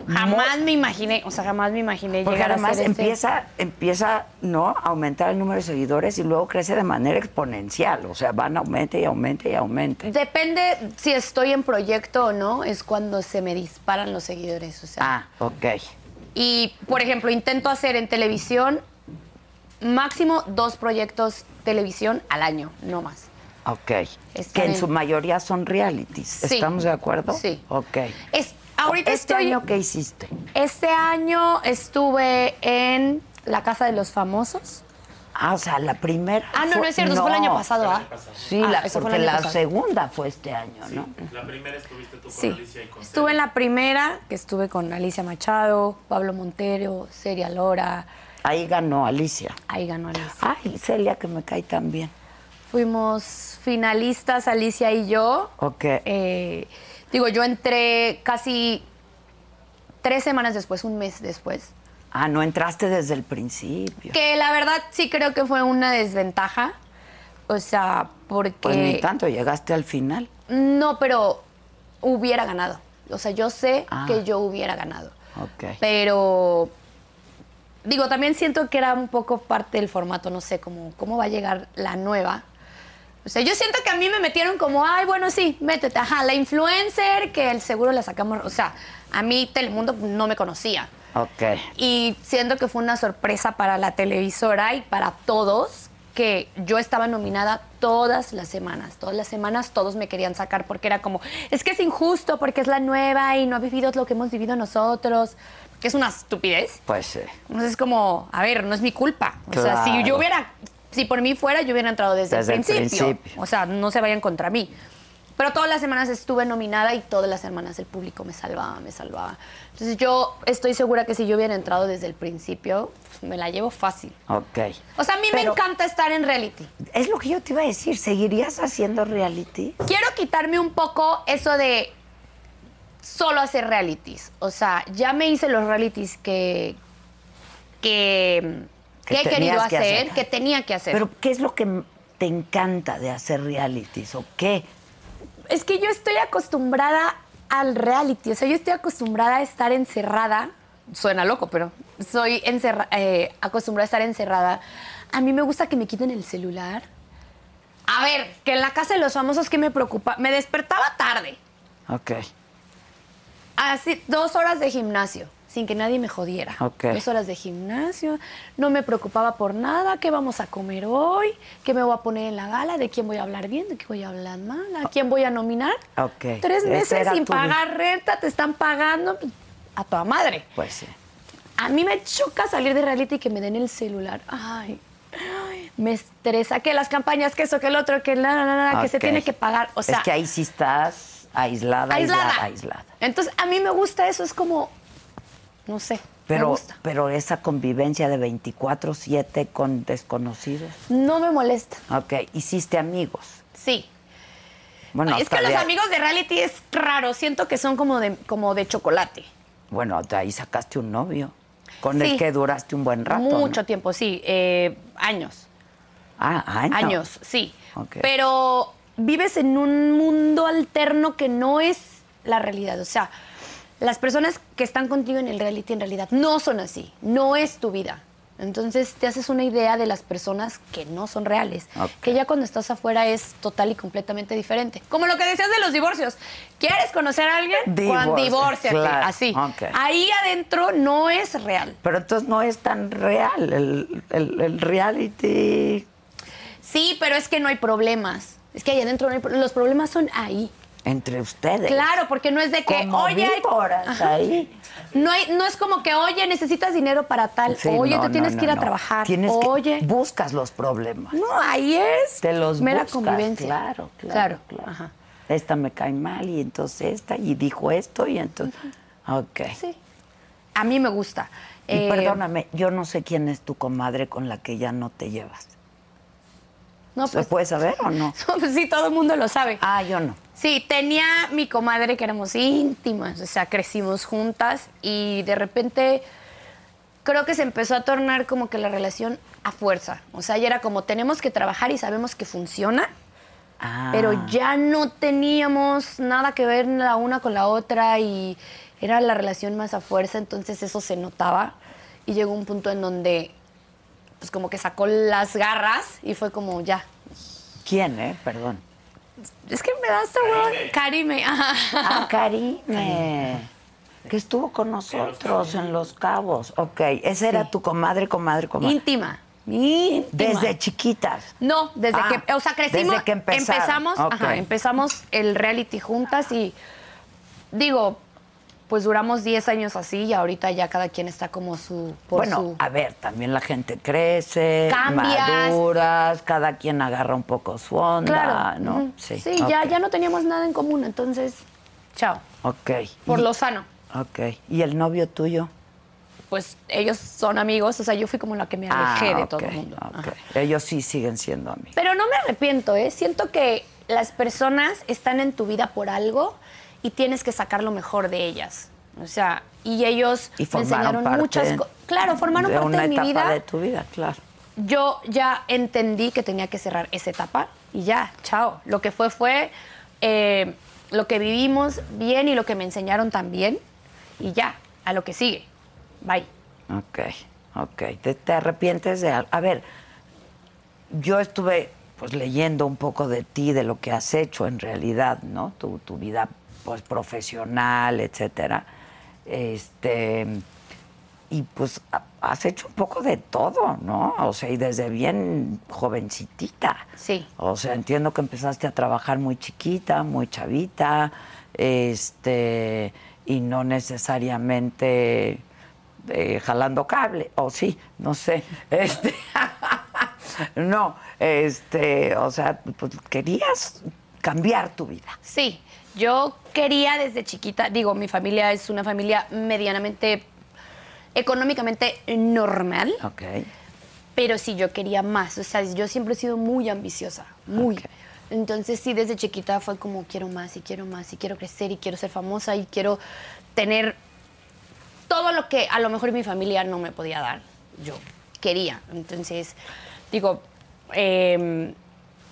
Jamás me imaginé, o sea, jamás me imaginé
Porque
llegar
además
a ser ese-
empieza, empieza, ¿no? A aumentar el número de seguidores y luego crece de manera exponencial. O sea, van, aumenta y aumenta y aumenta.
Depende si estoy en proyecto o no, es cuando se me disparan los seguidores, o sea.
Ah, ok.
Y, por ejemplo, intento hacer en televisión máximo dos proyectos televisión al año, no más.
Ok.
Está
que en
bien.
su mayoría son realities.
Sí.
¿Estamos de acuerdo?
Sí.
Ok.
Es, ahorita
este
estoy...
año qué hiciste?
Este año estuve en la Casa de los Famosos.
Ah, o sea, la primera.
Ah, no,
fue-
no es cierto, eso fue el año pasado, ¿ah?
Sí,
Ah,
la,
eso fue el
porque
año
la
pasado.
segunda fue este año, ¿no?
La primera estuviste tú con
Sí.
Alicia y con
Estuve en la primera, que estuve con Alicia Machado, Pablo Montero, Celia Lora.
Ahí ganó Alicia.
Ahí ganó Alicia.
Ay, Celia, que me cae tan bien.
Fuimos finalistas, Alicia y yo.
Ok.
Eh, digo, yo entré casi tres semanas después, un mes después.
Ah, no entraste desde el principio.
Que la verdad sí creo que fue una desventaja. O sea, porque.
Pues ni tanto, llegaste al final.
No, pero hubiera ganado. O sea, yo sé
Ah.
que yo hubiera ganado.
Ok.
Pero digo, también siento que era un poco parte del formato, no sé, como cómo va a llegar la nueva. O sea, yo siento que a mí me metieron como, ay, bueno, sí, métete, ajá, la influencer, que el seguro la sacamos. O sea, a mí Telemundo no me conocía.
Ok.
Y siento que fue una sorpresa para la televisora y para todos que yo estaba nominada todas las semanas. Todas las semanas todos me querían sacar porque era como, es que es injusto porque es la nueva y no ha vivido lo que hemos vivido nosotros, que es una estupidez.
Pues sí.
Entonces es como, a ver, no es mi culpa. O sea, si
Claro.
yo hubiera, si por mí fuera, yo hubiera entrado desde,
Desde el
el, principio.
principio.
O sea, no se vayan contra mí. Pero todas las semanas estuve nominada y todas las semanas el público me salvaba, me salvaba. Entonces yo estoy segura que si yo hubiera entrado desde el principio, pues, me la llevo fácil.
Ok.
O sea, a mí me
Pero-
encanta estar en reality.
Es lo que yo te iba a decir. ¿Seguirías haciendo reality?
quiero quitarme un poco eso de solo hacer realities. O sea, ya me hice los realities que que,
Que
que he querido
tenías que
hacer,
hacer.
que tenía que hacer.
Pero ¿qué es lo que m- te encanta de hacer realities o qué?
es que yo estoy acostumbrada al reality. O sea, yo estoy acostumbrada a estar encerrada. Suena loco, pero soy encerra- eh, acostumbrada a estar encerrada. A mí me gusta que me quiten el celular. A ver, que en la casa de los famosos, ¿qué me preocupa? Me despertaba tarde.
Ok.
Así, dos horas de gimnasio, sin que nadie me jodiera.
Ok.
Dos horas de gimnasio, no me preocupaba por nada, qué vamos a comer hoy, qué me voy a poner en la gala, de quién voy a hablar bien, de quién voy a hablar mal, a quién voy a nominar.
Ah. Ok.
Tres
Esa
meses
era
sin
tu vida.
pagar renta, te están pagando pues, a toda madre.
Pues sí.
A mí me choca salir de reality y que me den el celular. Ay, ay, me estresa que las campañas, que eso, que el otro, que la, la, la, la, Ah, que se
Ok.
tiene que pagar. O sea,
Es que ahí sí estás aislada, aislada,
aislada.
aislada.
Entonces, a mí me gusta eso, es como, no sé, me
Pero,
gusta.
pero esa convivencia de 24-7 con desconocidos.
No me molesta.
Ok, hiciste amigos.
Sí.
Bueno,
es
hasta
que los
de-
amigos de reality es raro, siento que son como de, como de chocolate.
Bueno, de ahí sacaste un novio con el
Sí.
que duraste un buen rato. ¿no?
Mucho tiempo, sí, eh, años,
Ah, años.
años, sí.
Ok.
Pero vives en un mundo alterno que no es la realidad, o sea, las personas que están contigo en el reality en realidad no son así, no es tu vida. Entonces te haces una idea de las personas que no son reales, que ya cuando estás afuera es total y completamente diferente. Como lo que decías de los divorcios, ¿quieres conocer a alguien? Cuando
Divorcio,
divórciate,
claro,
así.
ok.
Ahí adentro no es real.
Pero entonces no es tan real el, el- el reality.
Sí, pero es que no hay problemas. Es que ahí adentro no hay pro- los problemas son ahí.
Entre ustedes.
Claro, porque no es de que,
Como
oye, hay-
víboras
Ajá.
ahí.
No, hay- no es como que, oye, necesitas dinero para tal,
Sí,
oye,
no,
te
no,
tienes
no,
que ir a
no.
trabajar,
Tienes que-
oye.
buscas los problemas.
No, ahí es
Te los
mera
buscas,
convivencia.
Claro, claro.
Claro,
claro.
ajá.
Esta me cae mal y entonces esta y dijo esto y entonces. Ok.
Sí. A mí me gusta.
Y
Eh,
perdóname, yo no sé quién es tu comadre con la que ya no te llevas.
No,
¿Se
pues,
puede saber o no?
sí, todo el mundo lo sabe.
Ah, yo no.
Sí, tenía mi comadre que éramos íntimas, o sea, crecimos juntas y de repente creo que se empezó a tornar como que la relación a fuerza. O sea, ya era como tenemos que trabajar y sabemos que funciona,
Ah,
pero ya no teníamos nada que ver la una con la otra y era la relación más a fuerza, entonces eso se notaba y llegó un punto en donde pues como que sacó las garras y fue como ya.
¿Quién, eh? Perdón.
Es que me da esta hueva. Karime. ajá.
Ah, Karime. Que estuvo con nosotros en Los Cabos. Ok, esa era tu comadre, comadre, comadre.
Íntima.
Y
íntima.
desde chiquitas.
No, desde
Ah,
que, o sea, crecimos,
desde que empezaron.
empezamos,
Ok.
ajá, empezamos el reality juntas y digo, pues duramos 10 años así y ahorita ya cada quien está como su por
bueno,
su
a ver, también la gente crece,
Cambias.
maduras, cada quien agarra un poco su onda,
Claro.
Ah, ¿no?
ujú. ya
ok,
ya no teníamos nada en común, entonces chao,
Ok.
por
Y-
lo sano.
Ok. ¿Y el novio tuyo?
Pues ellos son amigos, o sea, yo fui como la que me alejé de todo
Ah, ok,
el mundo.
ok.
ajá.
Ellos sí siguen siendo amigos.
Pero no me arrepiento, ¿eh? Siento que las personas están en tu vida por algo y tienes que sacar lo mejor de ellas. O sea, y ellos
Y
me
formaron
enseñaron
parte
muchas cosas. Claro, formaron
de
parte
una
de mi
etapa
vida.
de tu vida, claro.
Yo ya entendí que tenía que cerrar esa etapa y ya, chao. Lo que fue fue eh, lo que vivimos bien y lo que me enseñaron también y ya, a lo que sigue. Bye.
Ok, ok. ¿Te, te arrepientes de algo? A ver, yo estuve pues leyendo un poco de ti, de lo que has hecho en realidad, ¿no? Tu, tu vida pues profesional, etcétera. Este y pues ha- has hecho un poco de todo, ¿no? O sea, y desde bien jovencitita.
Sí.
O sea, entiendo que empezaste a trabajar muy chiquita, muy chavita, este, y no necesariamente eh, jalando cable, o sí, no sé. Este, no, este, o sea, pues querías cambiar tu vida.
Sí, yo quería desde chiquita, digo, mi familia es una familia medianamente económicamente normal,
Ok.
pero sí yo quería más, o sea, yo siempre he sido muy ambiciosa, muy.
Ok.
Entonces sí, desde chiquita fue como quiero más y quiero más y quiero crecer y quiero ser famosa y quiero tener todo lo que a lo mejor mi familia no me podía dar, yo quería. Entonces, digo, eh,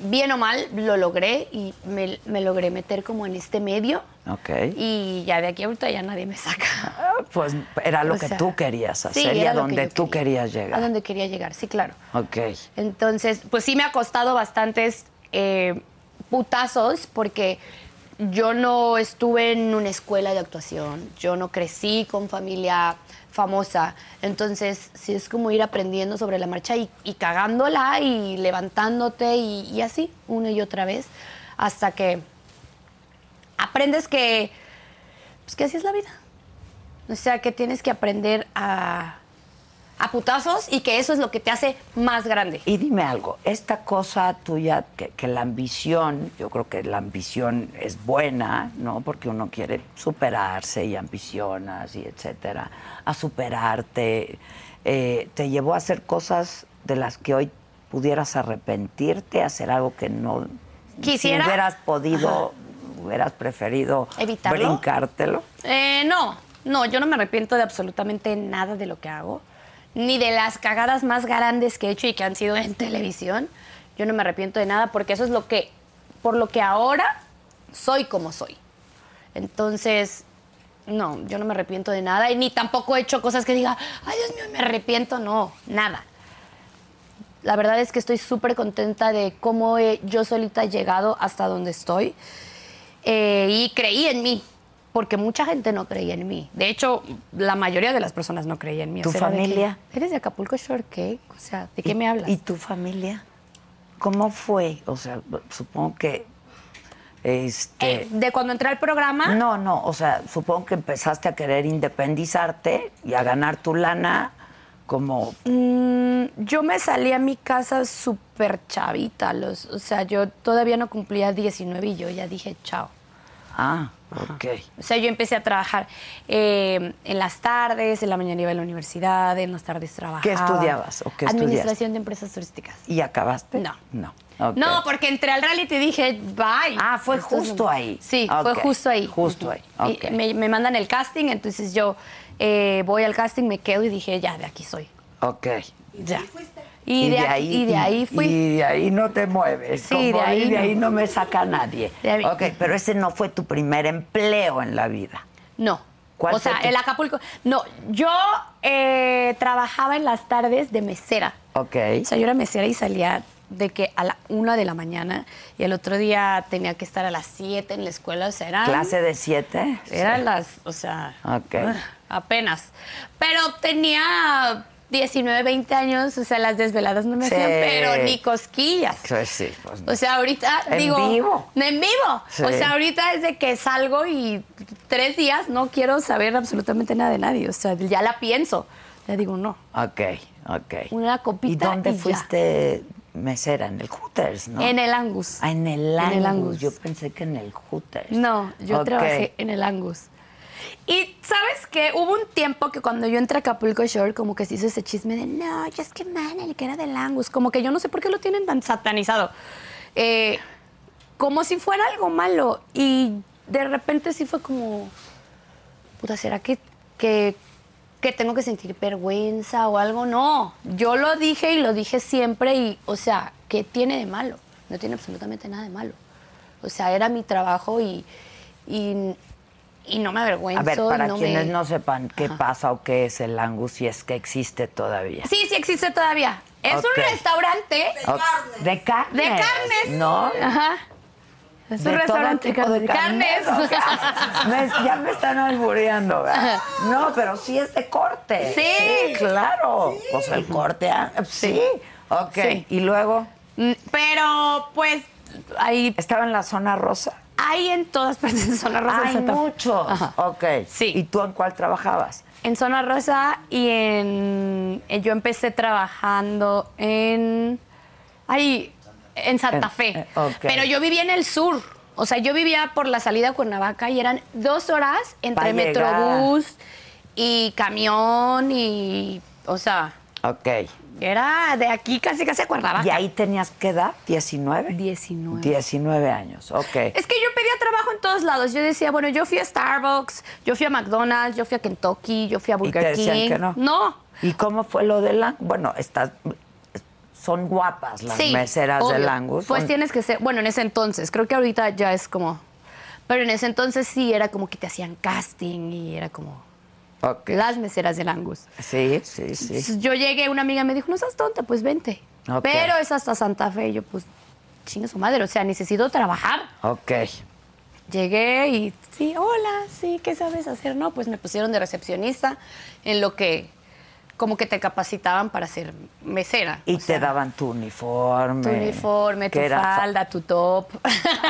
bien o mal, lo logré y me, me logré meter como en este medio.
Ok.
Y ya de aquí ahorita ya nadie me saca.
Ah, Pues era lo
O
que
sea,
tú querías
sí,
hacer y
era
a
lo que
donde
yo
tú
quería.
querías llegar.
A donde quería llegar, sí, claro.
Ok.
Entonces, pues sí me ha costado bastantes eh, putazos porque yo no estuve en una escuela de actuación, yo no crecí con familia famosa, entonces sí es como ir aprendiendo sobre la marcha y, y cagándola y levantándote y, y así una y otra vez hasta que aprendes que, pues que así es la vida. O sea, que tienes que aprender a, a putazos y que eso es lo que te hace más grande.
Y dime algo, esta cosa tuya, que, que la ambición, yo creo que la ambición es buena, ¿no? Porque uno quiere superarse y ambicionas y etcétera, a superarte, eh, te llevó a hacer cosas de las que hoy pudieras arrepentirte, a hacer algo que no
Quisiera.
si hubieras podido, hubieras preferido
¿Evitarlo?
brincártelo.
Eh, no, no, yo no me arrepiento de absolutamente nada de lo que hago, ni de las cagadas más grandes que he hecho y que han sido en televisión. Yo no me arrepiento de nada porque eso es lo que, por lo que ahora soy como soy. Entonces, No, yo no me arrepiento de nada y ni tampoco he hecho cosas que diga, ay Dios mío, me arrepiento, no, nada. La verdad es que estoy súper contenta de cómo he- yo solita he llegado hasta donde estoy Eh, y creí en mí, porque mucha gente no creía en mí. De hecho, la mayoría de las personas no creía en mí. O
¿Tu
sea, era de que,
familia?
¿Eres de Acapulco Shore qué? O sea, ¿de qué me hablas?
¿Y tu familia? ¿Cómo fue? O sea, supongo que... Este...
Eh, de cuando entré al programa,
No, no, o sea, supongo que empezaste a querer independizarte y a ganar tu lana como...
yo me salí a mi casa súper chavita. Los, o sea, yo todavía no cumplía 19 y yo ya dije chao.
Ah, ok.
O sea, yo empecé a trabajar eh, en las tardes, en la mañana iba a la universidad, en las tardes trabajaba.
¿Qué estudiabas o qué estudiaste?
Administración de empresas turísticas.
¿Y acabaste?
No.
No. ok.
No, porque entré al reality y dije, bye.
Ah, fue
Esto es-
justo ahí.
Sí,
Ok,
fue justo ahí.
justo ahí,
Y
ok.
me, me mandan el casting, entonces yo eh, voy al casting, me quedo y dije, ya, de aquí soy.
Ok.
Ya. Y, de, aquí- y de ahí fui.
Y de ahí no te mueves.
Sí,
como
de
de, ahí
ahí
de
no.
ahí no me saca nadie.
De ahí-
Ok, pero ese no fue tu primer empleo en la vida.
No.
¿Cuál
o sea,
fue tu-
el Acapulco. No, yo eh, trabajaba en las tardes de mesera.
Ok.
O sea, yo era mesera y salía de que a la una de la mañana y el otro día tenía que estar a las 7 en la escuela. O sea, eran,
¿Clase de siete?
eran las, o sea, ah,
Ok.
apenas. Pero tenía 19, 20 años, o sea, las desveladas no me
Sí.
hacían, pero ni cosquillas.
Sí, sí, pues,
O sea, ahorita
En
digo.
vivo.
En vivo.
Sí.
O sea, ahorita es de que salgo y tres días no quiero saber absolutamente nada de nadie. O sea, ya la pienso. Ya digo, no.
Ok, ok.
Una
¿Y
copita
dónde
y ya.
fuiste mesera? En el Hooters, ¿no?
En el Angus.
Ah, en el Angus.
Angus.
Yo pensé que en el Hooters.
No, yo
Ok.
trabajé en el Angus. Y sabes que hubo un tiempo que cuando yo entré a Acapulco Shore, como que se hizo ese chisme de no, yo es que man, el que era del Angus. Como que yo no sé por qué lo tienen tan satanizado. Eh, como si fuera algo malo. Y de repente sí fue como, puta, ¿será que, que, que tengo que sentir vergüenza o algo? No, yo lo dije y lo dije siempre y, o sea, ¿qué tiene de malo? No tiene absolutamente nada de malo. O sea, era mi trabajo y, y, y no me avergüenzo.
A ver,
y
para
no
quienes
me-
no sepan qué pasa o qué es el Angus, si es que existe todavía.
Sí, sí existe todavía. Es
Ok.
un restaurante.
Ok. De carnes.
De carnes.
¿No?
Ajá. Es un
de
restaurante
todo tipo de
carnes.
carnes. o sea, me- ya me están albureando, ¿verdad? No, pero sí es de corte.
Sí.
claro. O sea, el corte. ah, Sí. Ok.
Sí.
Y luego,
Mm, Pero, pues, ahí,
¿estaba en la zona rosa?
ahí en todas partes de Zona Rosa.
Hay
Santa Fe.
muchos.
Ajá.
Ok.
Sí.
¿Y tú en cuál trabajabas?
En Zona Rosa y en. eh, Yo empecé trabajando en. Ahí, en Santa
En-
Fe.
eh, ok.
Pero yo vivía en el sur. O sea, yo vivía por la salida a Cuernavaca y eran dos horas
Pa'
entre
llegar.
metrobús y camión y. O sea,
Ok.
era de aquí casi casi a Cuernavaca.
¿Y ahí tenías qué edad? ¿19?
19.
19 años, ok.
Es que yo pedía trabajo en todos lados. Yo decía, bueno, yo fui a Starbucks, yo fui a McDonald's, yo fui a Kentucky, yo fui a
y te
Burger
decían
King.
que no.
No.
¿Y cómo fue lo del Angus? Bueno, estas son guapas las
sí,
meseras
obvio.
del Angus.
Pues
son-
tienes que ser, bueno, en ese entonces, creo que ahorita ya es como, pero en ese entonces sí era como que te hacían casting y era como
Ok.
las meseras del Angus.
Sí, sí, sí.
Entonces, Yo llegué, una amiga me dijo, no seas tonta, pues vente.
Ok.
Pero es hasta Santa Fe, y yo pues chinga su madre, o sea, necesito trabajar.
Ok.
Llegué y sí, hola, sí, ¿qué sabes hacer? No, pues me pusieron de recepcionista en lo que como que te capacitaban para ser mesera.
Y
o
te
sea,
daban tu uniforme.
tu uniforme, tu
que era fa-
falda, tu top,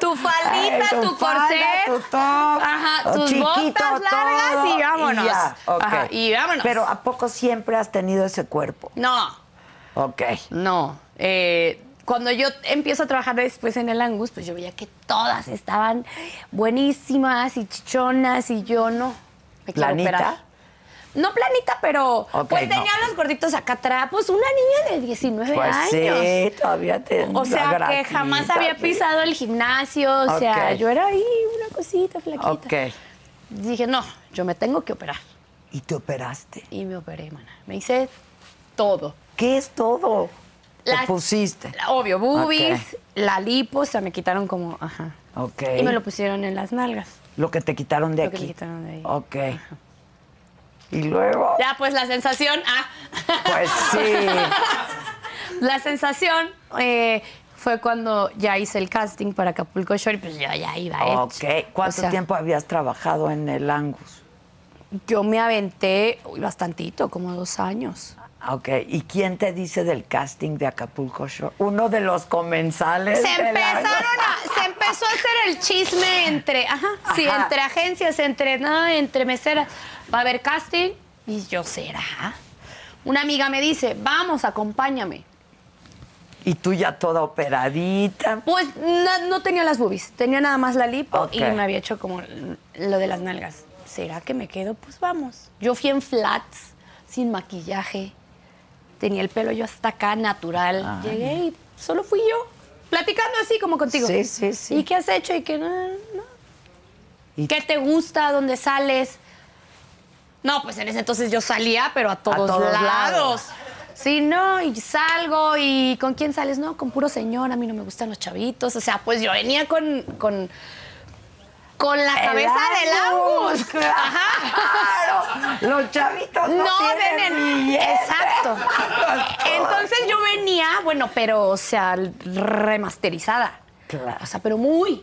tu faldita,
Ay,
tu,
falda,
corset,
tu top,
ajá,
o
tus
chiquito,
botas largas
todo,
y vámonos.
ya, ok.
Ajá, y vámonos.
Pero ¿a poco siempre has tenido ese cuerpo?
no,
Ok.
No. eh, cuando yo empiezo a trabajar después en el Angus, pues yo veía que todas estaban buenísimas y chichonas y yo no. Me quiero
¿Planita?
operar. No planita, pero
Ok,
pues tenía
no.
los gorditos acá atrás. Pues una niña de 19
Pues
años.
sí, todavía te
O sea,
la
que jamás
gratita,
había
sí.
pisado el gimnasio. O sea,
Ok.
yo era ahí una cosita flaquita.
Ok.
Dije, no, yo me tengo que operar.
¿Y te operaste?
Y me operé, mana. Me hice todo.
¿Qué es todo?
Las-
pusiste?
Obvio, boobies,
Ok.
la lipo, o sea, me quitaron como, ajá.
Ok.
Y me lo pusieron en las nalgas.
Lo que te quitaron de
Lo que
aquí.
me quitaron de ahí.
Ok. Y luego,
Ya, pues la sensación, ah,
pues sí.
la sensación eh, fue cuando ya hice el casting para Acapulco Shore, y pues yo ya iba hecha.
ok. ¿Cuánto
O sea,
tiempo habías trabajado en el Angus?
Yo me aventé uy, bastantito, como dos años.
Ok, ¿y quién te dice del casting de Acapulco Shore? Uno de los comensales.
Se
del
empezaron
Angus.
a, se empezó a hacer el chisme entre, ajá, sí,
Ajá.
entre agencias, entre nada, entre meseras. Va a haber casting y yo será. Una amiga me dice, vamos, acompáñame.
Y tú ya toda operadita.
Pues na- no tenía las boobies, tenía nada más la lipo
Ok.
y me había hecho como lo de las nalgas. ¿Será que me quedo? Pues vamos. Yo fui en flats, sin maquillaje, tenía el pelo yo hasta acá, natural.
Ah.
Llegué y solo fui yo, platicando así como contigo.
Sí, sí, sí.
¿Y qué has hecho? ¿Y qué no? no?
¿Y
¿Qué te gusta? ¿Dónde sales? No, pues en ese entonces yo salía, pero a todos,
todos
lados.
lados.
Sí, no, y salgo, y ¿con quién sales? No, con puro señor, a mí no me gustan los chavitos. O sea, pues yo venía con. con con la
El
cabeza
Angus,
del Angus. Ajá.
Los chavitos no,
No,
tienen
venen.
billete.
Exacto. Entonces yo venía, bueno, pero, o sea, remasterizada.
Claro.
O sea, pero muy.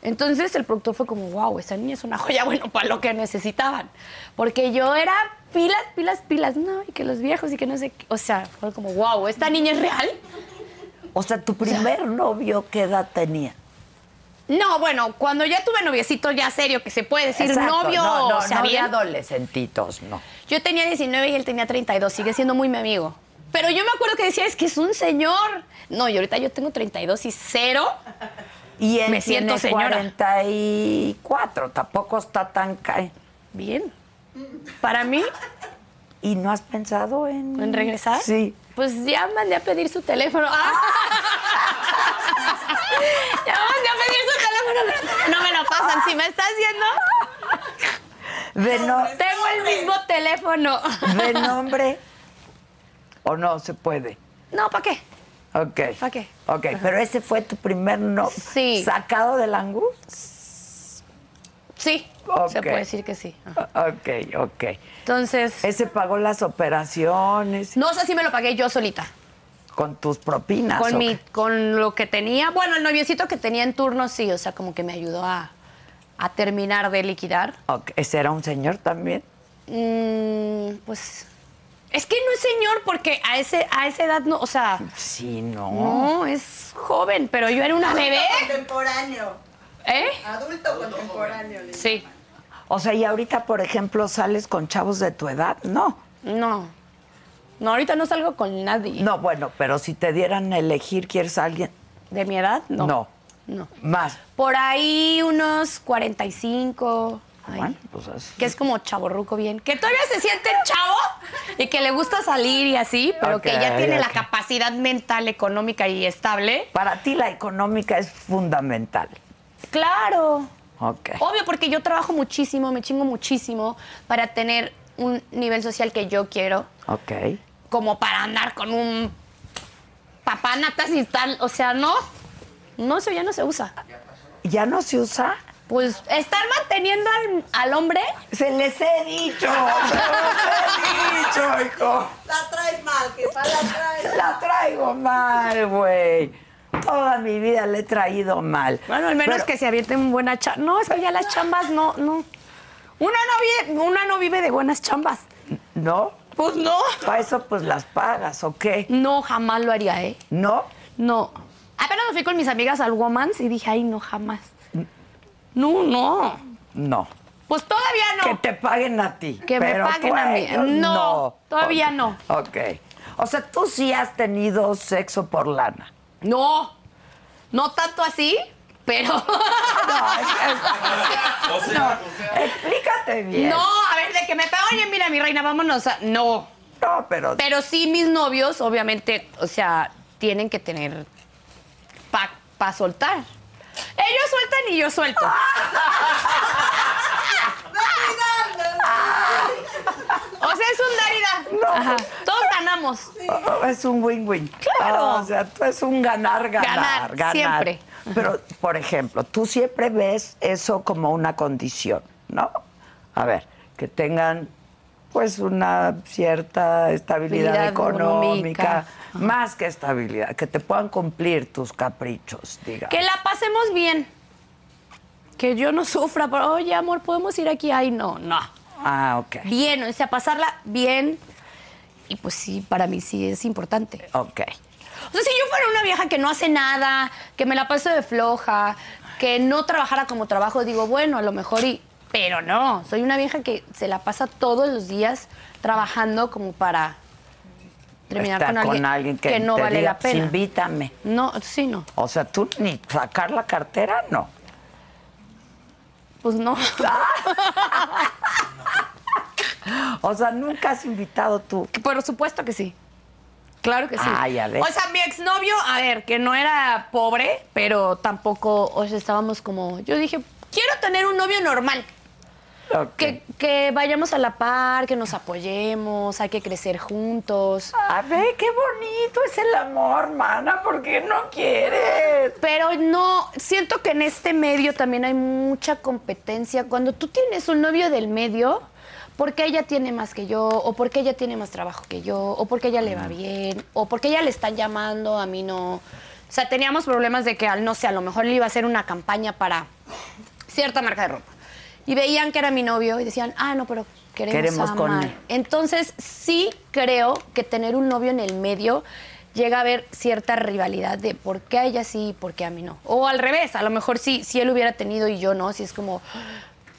Entonces el productor fue como, wow, esa niña es una joya, bueno, para lo que necesitaban. Porque yo era pilas, pilas, pilas, no, y que los viejos y que no sé qué. O sea, fue como, wow, esta niña es real.
O sea, tu primer novio, ¿qué edad tenía?
No, bueno, cuando ya tuve noviecito ya serio, que se puede decir
Exacto,
novio,
no, no,
o sea,
no de
bien.
adolescentitos, no.
Yo tenía 19 y él tenía 32, sigue siendo muy mi amigo. Pero yo me acuerdo que decía, es que es un señor. No, y ahorita yo tengo 32 y cero.
Y él
Me siento
tiene
señora.
44, tampoco está tan ca...
Bien. Para mí,
¿Y no has pensado en...
¿en regresar?
Sí.
Pues ya mandé a pedir su teléfono. Ah. ya mandé a pedir su teléfono. pero No me lo pasan. Si me estás viendo,
De, no-
tengo el mismo teléfono.
de nombre. ¿O no se puede?
no, ¿para qué?
Ok.
¿Pa' qué?
Ok, pero ese fue tu primer no.
Sí.
¿Sacado del angus?
Sí. Se
Ok.
puede decir que sí. Ajá.
Ok, ok.
Entonces,
Ese pagó las operaciones
no sé si me lo pagué yo solita.
con tus propinas.
Con,
¿o
mi,
qué?
con lo que tenía, bueno, el noviecito que tenía en turno, sí, o sea, como que me ayudó a, a terminar de liquidar.
Ok, ¿Ese era un señor también?
Mm, pues, es que no es señor, porque a, ese, a esa edad no, o sea,
Sí, no.
no, es joven, pero yo era una bebé.
Contemporáneo.
¿Eh?
Adulto contemporáneo. le
Sí.
O sea, y ahorita, por ejemplo, sales con chavos de tu edad, no.
No. No, ahorita no salgo con nadie.
No, bueno, pero si te dieran a elegir, ¿quieres a alguien?
¿De mi edad? No.
No.
No.
Más.
Por ahí unos 45. ahí.
Bueno, pues es-
que es como chaborruco bien, que todavía se siente chavo y que le gusta salir y así, pero que ya
Ok,
tiene la
ok.
capacidad mental, económica y estable.
Para ti la económica es fundamental.
Claro.
Ok.
Obvio, porque yo trabajo muchísimo, me chingo muchísimo para tener un nivel social que yo quiero,
Ok.
como para andar con un papá natas y tal. O sea, no, no, eso ya no se usa.
¿Ya no se usa?
Pues estar manteniendo al, al hombre,
Se les he dicho, se les he dicho, hijo.
llaman. La traes mal, que pa' la traes.
La traigo mal, güey. Toda mi vida le he traído mal.
bueno, al menos
Pero-
que se avienten buena chamba. No, es que ya las chambas no, no. Una no, vive, una no vive de buenas chambas.
¿No?
Pues no.
Para eso, pues las pagas, ¿o qué?
No, jamás lo haría, ¿eh?
¿No?
No. Apenas me fui con mis amigas al Womans y dije, ay, no, jamás. No, no.
No.
Pues todavía no.
Que te paguen a ti.
Que me
pero
paguen
tú
a mí.
ellos
No, todavía no.
Ok. O sea, tú sí has tenido sexo por lana.
No. No tanto así, pero.
No, es-
O
es-
sea,
no. Explícate bien.
no, a ver, de que me pega, oye, mira, mi reina, vámonos. a-". No.
No, pero
Pero sí, mis novios, obviamente, o sea, tienen que tener para pa soltar. Ellos sueltan y yo suelto. O sea, es un dar y dar. Ajá. Todos ganamos. ganamos.
Oh, es un win-win. Ah,
Claro.
O sea, tú es un ganar, ganar, ganar.
Ganar, siempre.
Pero, por ejemplo, tú siempre ves eso como una condición, ¿no? A ver, que tengan pues una cierta estabilidad
Estabilidad
económica,
económica.
más que estabilidad, que te puedan cumplir tus caprichos, digamos.
Que la pasemos bien. Que yo no sufra, pero, oye, amor, podemos ir aquí. Ay, no, no.
Ah, ok.
Bien, o sea, pasarla bien. Y pues sí, para mí sí es importante.
Ok.
O sea, si yo fuera una vieja que no hace nada, que me la paso de floja, que no trabajara como trabajo, digo, bueno, a lo mejor y. Pero no, soy una vieja que se la pasa todos los días trabajando como para terminar
Estar
con alguien,
que,
no
te
vale
diga, "Pues,
la pena.
Invítame.
No, sí, no.
O sea, tú ni sacar la cartera, no.
Pues no.
O sea, nunca has invitado tú.
Por supuesto que sí. Claro que sí.
Ay, a ver.
O sea, mi exnovio, a ver, que no era pobre, pero tampoco, o sea, estábamos como. Yo dije, quiero tener un novio normal.
Ok.
Que, que vayamos a la par, que nos apoyemos, hay que crecer juntos.
A ver, qué bonito es el amor, mana, ¿por qué no quieres?
Pero no, siento que en este medio también hay mucha competencia. Cuando tú tienes un novio del medio, porque ella tiene más que yo, o porque ella tiene más trabajo que yo, o porque ella le va bien, o porque ella le están llamando, a mí no. O sea, teníamos problemas de que, al no sé, a lo mejor le iba a hacer una campaña para cierta marca de ropa. Y veían que era mi novio y decían, ah, no, pero queremos,
Queremos
a
con
Mar".
él.
Entonces, sí creo que tener un novio en el medio llega a haber cierta rivalidad de por qué a ella sí y por qué a mí no. O al revés, a lo mejor sí, si él hubiera tenido y yo no, si es como,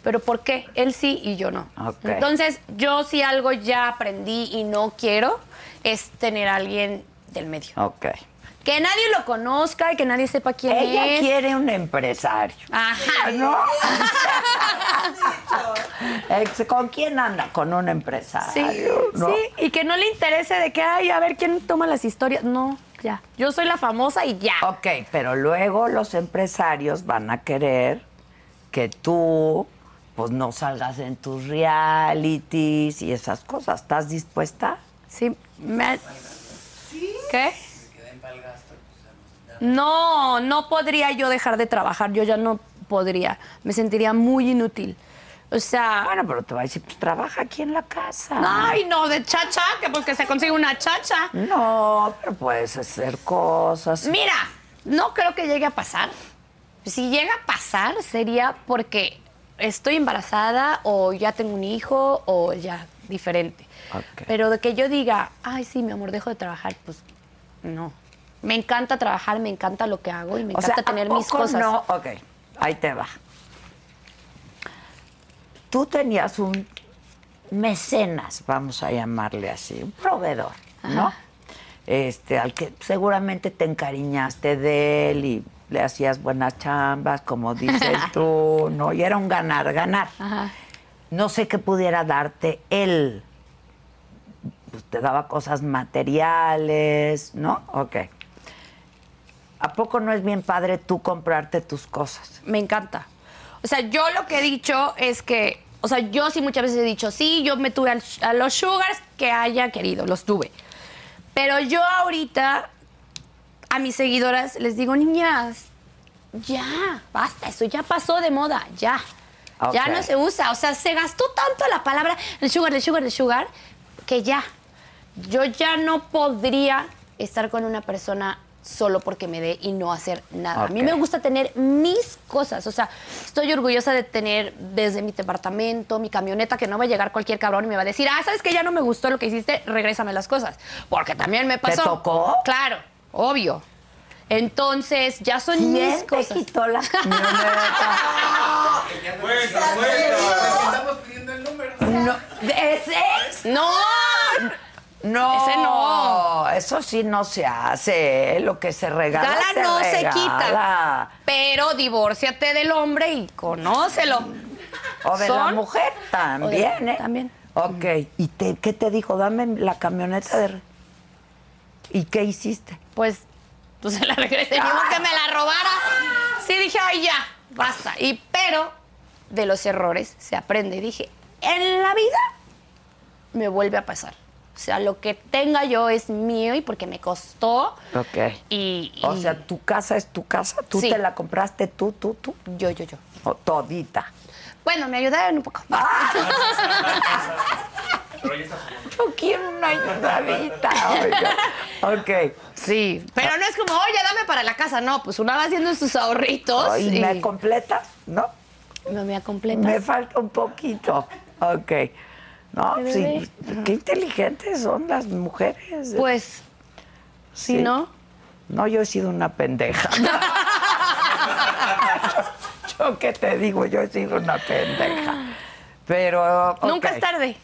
pero ¿por qué él sí y yo no?
Ok.
Entonces, yo si algo ya aprendí y no quiero es tener a alguien del medio.
Ok.
Que nadie lo conozca y que nadie sepa quién
Ella
es.
quiere un empresario, Ah,
Ajá.
¿no? Ex- ¿Con quién anda? Con un empresario, ¿no?
sí, y que no le interese de que, ay, a ver quién toma las historias. No, ya. Yo soy la famosa y ya.
Ok, pero luego los empresarios van a querer que tú, pues, no salgas en tus realities y esas cosas. ¿Estás dispuesta?
Sí, me. ha- ¿Qué? No, no podría yo dejar de trabajar. Yo ya no podría. Me sentiría muy inútil. O sea.
Bueno, pero te va a decir, pues, trabaja aquí en la casa.
Ay, no, de chacha, que porque se consigue una chacha.
No, pero puedes hacer cosas.
Mira, no creo que llegue a pasar. Si llega a pasar sería porque estoy embarazada o ya tengo un hijo o ya diferente.
Ok.
Pero de que yo diga, ay, sí, mi amor, dejo de trabajar, pues no. Me encanta trabajar, me encanta lo que hago y me encanta
¿a
tener mis
poco
cosas.
No, ok, ahí te va. Tú tenías un mecenas, vamos a llamarle así, un proveedor, ¿no? Este, al que seguramente te encariñaste de él y le hacías buenas chambas, como dices tú, ¿no? Y era un ganar, ganar.
Ajá.
No sé qué pudiera darte él. Pues te daba cosas materiales, ¿no? Ok. ¿A poco no es bien padre tú comprarte tus cosas?
me encanta. O sea, yo lo que he dicho es que, o sea, yo sí muchas veces he dicho, sí, yo me tuve al- a los sugars que haya querido, los tuve. Pero yo ahorita a mis seguidoras les digo, niñas, ya, basta, eso ya pasó de moda, ya.
Ok.
Ya no se usa, o sea, se gastó tanto la palabra el sugar, el sugar, el sugar, que ya. Yo ya no podría estar con una persona solo porque me dé y no hacer nada. A mí
Ok.
me gusta tener mis cosas, o sea, estoy orgullosa de tener desde mi departamento, mi camioneta, que no va a llegar cualquier cabrón y me va a decir, ah, ¿sabes que Ya no me gustó lo que hiciste, regrésame las cosas. Porque también me pasó.
tocó?
Claro, obvio. Entonces, ya son
¿Quién
mis
te
cosas.
quitó la camioneta?
Cuenta, cuenta.
No, ¿Ese?
¡No!
No.
Ese no.
Eso sí no se hace. ¿eh? Lo que se regala
Gala
se
no se
regala.
quita. Pero divórciate del hombre y conócelo.
O de la
Son-
mujer
o
también,
de-
¿eh?
también.
Ok. ¿Y te- qué te dijo? Dame la camioneta de... re- ¿Y qué hiciste?
Pues, tú se la regresé. Ni modo que me la robara. Sí, dije, ay, ya, basta. Y pero, de los errores se aprende. Y dije, en la vida me vuelve a pasar. O sea, lo que tenga yo es mío y porque me costó.
Ok.
Y,
O
y-
sea, tu casa es tu casa, tú
Sí.
te la compraste tú, tú, tú,
yo, yo, yo.
o todita.
Bueno, me ayudaron un poco.
Ah,
Ah,
Yo quiero una ayudadita. oiga. Ok.
Sí, pero no es como, oye, dame para la casa. No, pues una va haciendo sus ahorritos.
Oh, ¿Y
y
me completas? ¿No?
Pues, eh, No me completas.
Me falta un poquito. Ok. No, sí. pues, Qué inteligentes son las mujeres.
Pues,
Sí.
si no,
No, yo he sido una pendeja. yo qué te digo, yo he sido una pendeja. Pero. ok.
nunca es tarde.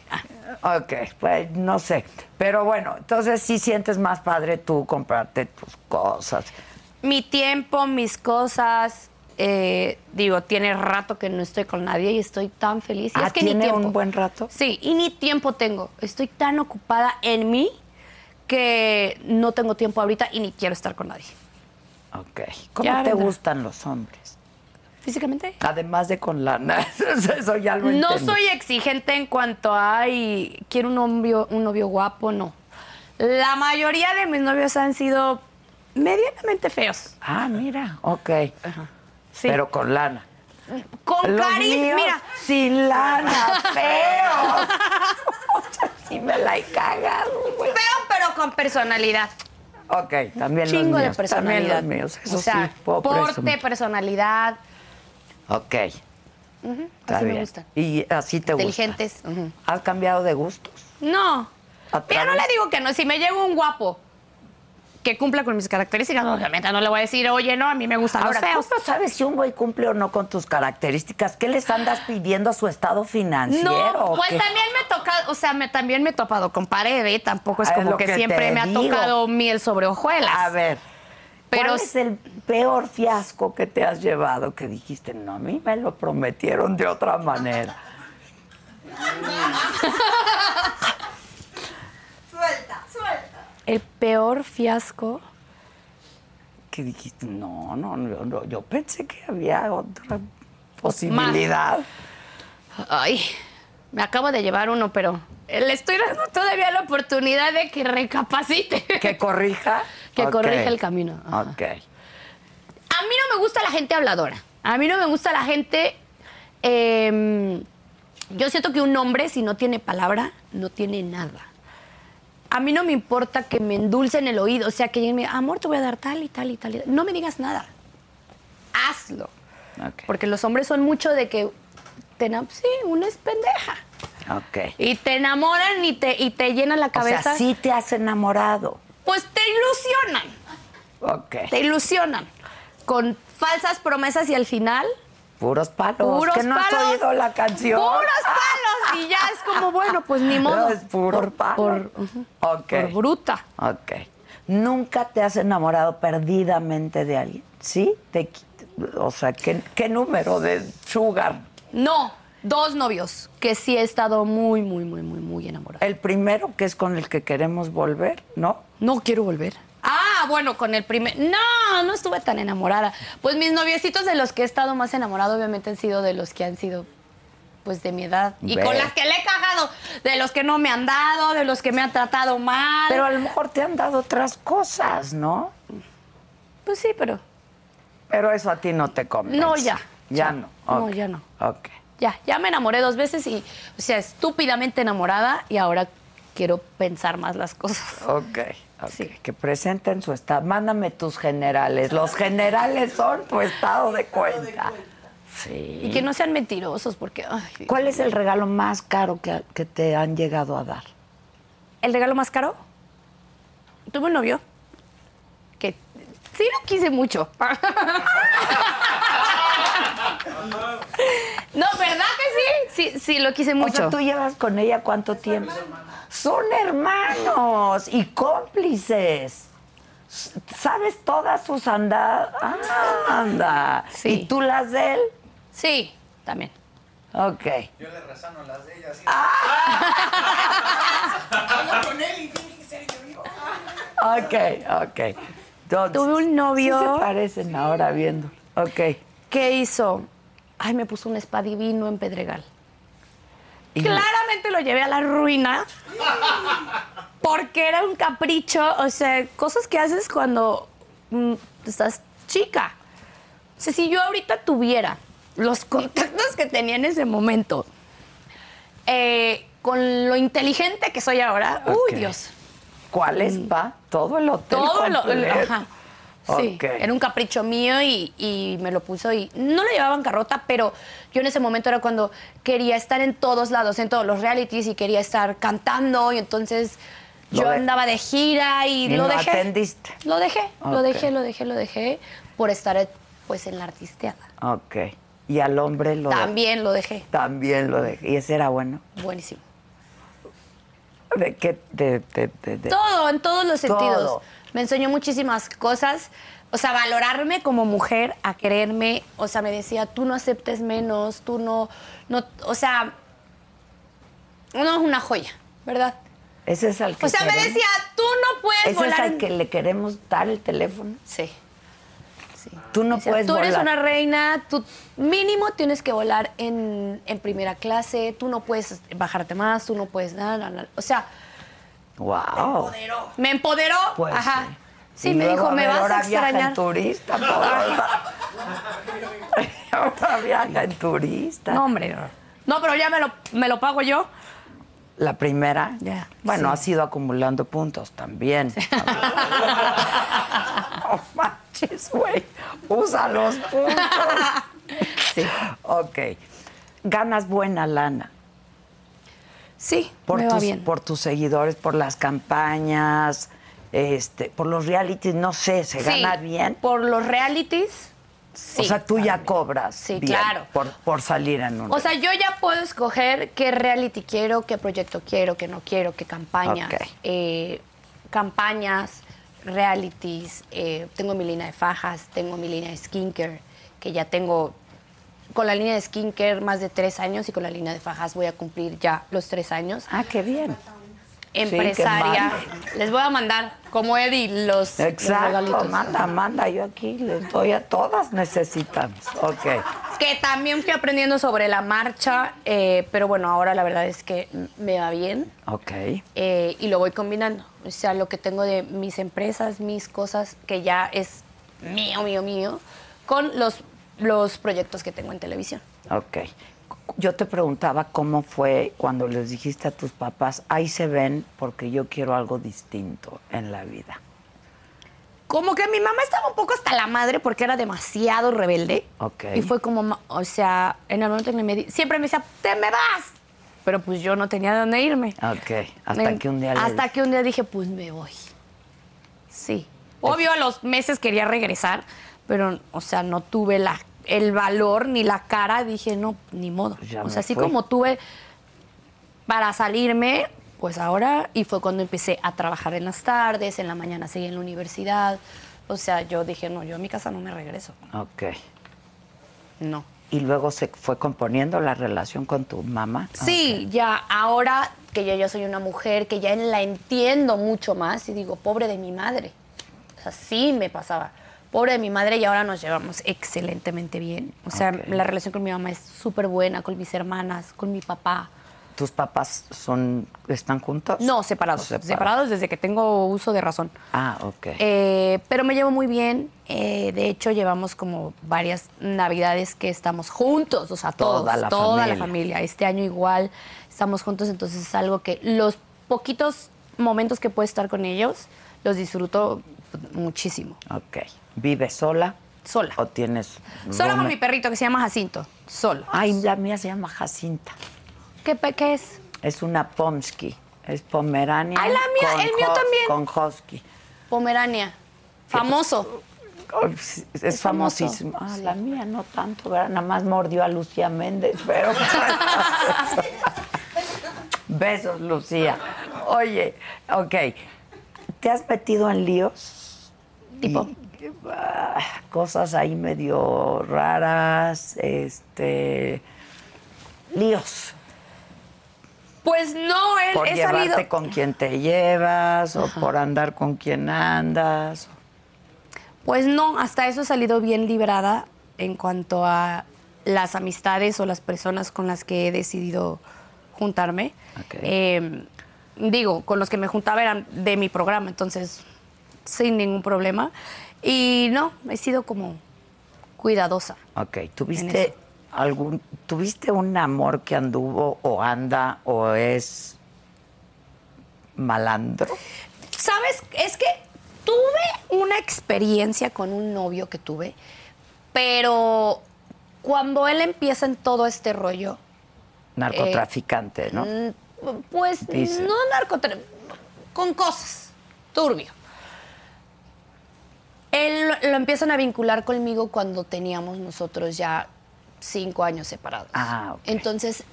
Ok, pues no sé. Pero bueno, entonces sí sientes más padre tú comprarte tus cosas.
Mi tiempo, mis cosas. eh, digo, tiene rato que no estoy con nadie y estoy tan feliz. Y
Ah,
es que ni
¿tiene
tiempo.
un buen rato?
Sí, y ni tiempo tengo. Estoy tan ocupada en mí que no tengo tiempo ahorita y ni quiero estar con nadie.
Ok. ¿Cómo
Ya
te
vendrá.
gustan los hombres?
Físicamente.
Además de con lana. Eso ya lo
No
entendí.
soy exigente en cuanto a, ay, quiero un novio, un novio guapo, no. La mayoría de mis novios han sido medianamente feos.
Ah, mira, ok.
Sí.
Pero con lana.
con
Los
carisma,
míos,
mira,
Sin lana, feo. O sea, sí me la he cagado, güey.
feo pero con personalidad.
Ok, también los
Chingo de
míos. También
personalidad.
los míos. Eso
o sea,
sí, puedo
porte,
presumir.
personalidad,
Ok. está
así me
bien.
gustan.
Y así te
inteligentes.
gustan.
Ujú.
¿Has cambiado de gustos?
No.
¿A
Pero no
través?
le digo que no. Si me llega un guapo que cumpla con mis características, obviamente no le voy a decir, oye, no, a mí me gustan
Ahora,
los feos.
¿tú no sabes si un güey cumple o no con tus características? ¿Qué les andas pidiendo a su estado financiero?
No,
o
pues
qué?
también me toca, o sea, me, también me he topado con pared, ¿eh? tampoco es
Ah, es
como
lo
que,
que te
siempre me
digo.
ha tocado miel sobre hojuelas.
A ver,
pero
¿cuál es el peor fiasco que te has llevado que dijiste, no, a mí me lo prometieron de otra manera?
Suelta, suelta.
el peor fiasco.
Que dijiste, no, no, yo, no, yo pensé que había otra posibilidad.
Ay, me acabo de llevar uno, pero le estoy dando todavía la oportunidad de que recapacite.
Que corrija.
Que
Ok.
corrija el camino, ajá.
Ok.
A mí no me gusta la gente habladora. A mí no me gusta la gente. em, yo siento que un hombre, si no tiene palabra, no tiene nada. A mí no me importa que me endulcen el oído. O sea, que lleguen y me digan, amor, te voy a dar tal y tal y tal. y tal". No me digas nada. Hazlo.
Ok.
Porque los hombres son mucho de que. Te, enam- sí, una es pendeja.
ok.
Y te enamoran y te, y te llenan la
O
cabeza.
sea, sí te has enamorado.
Pues te ilusionan.
Ok.
Te ilusionan. Con falsas promesas y al final.
Puros palos.
puros
que no has
palos,
oído la canción.
Puros palos. Y ya es como, bueno, pues ni modo.
Es puro
por,
palo.
Por, ujú,
Ok.
por bruta.
Ok. ¿Nunca te has enamorado perdidamente de alguien? ¿Sí? Te qui- o sea, ¿qué, qué número de sugar?
No, dos novios que sí he estado muy, muy, muy, muy, muy enamorada.
El primero que es con el que queremos volver, ¿no?
No quiero volver. Ah, bueno, con el primer. No, no estuve tan enamorada. Pues mis noviecitos de los que he estado más enamorado, obviamente, han sido de los que han sido. Pues de mi edad. Y
Ve.
con las que le he cagado. De los que no me han dado, de los que me han tratado mal.
Pero a lo mejor te han dado otras cosas, ¿no?
pues sí, pero.
Pero eso a ti no te convence.
No, ya.
Ya
Ya.
no.
No,
Ok.
ya no.
Ok.
Ya, ya me enamoré dos veces y, o sea, estúpidamente enamorada y ahora quiero pensar más las cosas.
Ok. ok.
Sí.
Que presenten su estado. Mándame tus generales. Los generales son tu estado de cuenta. Sí.
Y que no sean mentirosos porque, ay,
¿Cuál es el regalo más caro que, que te han llegado a dar?
¿El regalo más caro? Tuve un novio que sí lo quise mucho. no, ¿verdad que sí? Sí, sí, lo quise
O
mucho.
sea, ¿tú llevas con ella cuánto tiempo? Son hermanos y cómplices. S- ¿Sabes todas sus andadas? anda.
Sí.
¿Y tú las de él?
Sí, también.
Ok. Ah.
Habla con él y tiene que ser yo. yo.
Ok, ok. Entonces,
Tuve un novio-
sí se parecen ahora viendo. Ok.
¿Qué hizo? Ay, me puso un spa divino en Pedregal.
Y-
Claramente lo llevé a la ruina porque era un capricho, o sea, cosas que haces cuando mm, estás chica. O sea, si yo ahorita tuviera los contactos que tenía en ese momento, eh, con lo inteligente que soy ahora,
Ok.
uy Dios,
¿Cuál es, va? Todo el hotel.
todo lo...
completo.
ajá. Sí,
Ok.
era un capricho mío y, y me lo puso y no lo llevaba a bancarrota, pero yo en ese momento era cuando quería estar en todos lados, en todos los realities y quería estar cantando y entonces
Lo
yo
de-
andaba de gira y,
Y
lo
no
dejé.
atendiste.
Lo dejé, lo
Ok.
dejé, lo dejé, lo dejé por estar pues en la artisteada.
Ok. Y al hombre lo de-
También lo dejé.
También lo dejé. Y ese era bueno.
Buenísimo.
¿De qué? De, de- de- de-
Todo, en todos los
Todo.
sentidos. Me enseñó muchísimas cosas. O sea, valorarme como mujer, a quererme. O sea, me decía, tú no aceptes menos, tú no. no o sea, uno es una joya, ¿verdad?
Ese es al que
O sea, me
queremos-
decía, tú no puedes
Ese es
volar.
al
en-
que le queremos dar el teléfono.
Sí. sí.
Tú no
O sea,
puedes
tú eres
volar.
una reina, tú mínimo tienes que volar en, en primera clase, tú no puedes bajarte más, tú no puedes nada, nada, nada. O sea,
Wow.
me empoderó.
Pues,
Ajá. Sí,
Y
me
luego,
dijo, me
ver,
vas
ahora
a
viaja
extrañar.
en turista, por favor. Ahora viaja en turista.
No, hombre. No, No, pero ya me lo, me lo pago yo.
La primera.
Ya,
Bueno,
sí.
has ido acumulando puntos también. no manches, güey. Usa los puntos. sí. Ok. Ganas buena lana.
Sí,
Por
me va
tus,
bien.
por tus seguidores, por las campañas, este, por los realities, no sé, ¿se
Sí,
gana bien?
Por los realities, sí.
o sea, tú ya cobras.
Sí,
bien
claro.
Por, por salir en un.
O sea, yo ya puedo escoger qué reality quiero, qué proyecto quiero, qué no quiero, qué campañas.
Ok.
eh, campañas, realities. eh, tengo mi línea de fajas, tengo mi línea de skincare, que ya tengo con la línea de skincare más de tres años y con la línea de fajas voy a cumplir ya los tres años.
ah, qué bien.
empresaria.
Sí,
Les voy a mandar, como Eddie, los, los
Exacto,
regalitos.
manda, manda, yo aquí les doy a todas, necesitamos. Ok.
Que también fui aprendiendo sobre la marcha, eh, pero bueno, ahora la verdad es que me va bien
Ok.
eh, y lo voy combinando. O sea, lo que tengo de mis empresas, mis cosas, que ya es mío, mío, mío, con los, los proyectos que tengo en televisión.
Ok. Yo te preguntaba cómo fue cuando les dijiste a tus papás, ahí se ven porque yo quiero algo distinto en la vida.
Como que mi mamá estaba un poco hasta la madre porque era demasiado rebelde.
Ok.
Y fue como, ma- o sea, en el momento que me di- siempre me decía, te me vas. Pero pues yo no tenía de dónde irme.
Ok. Hasta
Me-
que un día le
Hasta
dije,
que un día dije, pues me voy. Sí. Obvio, a los meses quería regresar, pero, o sea, no tuve la, el valor ni la cara. Dije, no, ni modo.
Pues Ya
o
me
sea, así
fui.
como tuve para salirme, pues ahora, y fue cuando empecé a trabajar en las tardes, en la mañana seguí en la universidad. O sea, yo dije, no, yo a mi casa no me regreso.
Ok.
No.
Y luego se fue componiendo la relación con tu mamá.
Sí, ya ahora que yo ya soy una mujer, que ya la entiendo mucho más y digo, pobre de mi madre. O sea, sí me pasaba. Pobre de mi madre y ahora nos llevamos excelentemente bien. O sea,
Ok.
la relación con mi mamá es súper buena, con mis hermanas, con mi papá.
¿Tus papás son, están juntos?
No, separados.
Separados.
Separados, desde que tengo uso de razón.
Ah, ok.
Eh, pero me llevo muy bien. Eh, de hecho, llevamos como varias navidades que estamos juntos, o sea, todos,
Toda la
toda
familia.
la familia. Este año igual estamos juntos, entonces es algo que los poquitos momentos que puedo estar con ellos los disfruto muchísimo.
Ok. ¿Vives sola?
Sola.
¿O tienes...?
Solo con
roommate?
mi perrito que se llama Jacinto. Solo.
Ay, la mía se llama Jacinta.
¿Qué, pe- qué es?
Es una Pomsky. Es Pomerania.
Ay, la mía, el mío también.
Con Husky.
Pomerania. Famoso.
Ay, Oh, sí, Es,
Es famoso.
famosísimo. Ah, la mía no tanto, ¿verdad? Nada más mordió a Lucía Méndez, pero. Besos, Lucía. Oye, ok. ¿Te has metido en líos?
Tipo.
Y, ah, cosas ahí medio raras, este. Líos.
Pues no, él
Por
he
llevarte
salido.
con quien te llevas o por andar con quien andas.
Pues no, hasta eso he salido bien librada en cuanto a las amistades o las personas con las que he decidido juntarme.
Ok.
Eh, digo, con los que me juntaba eran de mi programa, entonces sin ningún problema. Y no, he sido como cuidadosa.
Ok,
eso.
¿tuviste algún, tuviste un amor que anduvo o anda o es malandro?
¿Sabes? Es que tuve una experiencia con un novio que tuve, pero cuando él empieza en todo este rollo,
Narcotraficante, ¿no?
Mm, Pues
Dice.
no narcotráfico, con cosas, turbio. Él lo- lo empiezan a vincular conmigo cuando teníamos nosotros ya cinco años separados.
Ah, ok.
Entonces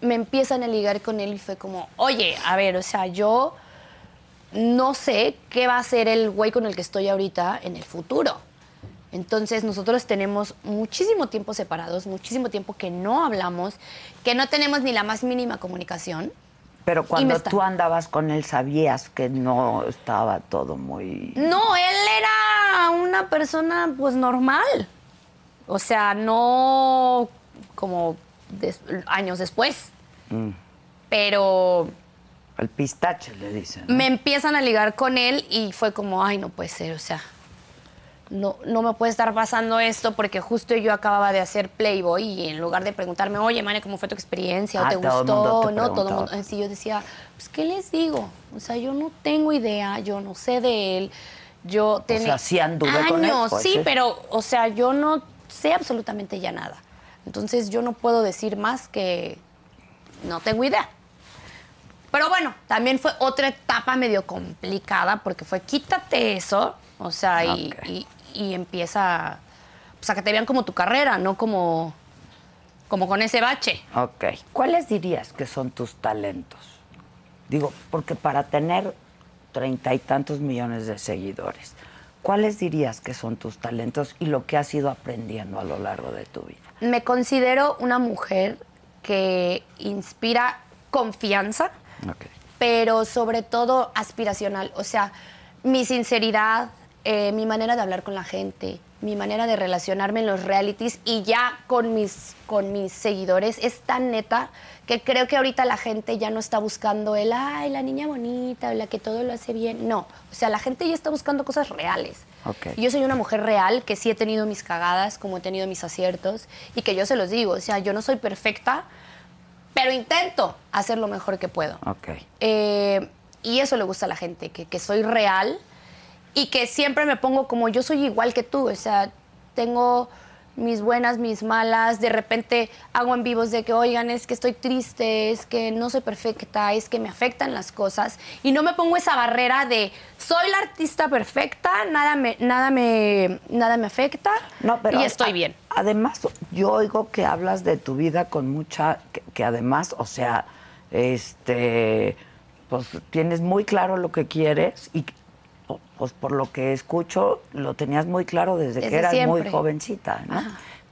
me empiezan a ligar con él y fue como, oye, a ver, o sea, yo no sé qué va a ser el güey con el que estoy ahorita en el futuro. Entonces nosotros tenemos muchísimo tiempo separados, muchísimo tiempo que no hablamos, que no tenemos ni la más mínima comunicación.
Pero cuando
está-
tú andabas con él sabías que no estaba todo muy...
No, él era una persona pues normal. O sea, no como des- años después.
Mm.
Pero
El pistache le dicen. ¿no?
me empiezan a ligar con él y fue como, ay, no puede ser, o sea, no, no me puede estar pasando esto porque justo yo acababa de hacer Playboy y en lugar de preguntarme, oye, Mane, ¿cómo fue tu experiencia? ¿O
Ah,
¿Te
todo el
gustó?
mundo te
no, todo el mundo.
preguntaba.
Así yo decía, pues, ¿qué les digo? O sea, yo no tengo idea, yo no sé de él. Yo tenía
sea, sí anduve
años,
con él, pues,
sí,
sí.
pero, o sea, yo no sé absolutamente ya nada. Entonces, yo no puedo decir más que no tengo idea. Pero bueno, también fue otra etapa medio complicada porque fue quítate eso, o sea, y-
Ok.
y, y empieza pues, a que te vean como tu carrera, no como, como con ese bache.
Ok. ¿Cuáles dirías que son tus talentos? Digo, porque para tener treinta y tantos millones de seguidores, ¿cuáles dirías que son tus talentos y lo que has ido aprendiendo a lo largo de tu vida?
Me considero una mujer que inspira confianza,
Ok.
pero sobre todo aspiracional. O sea, mi sinceridad, eh, mi manera de hablar con la gente, mi manera de relacionarme en los realities y ya con mis, con mis seguidores es tan neta que creo que ahorita la gente ya no está buscando el, ay, la niña bonita, la que todo lo hace bien. No, o sea, la gente ya está buscando cosas reales.
Ok.
Y yo soy una mujer real que sí he tenido mis cagadas, como he tenido mis aciertos y que yo se los digo, o sea, yo no soy perfecta, pero intento hacer lo mejor que puedo.
Ok.
Eh, y eso le gusta a la gente, que, que soy real y que siempre me pongo como yo soy igual que tú. O sea, tengo mis buenas, mis malas. De repente hago en vivos de que, oigan, es que estoy triste, es que no soy perfecta, es que me afectan las cosas. Y no me pongo esa barrera de soy la artista perfecta, nada me, nada me, nada me afecta y estoy
a-
bien.
Además, yo oigo que hablas de tu vida con mucha, que, que además, o sea, este, pues tienes muy claro lo que quieres y po- pues por lo que escucho lo tenías muy claro desde, que
Desde
eras muy
siempre.
jovencita, ¿no?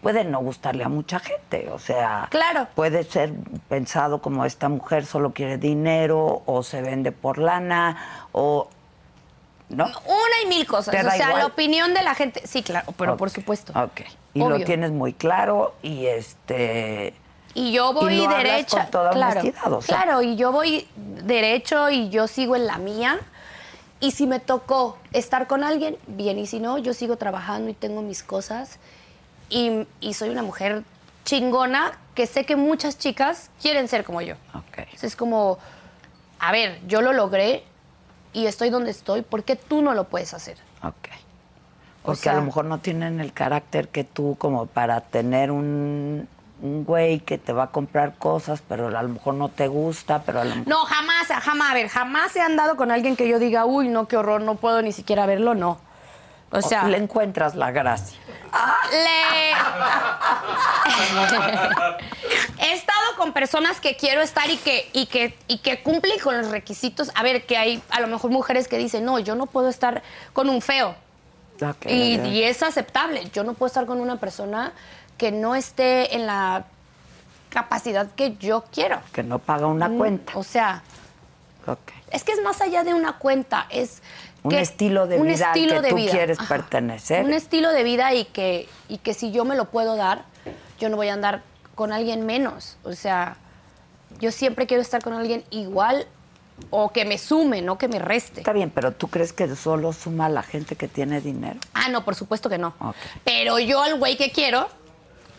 Puede no gustarle a mucha gente, o sea,
Claro.
puede ser pensado como esta mujer solo quiere dinero o se vende por lana o no.
Una y mil cosas.
¿Te
O
da
sea, la
igual?
opinión de la gente. Sí, claro, pero por
Ok,
supuesto.
Ok. Y lo
Obvio.
tienes muy claro y este.
Y yo voy
Y lo hablas
derecha.
con toda
claro,
honestidad, o sea.
claro, y yo voy derecho y yo sigo en la mía. Y si me tocó estar con alguien, bien. Y si no, yo sigo trabajando y tengo mis cosas. Y, y soy una mujer chingona que sé que muchas chicas quieren ser como yo.
Ok.
Entonces es como, a ver, yo lo logré y estoy donde estoy. ¿Por qué tú no lo puedes hacer?
Ok.
O
Porque a
sea-
lo mejor no tienen el carácter que tú como para tener un, un güey que te va a comprar cosas, pero a lo mejor no te gusta, pero a lo mejor...
No, jamás, jamás, a ver, jamás he andado con alguien que yo diga, uy, no, qué horror, no puedo ni siquiera verlo, no. O sea,
le encuentras la gracia.
Le- He estado con personas que quiero estar y que, y, que, y que cumplen con los requisitos. A ver, que hay a lo mejor mujeres que dicen, no, yo no puedo estar con un feo.
Ok,
Y,
ok.
y es aceptable. Yo no puedo estar con una persona que no esté en la capacidad que yo quiero.
Que no paga una cuenta.
Mm, O sea,
Ok.
es que es más allá de una cuenta, es
Un
que-
estilo de
un
vida al
estilo
que
de
tú
vida.
quieres pertenecer.
Un estilo de vida y que y que si yo me lo puedo dar, yo no voy a andar con alguien menos, o sea, Yo siempre quiero estar con alguien igual o que me sume, no que me reste.
Está bien, pero ¿tú crees que solo suma a la gente que tiene dinero?
Ah, no, por supuesto que no.
Ok.
Pero yo al güey que quiero,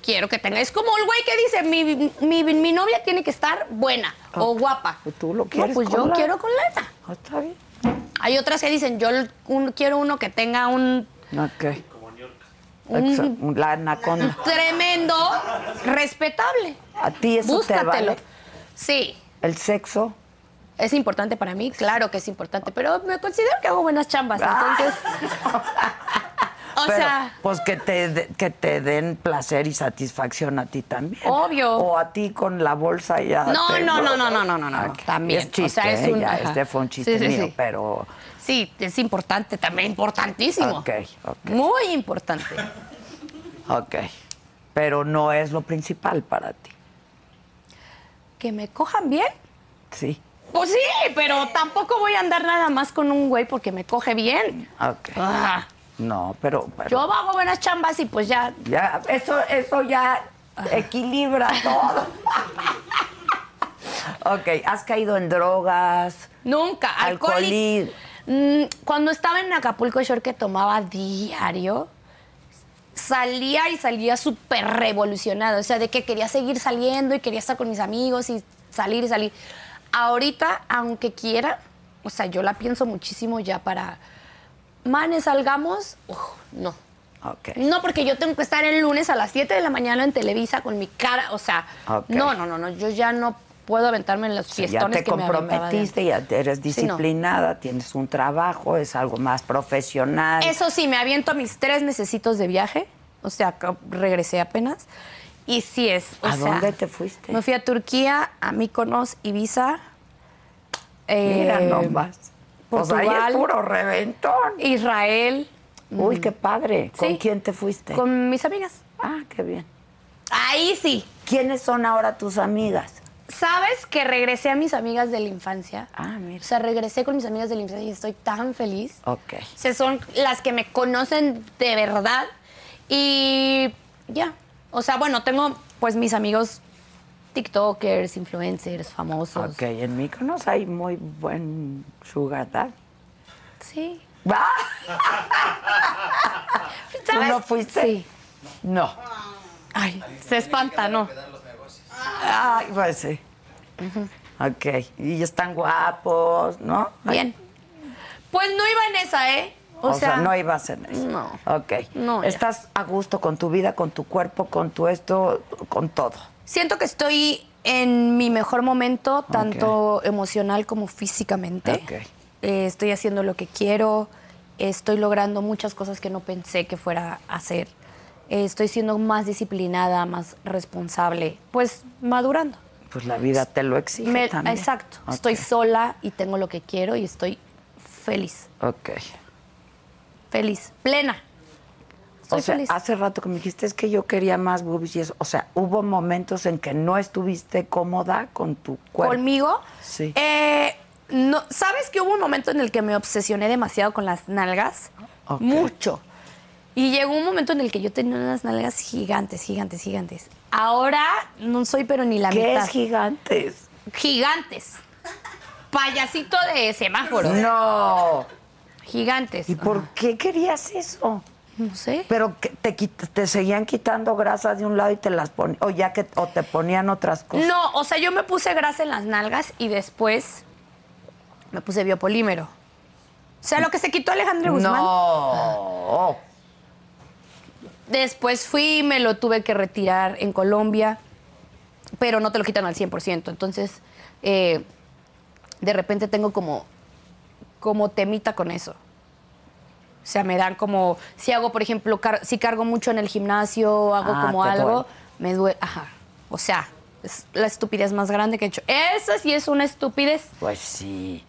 quiero que tenga. Es como el güey que dice, mi, mi- mi novia tiene que estar buena o guapa.
Pues tú lo
No,
quieres
pues
con
yo
lana.
quiero con lana.
Ah, Está bien.
Hay otras que dicen, yo un- quiero uno que tenga un
Ok. Exa- La anaconda.
tremendo respetable.
A ti eso te
Búscatelo.
vale.
Sí,
El sexo.
es importante para mí, claro que es importante, pero me considero que hago buenas chambas,
Ah.
entonces... o
pero,
sea...
pues que te, de- que te den placer y satisfacción a ti también.
Obvio.
O a ti con la bolsa ya.
No,
te-
no, no, no, no, no, no, no,
Ok.
también,
Es chiste,
o sea, es
¿eh?
un-
ya,
ajá.
este fue un chiste
Sí, sí,
mío,
sí.
pero.
Sí, es importante, también importantísimo.
Ok, ok.
Muy importante.
Ok. Pero no es lo principal para ti.
¿Que me cojan bien?
Sí.
Pues sí, pero tampoco voy a andar nada más con un güey porque me coge bien.
Ok.
Ah,
No, pero. pero-
yo hago buenas chambas y pues ya.
Ya, eso, eso ya equilibra todo. ok, has caído en drogas.
Nunca. Alcohólico.
Alcoholí.
Mm, Cuando estaba en Acapulco Shore que tomaba diario, salía y salía súper revolucionado. O sea, de que quería seguir saliendo y quería estar con mis amigos y salir y salir. Ahorita, aunque quiera, o sea, yo la pienso muchísimo ya para. Manes, salgamos. Uf, no.
Ok.
No, porque yo tengo que estar el lunes a las 7 de la mañana en Televisa con mi cara. O sea,
Ok.
no, no, no, no. Yo ya no puedo aventarme en los
Sí, ya
fiestones
te
que me aventaba de antes.
comprometiste, ya te- eres
Sí, no.
disciplinada, tienes un trabajo, es algo más profesional.
Eso sí, me aviento mis tres mesecitos de viaje. O sea, que regresé apenas. Y sí es. o
¿A
sea,
dónde te fuiste?
Me fui a Turquía, a Mykonos, Ibiza. eh,
Mira nomás. Pues ahí
Portugal.
es puro reventón.
Israel.
Uy, qué padre. ¿Con
Sí.
quién te fuiste?
Con mis amigas.
Ah, qué bien.
Ahí sí.
¿Quiénes son ahora tus amigas?
¿Sabes que regresé a mis amigas de la infancia?
Ah, mira.
O sea, regresé con mis amigas de la infancia y estoy tan feliz.
Ok.
O sea, son las que me conocen de verdad. Y ya. O sea, bueno, tengo pues mis amigos TikTokers, influencers, famosos.
Ok, en Míconos hay muy buen sugar daddy.
Sí.
¡Ah! ¿Tú
¿Sabes?
no fuiste?
Sí.
No.
Ay, se espanta, ¿no?
Ay, pues sí. Ok. Y están guapos, ¿no?
Bien. Pues no iba en esa, ¿eh?
O, sea, no ibas en eso.
no.
Ok.
No, ya.
Estás a gusto con tu vida, con tu cuerpo, con tu esto, con todo.
Siento que estoy en mi mejor momento, tanto emocional como físicamente.
Ok.
Eh, estoy haciendo lo que quiero, estoy logrando muchas cosas que no pensé que fuera a hacer. Eh, estoy siendo más disciplinada, más responsable, pues madurando.
Pues la vida te lo exige
Me-
también.
exacto,
Ok,
estoy sola y tengo lo que quiero y estoy feliz,
Ok.
feliz, plena. Estoy
o sea,
feliz.
hace rato que me dijiste es que yo quería más boobies y eso. O sea, hubo momentos en que no estuviste cómoda con tu cuerpo.
conmigo.
Sí.
Eh, no, ¿Sabes que hubo un momento en el que me obsesioné demasiado con las nalgas?
Ok.
Mucho. Y llegó un momento en el que yo tenía unas nalgas gigantes, gigantes, gigantes. Ahora no soy pero ni la
¿Qué
mitad.
es gigantes?
gigantes. Payasito de semáforo.
No.
Gigantes.
¿Y por qué querías eso?
No sé.
Pero que te, quit- te seguían quitando grasas de un lado y te las ponían, o ya que o te ponían otras cosas.
No, o sea, yo me puse grasa en las nalgas y después me puse biopolímero. O sea, lo que se quitó Alejandro Guzmán.
No.
Después fui, me lo tuve que retirar en Colombia, pero no te lo quitan al 100%. Entonces, eh, de repente tengo como, como temita con eso. O sea, me dan como, si hago, por ejemplo, car- si cargo mucho en el gimnasio, hago
Ah,
como
te
algo,
duele.
me duele. Ajá. O sea, es la estupidez más grande que he hecho. Esa sí es una estupidez.
Pues sí.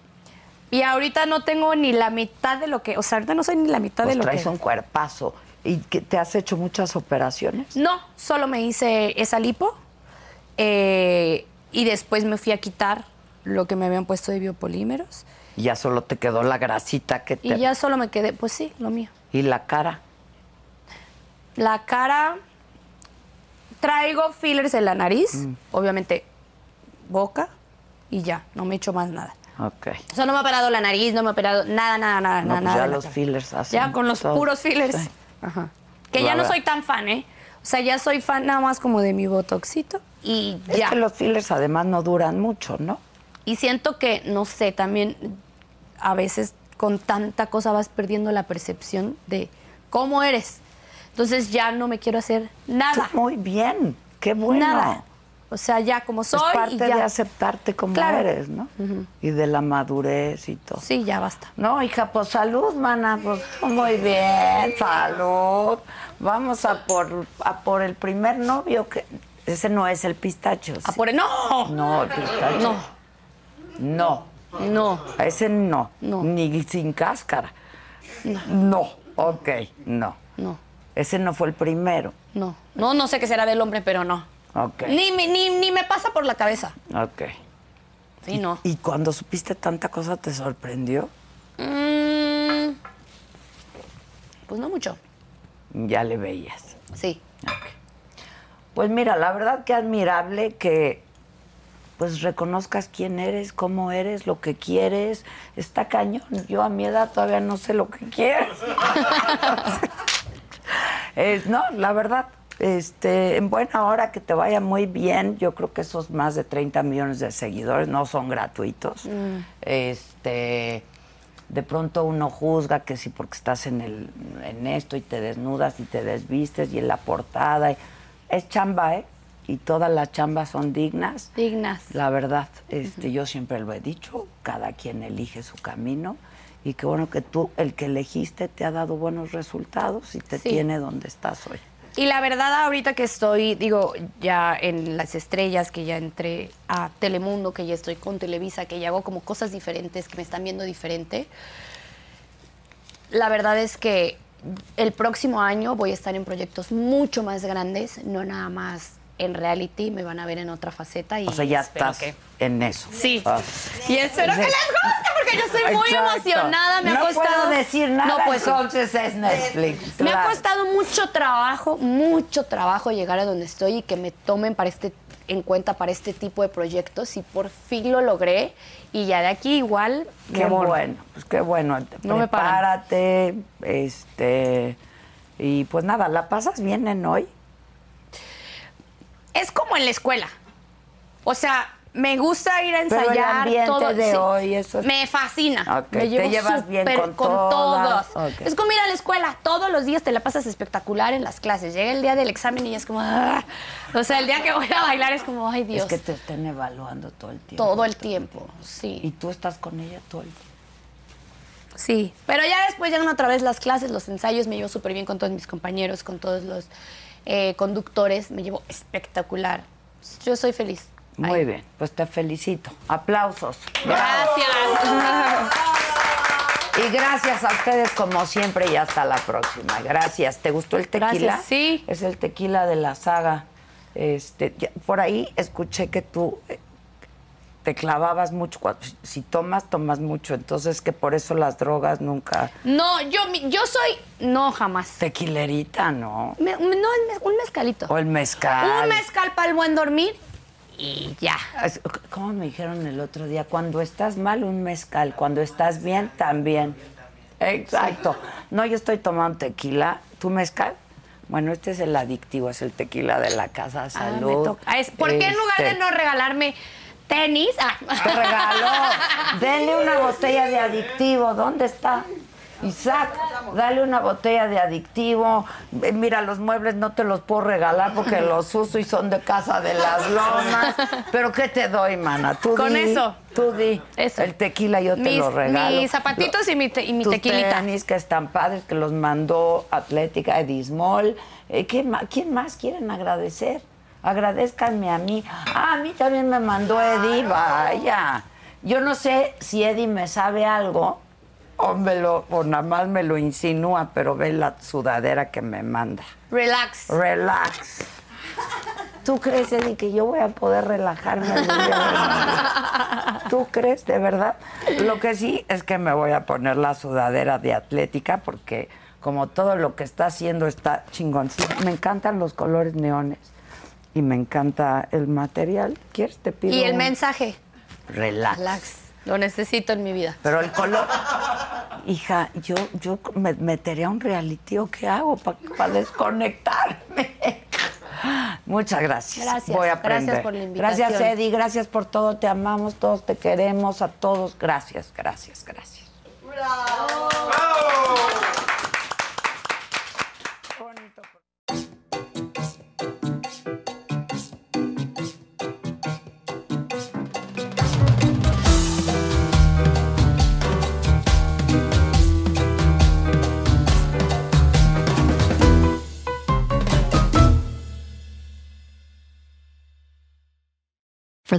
Y ahorita no tengo ni la mitad de lo que, o sea, ahorita no soy ni la mitad
Pues
de lo
traes
que...
un cuerpazo. ¿Y que te has hecho muchas operaciones?
No, solo me hice esa lipo eh, y después me fui a quitar lo que me habían puesto de biopolímeros
Y ya solo te quedó la grasita que
y
te.
ya solo me quedé, pues sí, lo mío.
y la cara.
La
Mm.
cara, traigo fillers en la nariz, obviamente boca y ya, no me he hecho más nada.
Ok.
O sea, no me ha parado la nariz, no me ha parado nada, nada, nada,
No,
nada.
pues
nada
ya
de la
los
cara.
fillers hacen
Ya con los
todo.
puros fillers.
Sí.
Ajá. Que
La
ya no
verdad.
soy tan fan, ¿eh? O sea, ya soy fan nada más como de mi botoxito y
Es
ya.
que los fillers además no duran mucho, ¿no?
Y siento que, no sé, también a veces con tanta cosa vas perdiendo la percepción de cómo eres. Entonces ya no me quiero hacer nada.
Tú Muy bien, qué bueno.
Nada. O sea, ya como soy
es
y
parte
ya.
de aceptarte como
Claro.
eres, ¿no? Y de la madurez y todo.
Sí, ya basta.
No, hija, pues salud, mana, pues muy bien, salud. Vamos a por, a por el primer novio, que ese no es el pistacho.
Ah,
¿sí?
por- No,
No, el pistacho.
No.
No,
no.
ese no.
No.
Ni sin cáscara.
No.
ok, no.
No,
Ese no fue el primero.
no. No, no sé qué será del hombre, pero no.
Ok,
Ni, me- ni, ni me pasa por la cabeza.
ok.
Sí, no.
¿Y cuando supiste tanta cosa te sorprendió?
Mm, pues no mucho.
Ya le veías.
Sí.
Pues mira, la verdad que admirable que pues reconozcas quién eres, cómo eres, lo que quieres. Está cañón. Yo a mi edad todavía no sé lo que quiero. Eh, no, la verdad, este, en buena hora que te vaya muy bien. Yo creo que esos más de 30 millones de seguidores no son gratuitos. Este, de pronto uno juzga que sí porque estás en el, en esto y te desnudas y te desvistes y en la portada. y- es chamba, ¿eh? Y todas las chambas son dignas.
Dignas.
La verdad, este, yo siempre lo he dicho, cada quien elige su camino y qué bueno que tú, el que elegiste, te ha dado buenos resultados y te
Sí.
tiene donde estás hoy.
Y la verdad, ahorita que estoy, digo, ya en las estrellas, que ya entré a Telemundo, que ya estoy con Televisa, que ya hago como cosas diferentes, que me están viendo diferente. La verdad es que el próximo año voy a estar en proyectos mucho más grandes, no nada más en reality, me van a ver en otra faceta y
O sea, ya
espero
estás
que-
en eso.
Sí.
Ah.
Y espero que les guste porque yo estoy muy
Exacto.
emocionada, me
no
ha costado
puedo decir nada,
No, pues sí.
entonces es Netflix.
Me ha
claro.
costado mucho trabajo, mucho trabajo llegar a donde estoy y que me tomen para este en cuenta para este tipo de proyectos y por fin lo logré y ya de aquí igual
Qué
me voy.
bueno, pues qué bueno.
No me paran.
Prepárate, este, y pues nada, ¿la pasas bien en hoy?
Es como en la escuela. O sea, me gusta ir a
Pero el
ensayar
ambiente
todo
de hoy, eso es-
Me fascina.
Ok,
Me
te
llevo
llevas bien
súper
con todas,
todos.
ok.
Es como ir a la escuela, todos los días te la pasas espectacular en las clases. Llega el día del examen y es como "Ah". o sea, el día que voy a bailar es como ay Dios.
Es que te estén evaluando todo el tiempo.
todo el tiempo. Sí.
Y tú estás con ella todo el tiempo.
Sí, pero ya después llegan otra vez las clases, los ensayos, me llevo súper bien con todos mis compañeros, con todos los eh, conductores, me llevo espectacular. Yo soy feliz.
Muy bien, pues te felicito. Aplausos.
Gracias.
Y gracias a ustedes como siempre y hasta la próxima. Gracias. ¿Te gustó el tequila?
Gracias, sí.
Es el tequila de la saga. Este, ya- por ahí escuché que tú eh, te clavabas mucho. Cuando- si tomas, tomas mucho. Entonces que por eso las drogas nunca...
No, yo, mi- yo soy. No, jamás.
Tequilerita, ¿no?
Me- no, el mez- un mezcalito.
O el mezcal.
Un mezcal para el buen dormir y ya.
Es- ¿Cómo me dijeron el otro día? Cuando estás mal, un mezcal. Cuando estás bien, también. Exacto. No, yo estoy tomando tequila. ¿Tú mezcal? Bueno, este es el adictivo, es el tequila de la casa.
Ah, me
Salud.
toca. Ah, es- ¿Por qué en lugar de
Este,
no regalarme tenis? Ah.
Te regaló. Denle una botella de adictivo. ¿Dónde está? Isaac, dale una botella de adictivo. Eh, Mira, los muebles no te los puedo regalar porque los uso y son de casa de las lomas. Pero ¿qué te doy, mana? Tú
Con
di,
eso.
Tú di.
Eso.
El tequila yo te
Mis-
lo regalo.
mis zapatitos y mi te- y mi
Tus
tequilita.
tenis que están padres, que los mandó Atlética Edismol. Eh, ¿qué ma- ¿Quién más quieren agradecer? Agradezcanme a mí. Ah, a mí también me mandó Eddie, vaya. Yo no sé si Eddie me sabe algo o, me lo, o nada más me lo insinúa, pero ve la sudadera que me manda.
Relax.
Relax. ¿Tú crees, Eddie, que yo voy a poder relajarme? algún día? ¿Tú crees, de verdad? Lo que sí es que me voy a poner la sudadera de Atlética porque como todo lo que está haciendo está chingoncito. Me encantan los colores neones.
y me encanta el material. ¿Quieres? Te pido.
Y el
un
mensaje,
Relax.
relax, lo necesito en mi vida.
Pero el color. Hija, yo, yo me metería un reality o qué hago para desconectarme. Muchas gracias.
Gracias,
Voy a
gracias
aprender.
por la invitación.
Gracias, Eddie. Gracias por todo. Te amamos, todos te queremos, a todos. Gracias, gracias, gracias.
For